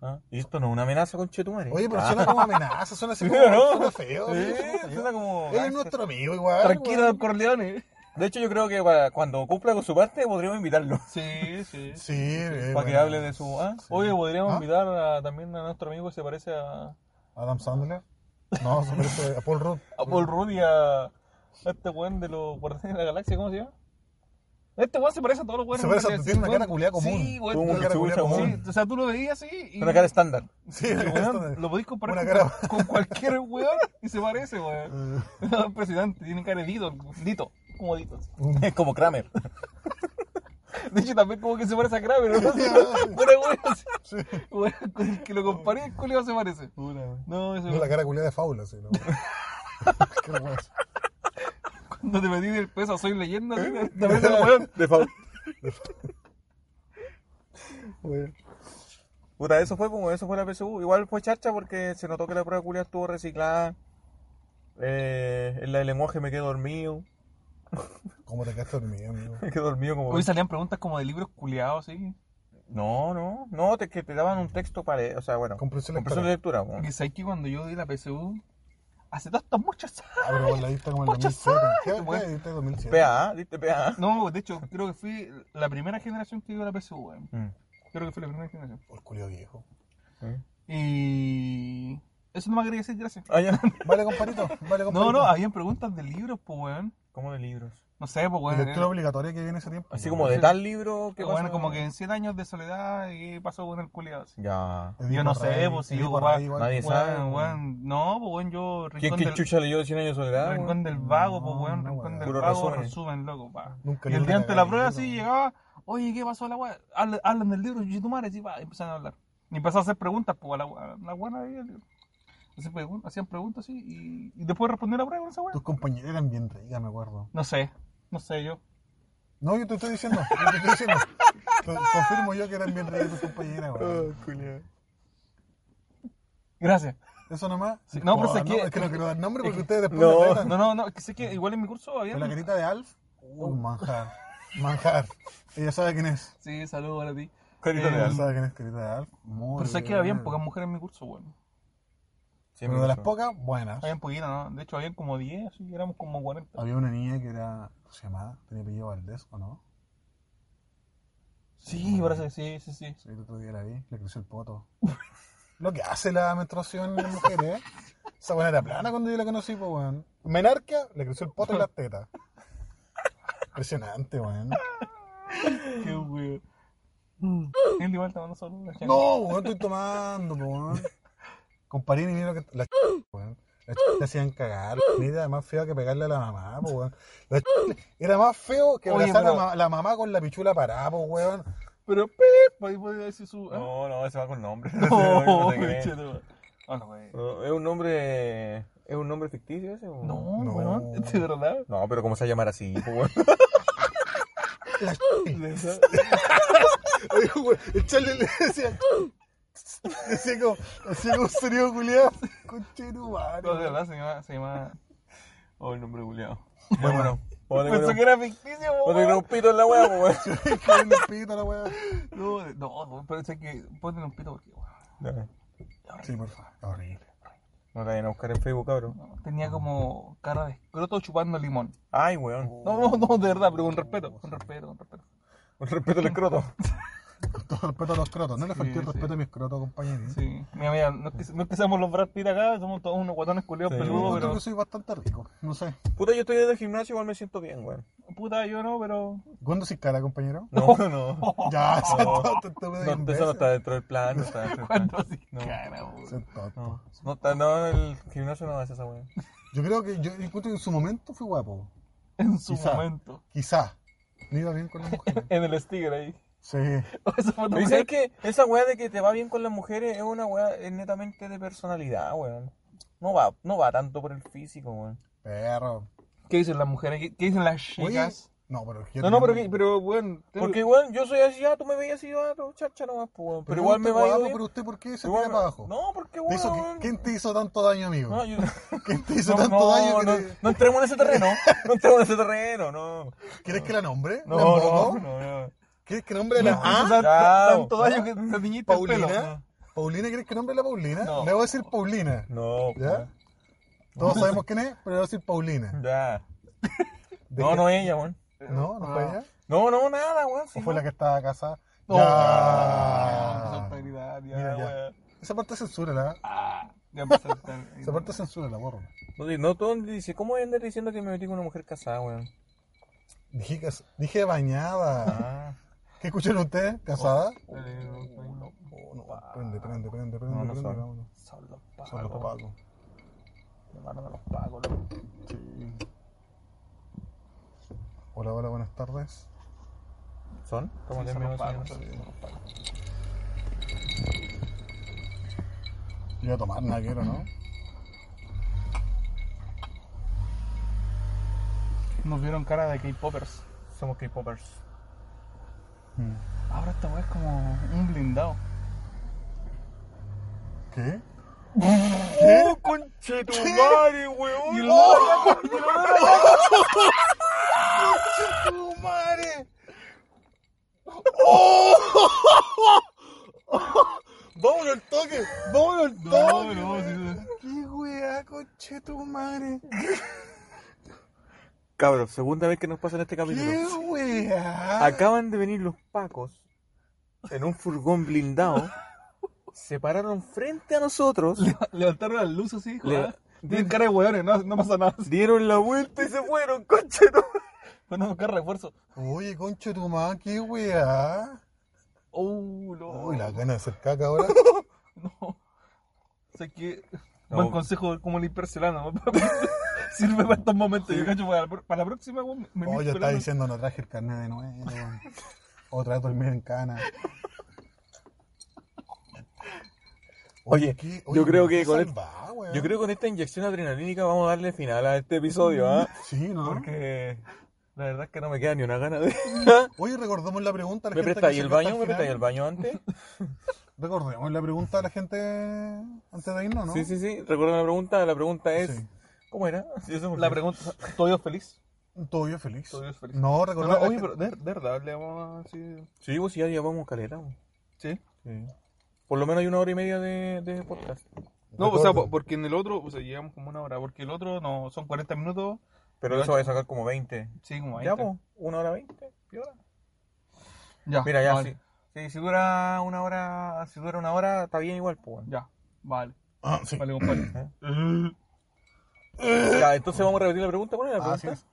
Speaker 2: ¿Ah? Y esto no es una amenaza con Chetumare.
Speaker 4: Oye, pero suena como amenaza, suena así como
Speaker 2: ¿no?
Speaker 4: suena feo.
Speaker 2: Sí,
Speaker 4: suena feo.
Speaker 2: suena como
Speaker 4: Él es
Speaker 2: gangster.
Speaker 4: nuestro amigo igual.
Speaker 5: Tranquilo,
Speaker 4: weón.
Speaker 5: don Corleone.
Speaker 2: De hecho, yo creo que para cuando cumpla con su parte podríamos invitarlo.
Speaker 5: Sí, sí.
Speaker 4: Sí, eh,
Speaker 2: Para que
Speaker 4: bueno.
Speaker 2: hable de su... ¿ah?
Speaker 5: Oye, podríamos
Speaker 4: ¿Ah?
Speaker 5: invitar a- también a nuestro amigo que se parece a,
Speaker 4: Adam Sandler. No, se parece a Paul Rudd.
Speaker 5: a Paul Rudd y a, a este weón de los Guardianes de la Galaxia, ¿cómo se llama? Este weón se parece a todos los weones.
Speaker 4: Se parece a- tiene una
Speaker 5: Weón,
Speaker 4: cara culiá común.
Speaker 5: Sí, weón.
Speaker 2: Como
Speaker 4: Una
Speaker 2: que
Speaker 4: cara
Speaker 2: chucha,
Speaker 4: culiá
Speaker 2: weón.
Speaker 5: Sí, o sea, tú lo veías así y
Speaker 2: Una cara estándar.
Speaker 4: Sí,
Speaker 5: y, weón,
Speaker 4: esto-
Speaker 5: lo podéis comparar
Speaker 4: Una
Speaker 5: con,
Speaker 4: cara-
Speaker 5: con cualquier weón y se parece, weón. Es
Speaker 4: Ah.
Speaker 5: impresionante, tiene cara de Dito, Dito, como Dito. así.
Speaker 4: Mm.
Speaker 2: Es como Kramer.
Speaker 5: De hecho, también como que se parece a Kramer, ¿no?
Speaker 4: Sí.
Speaker 5: Pura weón, así. Weón, con el que lo comparé, el culiao se parece. No, eso
Speaker 4: No, la cara culiada de Faula, sí. no. Qué hermoso.
Speaker 5: Cuando te metí del peso, soy leyenda, así,
Speaker 4: ¿Eh?
Speaker 5: también se lo weón.
Speaker 2: De favor. Puta, eso fue como eso fue la PSU. Igual fue charcha porque se notó que la prueba culia estuvo reciclada. Eh, en la de lenguaje me quedé dormido.
Speaker 4: ¿Cómo te quedaste dormido, amigo?
Speaker 2: Me quedé dormido como.
Speaker 5: Hoy salían preguntas como de libros culiados, sí.
Speaker 2: No, no, no, te, que te daban un texto para. leer, O sea, bueno.
Speaker 4: Comprensión
Speaker 2: comprensión de lectura. bueno.
Speaker 5: Porque sabes que cuando yo di la PSU, hace tantos muchos años.
Speaker 4: Ah, pero vos la diste como en
Speaker 5: Pocha
Speaker 4: 2007. ¿Qué
Speaker 5: sangre,
Speaker 4: qué
Speaker 5: weón.
Speaker 4: diste en 2007?
Speaker 2: PA, ¿viste? PA.
Speaker 5: No, de hecho, creo que fui la primera generación que dio la PSU, weón.
Speaker 2: Mm.
Speaker 5: Creo que fui la primera generación.
Speaker 4: Por culiao viejo.
Speaker 5: Y. Eso no me quería decir, gracias.
Speaker 2: Ah, ya.
Speaker 4: Vale, comparito. Vale, comparito.
Speaker 5: No, no, habían preguntas de libros, pues, weón.
Speaker 2: Como de libros.
Speaker 5: No sé, pues,
Speaker 4: Y
Speaker 5: weón.
Speaker 4: Lectura
Speaker 5: era-
Speaker 4: obligatoria que viene ese tiempo.
Speaker 2: Así como de tal libro que
Speaker 5: Weón,
Speaker 2: pasa-
Speaker 5: como que en 100 años de soledad, ¿qué pasó con el culiado?
Speaker 2: Ya.
Speaker 4: Edipo
Speaker 5: yo no sé,
Speaker 4: Rey,
Speaker 5: pues, si
Speaker 4: Edipo
Speaker 5: yo,
Speaker 4: Rey
Speaker 5: weón,
Speaker 4: igual.
Speaker 2: Nadie sabe.
Speaker 5: Weón, weón. No, pues, weón, yo.
Speaker 2: ¿Quién,
Speaker 5: Rincón
Speaker 2: quién
Speaker 5: del-
Speaker 2: chucha leyó 100 años de soledad? weón?
Speaker 5: Rincón del Vago, pues, weón,
Speaker 4: no,
Speaker 5: Rincón
Speaker 4: weón.
Speaker 5: del
Speaker 2: Puro
Speaker 5: Vago,
Speaker 2: resumen.
Speaker 5: resumen, loco, pa.
Speaker 4: Nunca
Speaker 5: y
Speaker 4: leí
Speaker 5: el
Speaker 4: una
Speaker 5: día antes de la
Speaker 4: cagada de
Speaker 5: prueba,
Speaker 4: libro,
Speaker 5: sí,
Speaker 4: weón.
Speaker 5: llegaba, oye, ¿qué pasó la weá? Hablan, hablan del libro de tu madre, sí, pa, y empezaron a hablar. Y empezó a hacer preguntas, pues, a la weá, la weá no había libro. Hacían pregun- Hacían preguntas, sí, y, y después responder la prueba con esa weá.
Speaker 4: Tus compañeras eran bien ricas, me acuerdo.
Speaker 5: No sé, no sé yo.
Speaker 4: No, yo te estoy diciendo. Yo te estoy diciendo. Co- Confirmo yo que eran bien ricas tus compañeras, weón.
Speaker 5: Gracias.
Speaker 4: Eso nomás.
Speaker 5: Sí, no, pero sé que-
Speaker 4: Es que no quiero dar nombre porque ustedes después
Speaker 2: No.
Speaker 4: me retan.
Speaker 5: No, no, no, que sé que igual en mi curso había.
Speaker 4: Pero La carita de Alf. Uy, uh, manjar. Manjar. Ella sabe quién es.
Speaker 5: Sí, saludos para ti.
Speaker 2: Carita
Speaker 5: Eh,
Speaker 2: de
Speaker 4: Ella
Speaker 2: alza.
Speaker 4: sabe quién es Carita de Alf. Muy
Speaker 5: Pero sé
Speaker 4: bien.
Speaker 5: que habían pocas mujeres en mi curso, bueno.
Speaker 2: Sí,
Speaker 4: Pero
Speaker 2: me
Speaker 4: de las
Speaker 2: pasó.
Speaker 4: pocas, buenas.
Speaker 5: Habían poquitas, ¿no? De hecho, habían como 10, así, éramos como 40.
Speaker 4: Había una niña que era. ¿Cómo se llamaba? Tenía apellido Valdés, ¿o no?
Speaker 5: Sí, parece, sí, sí, sí.
Speaker 4: Sí, el otro día la vi, le creció el poto. Lo que hace la menstruación en las mujeres, ¿eh? Esa buena era plana cuando yo la conocí, pues, weón. Menarca, le creció el poto en las tetas. Impresionante, weón.
Speaker 5: Qué weón. Él igual te mandó saludos. la
Speaker 4: No, weón, estoy tomando, po, weón. Comparín y mira que. La ch... weón. Las ch... te hacían cagar, weón. Era más feo que pegarle a la mamá, po, weón. La ch... Era más feo que
Speaker 5: Oye,
Speaker 4: abrazar a la,
Speaker 5: pero-
Speaker 4: ma- la mamá con la pichula parada, po, weón.
Speaker 5: Pero Pep, ahí podía decir su. ¿eh?
Speaker 2: No, no, ese va con nombre.
Speaker 5: No,
Speaker 2: No te creas.
Speaker 5: conchetumare. Ah, no, güey.
Speaker 2: No, es un nombre. ¿Es un nombre ficticio ese? o?
Speaker 5: No, weón, de verdad.
Speaker 2: No, pero ¿cómo se va a llamar así? po, weón?
Speaker 4: La ch...
Speaker 5: De verdad.
Speaker 4: Oye, weón, el Charlie le decía. Decía como, hacía como un sonido culiado. Conchetumare.
Speaker 5: No, de verdad se llama. Se llama... Oh, el nombre culiao.
Speaker 2: Ya, bueno. Vos te
Speaker 5: Pensó
Speaker 2: creas-
Speaker 5: que era ficticio,
Speaker 2: vos te
Speaker 5: weón.
Speaker 2: creas un pito en la weá, po, weón.
Speaker 4: Con el pito a la weá.
Speaker 5: No, de- no, weón, pero sé que. Ponte un pito porque, weón.
Speaker 2: Ya.
Speaker 4: Sí, por favor. Horrible.
Speaker 2: No te vayan a buscar en Facebook, cabrón.
Speaker 5: Tenía como cara de escroto chupando limón.
Speaker 2: Ay, weón.
Speaker 5: No, no, no, de verdad, pero con respeto. Con respeto, con respeto.
Speaker 2: Con respeto al escroto.
Speaker 4: Con todo respeto a los crotos. No le falté el
Speaker 5: sí.
Speaker 4: respeto a mis crotos, compañeros.
Speaker 5: Sí, mira, mira, no es que, no es que seamos los Brad Pitt acá, somos todos unos guatones culiados
Speaker 2: Sí.
Speaker 4: Yo
Speaker 5: peludos,
Speaker 4: encuentro
Speaker 5: pero.
Speaker 4: que soy bastante rico. No sé.
Speaker 2: Puta, yo estoy desde el gimnasio, igual me siento bien, weón.
Speaker 5: Puta, yo no, pero.
Speaker 4: ¿Cuándo sin cara, compañero?
Speaker 2: No, no.
Speaker 4: Ya, se tonto
Speaker 2: Oh. No, eso no está dentro del plan, no está dentro del plan.
Speaker 5: ¿Cuánto así?
Speaker 2: No.
Speaker 5: Ah, Cara, weón.
Speaker 2: No, no está, no, el gimnasio no hace esa weón.
Speaker 4: Yo creo que yo encuentro que en su momento fui guapo.
Speaker 5: En su
Speaker 4: Quizá.
Speaker 5: momento.
Speaker 4: Quizá. Me iba bien con las mujeres.
Speaker 5: En el sticker ahí.
Speaker 4: Sí.
Speaker 5: Esa foto
Speaker 2: Pero
Speaker 5: mía-
Speaker 2: ¿sabes que esa weá de que te va bien con las mujeres es una weá es netamente de personalidad, weón. No va, no va tanto por el físico, weón.
Speaker 4: Perro.
Speaker 5: ¿Qué dicen las mujeres? ¿Qué, qué dicen las
Speaker 4: Oye.
Speaker 5: chicas?
Speaker 4: No, pero yo
Speaker 5: no, no,
Speaker 4: tenía-
Speaker 5: pero, qué- pero bueno. te-
Speaker 2: Porque igual yo soy así, ah, tú me veías así, ah, no, chacha nomás, pues, weón. Pero igual me
Speaker 4: usted
Speaker 2: va a
Speaker 5: ah,
Speaker 2: ir
Speaker 4: guapo,
Speaker 2: bien.
Speaker 4: Pero usted, ¿por qué se
Speaker 2: Igual
Speaker 4: tira
Speaker 2: me-
Speaker 4: para abajo?
Speaker 2: No, porque
Speaker 4: ¿Te hizo-
Speaker 2: weón.
Speaker 4: ¿Quién te hizo tanto daño, amigo?
Speaker 2: No, yo...
Speaker 4: ¿Quién te hizo
Speaker 2: no,
Speaker 4: tanto daño que
Speaker 2: no,
Speaker 4: te-
Speaker 2: no entremos en ese terreno, no entremos en ese terreno, no.
Speaker 4: ¿Quieres que la nombre?
Speaker 2: No,
Speaker 4: ¿La
Speaker 2: no,
Speaker 4: emboco?
Speaker 2: no, no.
Speaker 4: ¿Quieres que nombre la
Speaker 5: Hizo
Speaker 4: A?
Speaker 5: tan-
Speaker 2: ya,
Speaker 5: tanto
Speaker 2: weón.
Speaker 5: daño que te tiñiste el pelo.
Speaker 4: Ah, ¿Paulina? ¿Paulina? ¿Quieres que nombre la Paulina?
Speaker 2: No.
Speaker 4: Le voy a decir Paulina.
Speaker 2: No,
Speaker 4: ¿Ya? Todos sabemos quién es, pero le voy a decir Paulina.
Speaker 2: weón. ya.
Speaker 4: ¿De
Speaker 2: No,
Speaker 4: qué?
Speaker 2: no ella, weón.
Speaker 4: ¿No? ¿No fue ella?
Speaker 2: No, no, nada, weón. sí,
Speaker 4: ¿O fue
Speaker 2: no.
Speaker 4: la que estaba casada?
Speaker 5: No.
Speaker 4: Ya.
Speaker 5: Ah, qué solidaridad, ya,
Speaker 4: Mira, ya.
Speaker 5: weón.
Speaker 4: Esa parte censúrala.
Speaker 5: Ah, ya empezó a estar.
Speaker 4: Esa parte censúrala, borro.
Speaker 2: No, di- no, todo dice, ¿cómo voy a andar diciendo que me metí con una mujer casada, weón?
Speaker 4: Dije, cas- dije bañada.
Speaker 2: Ah,
Speaker 4: ¿Qué escucharon ustedes? ¿Casada?
Speaker 5: Dale, weón.
Speaker 4: Oh, no. Prende, prende, prende, prende,
Speaker 2: No, no
Speaker 4: prende.
Speaker 2: son.
Speaker 4: vámonos.
Speaker 5: Son los
Speaker 4: Son los
Speaker 5: pagos.
Speaker 4: pagos.
Speaker 5: Llamaron a los pagos, loco.
Speaker 4: Hola, hola, buenas tardes.
Speaker 2: ¿son? ¿Cómo
Speaker 5: Sí,
Speaker 2: te
Speaker 5: son los
Speaker 2: llamas,
Speaker 5: pagos,
Speaker 2: señor?
Speaker 5: son los pagos.
Speaker 4: Yo voy a tomar, nada quiero, ¿no?
Speaker 5: Nos vieron cara de K-Poppers.
Speaker 2: Somos K-popers.
Speaker 5: Hmm. Ahora esta weá es como un blindado.
Speaker 4: ¿Qué?
Speaker 2: ¡Oh, conche tu madre, weón!
Speaker 4: ¡Tu madre! ¡Vámonos al toque! ¡Vámonos al toque!
Speaker 5: no,
Speaker 4: weón! ¡Qué weá, coche tu madre!
Speaker 2: Cabros, segunda vez que nos pasa en este capítulo.
Speaker 4: ¡Qué weá!
Speaker 2: Acaban de venir los pacos en un furgón blindado. se pararon frente a nosotros.
Speaker 5: Levantaron las luces así,
Speaker 2: Le-
Speaker 5: joder. Tienen cara de weones, no, no pasa nada.
Speaker 2: Dieron la vuelta y se fueron, conche tu
Speaker 5: Bueno, buscar refuerzo.
Speaker 4: Oye, conche tu madre, qué weá.
Speaker 5: Oh, no.
Speaker 4: Uy, la gana de hacer caca ahora.
Speaker 5: No. O sea que.
Speaker 2: No.
Speaker 5: Buen consejo como el hipercelano. ¿no? Sirve para estos momentos. Yo cacho para, la- para la próxima, weón. me- me
Speaker 4: Oye,
Speaker 5: limpio
Speaker 4: está
Speaker 5: la-
Speaker 4: Oh, diciendo, no traje el carnet de nuevo. weón. Otra vez dormir en cana.
Speaker 2: Oye,
Speaker 4: qué-
Speaker 2: yo creo que
Speaker 4: qué
Speaker 2: con el-
Speaker 4: salvada, weón.
Speaker 2: Yo creo que con esta inyección adrenalínica vamos a darle final a este episodio, ¿ah?
Speaker 4: Sí, ¿no?
Speaker 2: Porque la verdad es que no me queda ni una gana de.
Speaker 4: Oye, recordemos la pregunta. a la
Speaker 2: ¿Me
Speaker 4: gente que
Speaker 2: prestáis
Speaker 4: se
Speaker 2: el
Speaker 4: quedó hasta
Speaker 2: baño?
Speaker 4: final.
Speaker 2: ¿Me prestáis el baño antes?
Speaker 4: Recordemos la pregunta a la gente antes de irnos, ¿no?
Speaker 2: Sí, sí, sí. Recuerda la pregunta. La pregunta es.
Speaker 4: Sí.
Speaker 2: ¿Cómo era? Sí, eso me
Speaker 5: La
Speaker 2: olvidé.
Speaker 5: pregunta: ¿Todo feliz?
Speaker 7: Todo yo feliz.
Speaker 5: Todo Dios feliz.
Speaker 7: No,
Speaker 5: Pero,
Speaker 7: recordar.
Speaker 5: oye, pero de, de verdad, le vamos a decir.
Speaker 2: Sí, pues ya llevamos caleta. po.
Speaker 5: Sí.
Speaker 2: Sí. Por lo menos hay una hora y media de, de podcast.
Speaker 5: No, o sea, po- porque en el otro, o sea, llegamos como una hora, porque el otro no son 40 minutos,
Speaker 2: Pero eso va a sacar como 20.
Speaker 5: sí, como ahí.
Speaker 2: Ya, pues, una hora 20. piola.
Speaker 5: ya,
Speaker 2: Mira, ya,
Speaker 5: vale,
Speaker 2: sí. Ah, Sí, si dura una hora, si dura una hora, está bien igual, pues.
Speaker 5: Ya, vale.
Speaker 4: Ah, sí.
Speaker 5: Vale, compadre.
Speaker 2: Ya, entonces vamos a repetir la pregunta. ¿Cuál era la
Speaker 4: Ah,
Speaker 2: pregunta?
Speaker 4: sí.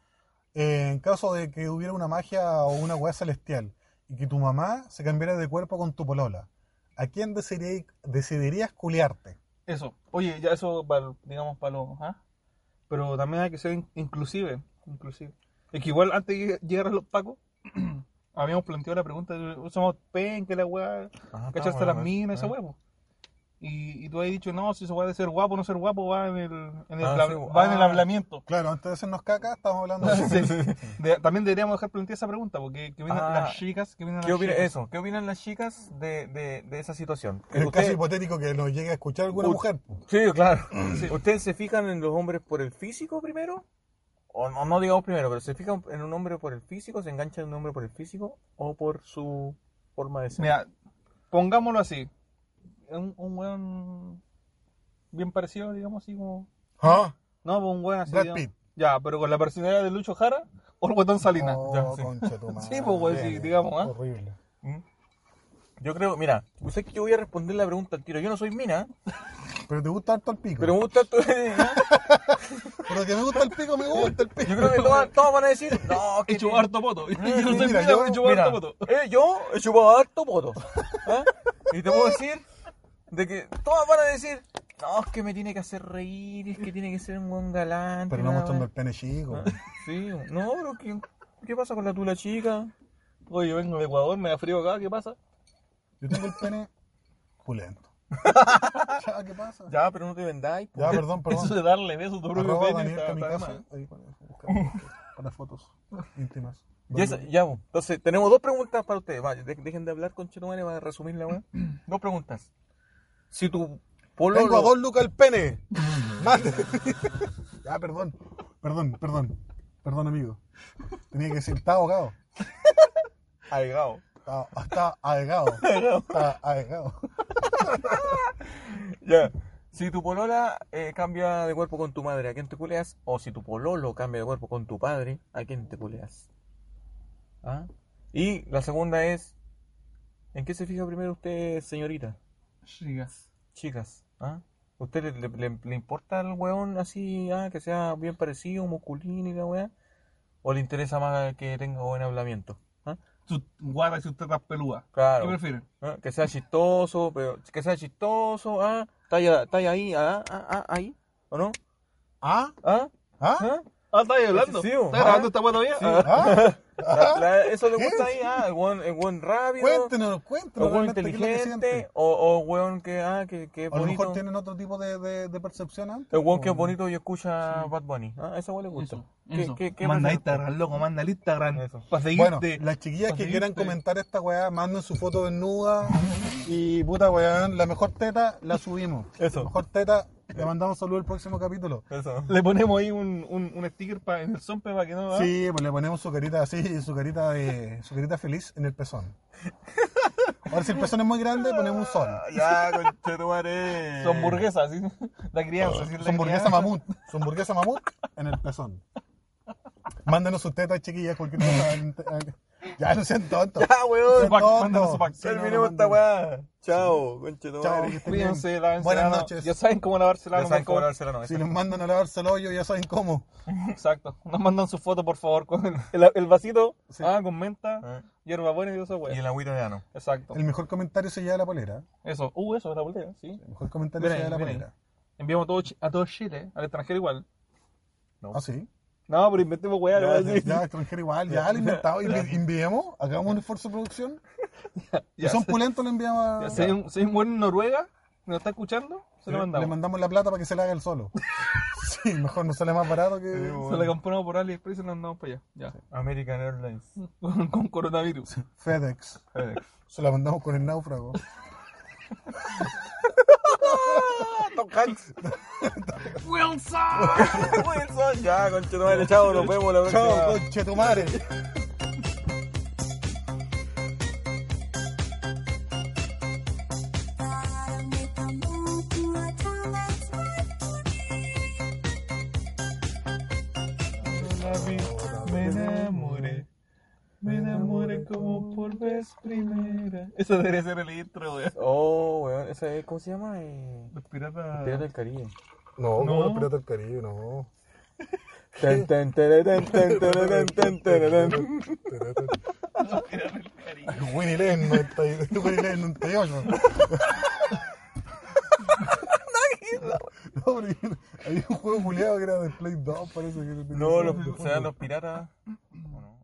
Speaker 4: Eh, en caso de que hubiera una magia o una hueá celestial y que tu mamá se cambiara de cuerpo con tu polola, ¿a quién decidirí- decidirías culiarte?
Speaker 5: Eso. Oye, ya eso, para, digamos, para los. ¿ah? Pero también hay que ser in- inclusive. inclusive. Es que igual antes de llegar a los pacos, habíamos planteado la pregunta: de, somos pen, que la weá,
Speaker 2: Ah,
Speaker 5: cachaste
Speaker 2: está,
Speaker 5: las
Speaker 2: bueno,
Speaker 5: minas,
Speaker 2: ah.
Speaker 5: esa huevo. Y, y tú has dicho, no, si eso va de ser guapo o no ser guapo, va en el, en el,
Speaker 2: Ah,
Speaker 5: bla-
Speaker 2: sí,
Speaker 5: va en el
Speaker 2: ah.
Speaker 5: hablamiento.
Speaker 4: Claro, antes de hacernos caca, estamos hablando de
Speaker 5: Sí. De- también deberíamos dejar plantear esa pregunta, porque que vienen
Speaker 2: Ah.
Speaker 5: las chicas, que vienen
Speaker 2: ¿Qué
Speaker 5: las
Speaker 2: opinan,
Speaker 5: chicas.
Speaker 2: eso? ¿Qué opinan las chicas de, de, de esa situación?
Speaker 4: el caso
Speaker 2: Ustedes-
Speaker 4: hipotético que nos llegue a escuchar alguna
Speaker 2: Ut-
Speaker 4: mujer. po.
Speaker 2: Sí, claro. ¿Ustedes se fijan en los hombres por el físico primero? O no, no digamos primero, pero ¿se fijan en un hombre por el físico? ¿Se enganchan en un hombre por el físico? ¿O por su forma de ser?
Speaker 5: Mira, pongámoslo así. Un, un weón bien parecido, digamos así como...
Speaker 4: ¿Ah?
Speaker 5: No, pues un weón así.
Speaker 4: Brad
Speaker 5: digamos.
Speaker 4: Pitt.
Speaker 5: Ya, pero con la personalidad de Lucho Jara o el guatón Salinas.
Speaker 4: Oh, concha tu madre.
Speaker 5: Sí, pues, güey, sí, digamos, ¿ah?
Speaker 4: Horrible.
Speaker 2: Yo creo, mira, pues es que yo voy a responder la pregunta al tiro. Yo no soy mina,
Speaker 4: Pero te gusta harto el pico.
Speaker 2: pero me gusta tu...
Speaker 4: Pero que me gusta el pico, me gusta el pico.
Speaker 2: Yo creo que todas, todas van a decir, no,
Speaker 5: He
Speaker 2: que
Speaker 5: hecho harto poto. Yo no soy
Speaker 4: mira,
Speaker 5: mira,
Speaker 4: yo-
Speaker 5: pero he hecho
Speaker 2: Eh, Ah, Mira,
Speaker 5: harto poto.
Speaker 2: eh, yo he chupado harto poto. ¿ah? Y te puedo decir de que todas van a decir, no, es que me tiene que hacer reír, es que tiene que ser un buen galán.
Speaker 4: Pero
Speaker 2: que
Speaker 4: no
Speaker 2: la
Speaker 4: mostrando
Speaker 2: wea".
Speaker 4: el pene chico.
Speaker 5: Ah.
Speaker 2: Sí, no, pero ¿qué, qué pasa con la tula chica?
Speaker 5: Oye, yo vengo de Ecuador, me da frío acá, ¿qué pasa?
Speaker 4: Yo tengo el pene pulento. Ya, ¿Qué pasa?
Speaker 2: Ya, pero no te vendáis. po.
Speaker 4: Ya, perdón, perdón.
Speaker 5: Eso de darle besos a tu propio
Speaker 4: Arroba
Speaker 5: pene
Speaker 4: Daniel
Speaker 5: está- está de
Speaker 4: Kamikaze,
Speaker 5: más.
Speaker 4: ahí para, buscar, para fotos íntimas.
Speaker 2: Ya, esa- ya, po. entonces tenemos dos preguntas para ustedes. Va, de- dejen de hablar con Chetumare para resumir la weá. Dos preguntas. Si tu polo.
Speaker 4: Tengo a dos lucas el pene. Mate. ya, perdón. Perdón, perdón. Perdón, amigo. Tenía que decir, está ahogado. Está, está ahogado. Está ahogado.
Speaker 2: Ya. Si tu polola eh, cambia de cuerpo con tu madre, ¿a quién te culeas? O si tu pololo cambia de cuerpo con tu padre, ¿a quién te culeas? ¿Ah? Y la segunda es, ¿en qué se fija primero usted, señorita?
Speaker 5: Chicas.
Speaker 2: Chicas, ¿ah? ¿Usted le, le- le- le importa el weón así, ah, que sea bien parecido, musculino y la weá? ¿O le interesa más que tenga buen hablamiento? ¿Ah?
Speaker 5: Sus guardas y sus tetas pelúas.
Speaker 2: Claro.
Speaker 5: ¿Qué prefieren?
Speaker 2: ¿Ah? Que sea chistoso, pero que sea chistoso, ¿ah? Talla, talla ahí, ah, ah, ah, ahí, ¿o no?
Speaker 4: ¿Ah?
Speaker 2: ¿Ah?
Speaker 4: ¿Ah?
Speaker 2: ¿Ah?
Speaker 5: Ah, está ahí hablando.
Speaker 2: Sí, sí, bo.
Speaker 5: ¿Está grabando esta guata bien?
Speaker 4: ¿Ah?
Speaker 2: La- la- eso le gusta ahí, ah, el weón, el weón rápido,
Speaker 4: Cuéntenos,
Speaker 2: el
Speaker 4: cuéntenos.
Speaker 2: weón
Speaker 4: realmente qué es lo que
Speaker 2: inteligente,
Speaker 4: siente.
Speaker 2: o, o weón que, ah, que, que es
Speaker 4: A lo mejor
Speaker 2: bonito,
Speaker 4: tienen otro tipo de, de, de percepción antes.
Speaker 2: el weón que es bonito y escucha Bad Bunny, ah, ese weón le gusta.
Speaker 5: Eso,
Speaker 2: ¿Qué-
Speaker 5: eso.
Speaker 2: qué- qué
Speaker 5: manda a
Speaker 2: prefiere?
Speaker 5: Instagram, loco, manda al Instagram.
Speaker 2: Eso.
Speaker 5: Para seguirte.
Speaker 4: Bueno, las chiquillas
Speaker 5: pa'
Speaker 4: que quieran
Speaker 5: seguirte.
Speaker 4: comentar esta weá, manden su foto desnuda. Y puta weón, la mejor teta la subimos.
Speaker 2: Eso.
Speaker 4: La mejor teta, le mandamos saludo el próximo capítulo.
Speaker 2: Eso.
Speaker 5: Le ponemos ahí un, un, un sticker pa- en el zompe para que no... ¿ah?
Speaker 4: Sí, pues le ponemos su carita así, su carita de, su carita feliz en el pezón. Ahora si el pezón es muy grande, ponemos un sol.
Speaker 2: Ya, conchetumare.
Speaker 5: Su hamburguesa, así. La crianza, así. la
Speaker 4: Su hamburguesa
Speaker 5: crianza.
Speaker 4: mamut, su hamburguesa mamut en el pezón. Mándenos sus tetas, chiquillas, cualquier cosa. eh, Ya no sean tontos.
Speaker 2: Ya,
Speaker 4: No
Speaker 2: weón.
Speaker 4: sean
Speaker 5: pack,
Speaker 4: tontos.
Speaker 5: mándanos su pack.
Speaker 4: Sí, no,
Speaker 2: Terminemos
Speaker 4: mándenos.
Speaker 2: esta weá. Chao, conchetumare.
Speaker 4: Chao, que estén bien.
Speaker 5: Cuídense, lávense
Speaker 4: Buenas
Speaker 5: la mano.
Speaker 4: noches.
Speaker 5: Ya saben cómo lavarse la
Speaker 2: Ya
Speaker 5: mano.
Speaker 2: saben
Speaker 5: por
Speaker 2: cómo
Speaker 5: favor.
Speaker 2: dársela, no,
Speaker 4: Si
Speaker 2: esa-
Speaker 4: los mandan a lavarse el hoyo, ya saben cómo.
Speaker 5: Exacto. Nos mandan su foto, por favor, con el, el, el vasito.
Speaker 4: Sí.
Speaker 5: Ah, con menta,
Speaker 2: Ah.
Speaker 5: hierba buena y todo eso,
Speaker 2: Y
Speaker 5: güey.
Speaker 2: el agüita de ano.
Speaker 5: Exacto.
Speaker 4: El mejor comentario se lleva la polera.
Speaker 5: Eso. Uh, eso, la bolera, sí.
Speaker 4: El mejor comentario
Speaker 5: Ven
Speaker 4: se
Speaker 5: ahí,
Speaker 4: lleva la
Speaker 5: ven ahí.
Speaker 4: polera.
Speaker 5: Enviamos a todo, Chi- a todo Chile, al extranjero igual.
Speaker 4: Ah, sí.
Speaker 5: No, pero inventemos weá, le voy a decir.
Speaker 4: Ya, extranjero igual, ya lo inventado. Invi- Enviemos, hagamos un esfuerzo de producción. Si
Speaker 5: Ya
Speaker 4: son
Speaker 5: sé.
Speaker 4: pulentos, le enviamos a-
Speaker 5: Ya, Si hay un, si hay un buen en Noruega, nos está escuchando, se lo
Speaker 4: Le
Speaker 5: mandamos.
Speaker 4: mandamos la plata para que se la haga el solo. sí, mejor no sale más barato que.
Speaker 5: Se lo compramos por AliExpress y nos mandamos para allá. Ya.
Speaker 2: American Airlines.
Speaker 5: Con, con coronavirus.
Speaker 4: FedEx. Se la mandamos con el náufrago.
Speaker 2: Tom Hanks. ¡Wilson! ¡Wilson! Ya, conchetumare, chao, nos vemos la próxima.
Speaker 4: Chao, pues. conche tu madre.
Speaker 5: la vi, me enamoré. Me enamoré como por vez primera. Eso debería ser el intro, weón.
Speaker 2: Oh, weón, esa es, ¿cómo se llama? Eh,
Speaker 5: Los piratas.
Speaker 2: Pirata del Caribe.
Speaker 8: No,
Speaker 5: No.
Speaker 8: no, los piratas del Caribe, no.
Speaker 2: Tan, tan, tararán, tan, tararán, tan, tararán.
Speaker 8: Winnie Len 98. Winnie Len 98.
Speaker 4: No, porque había un juego culiado que era de Play 2, parece que era de-
Speaker 2: No, los, serán los piratas. ¿o no?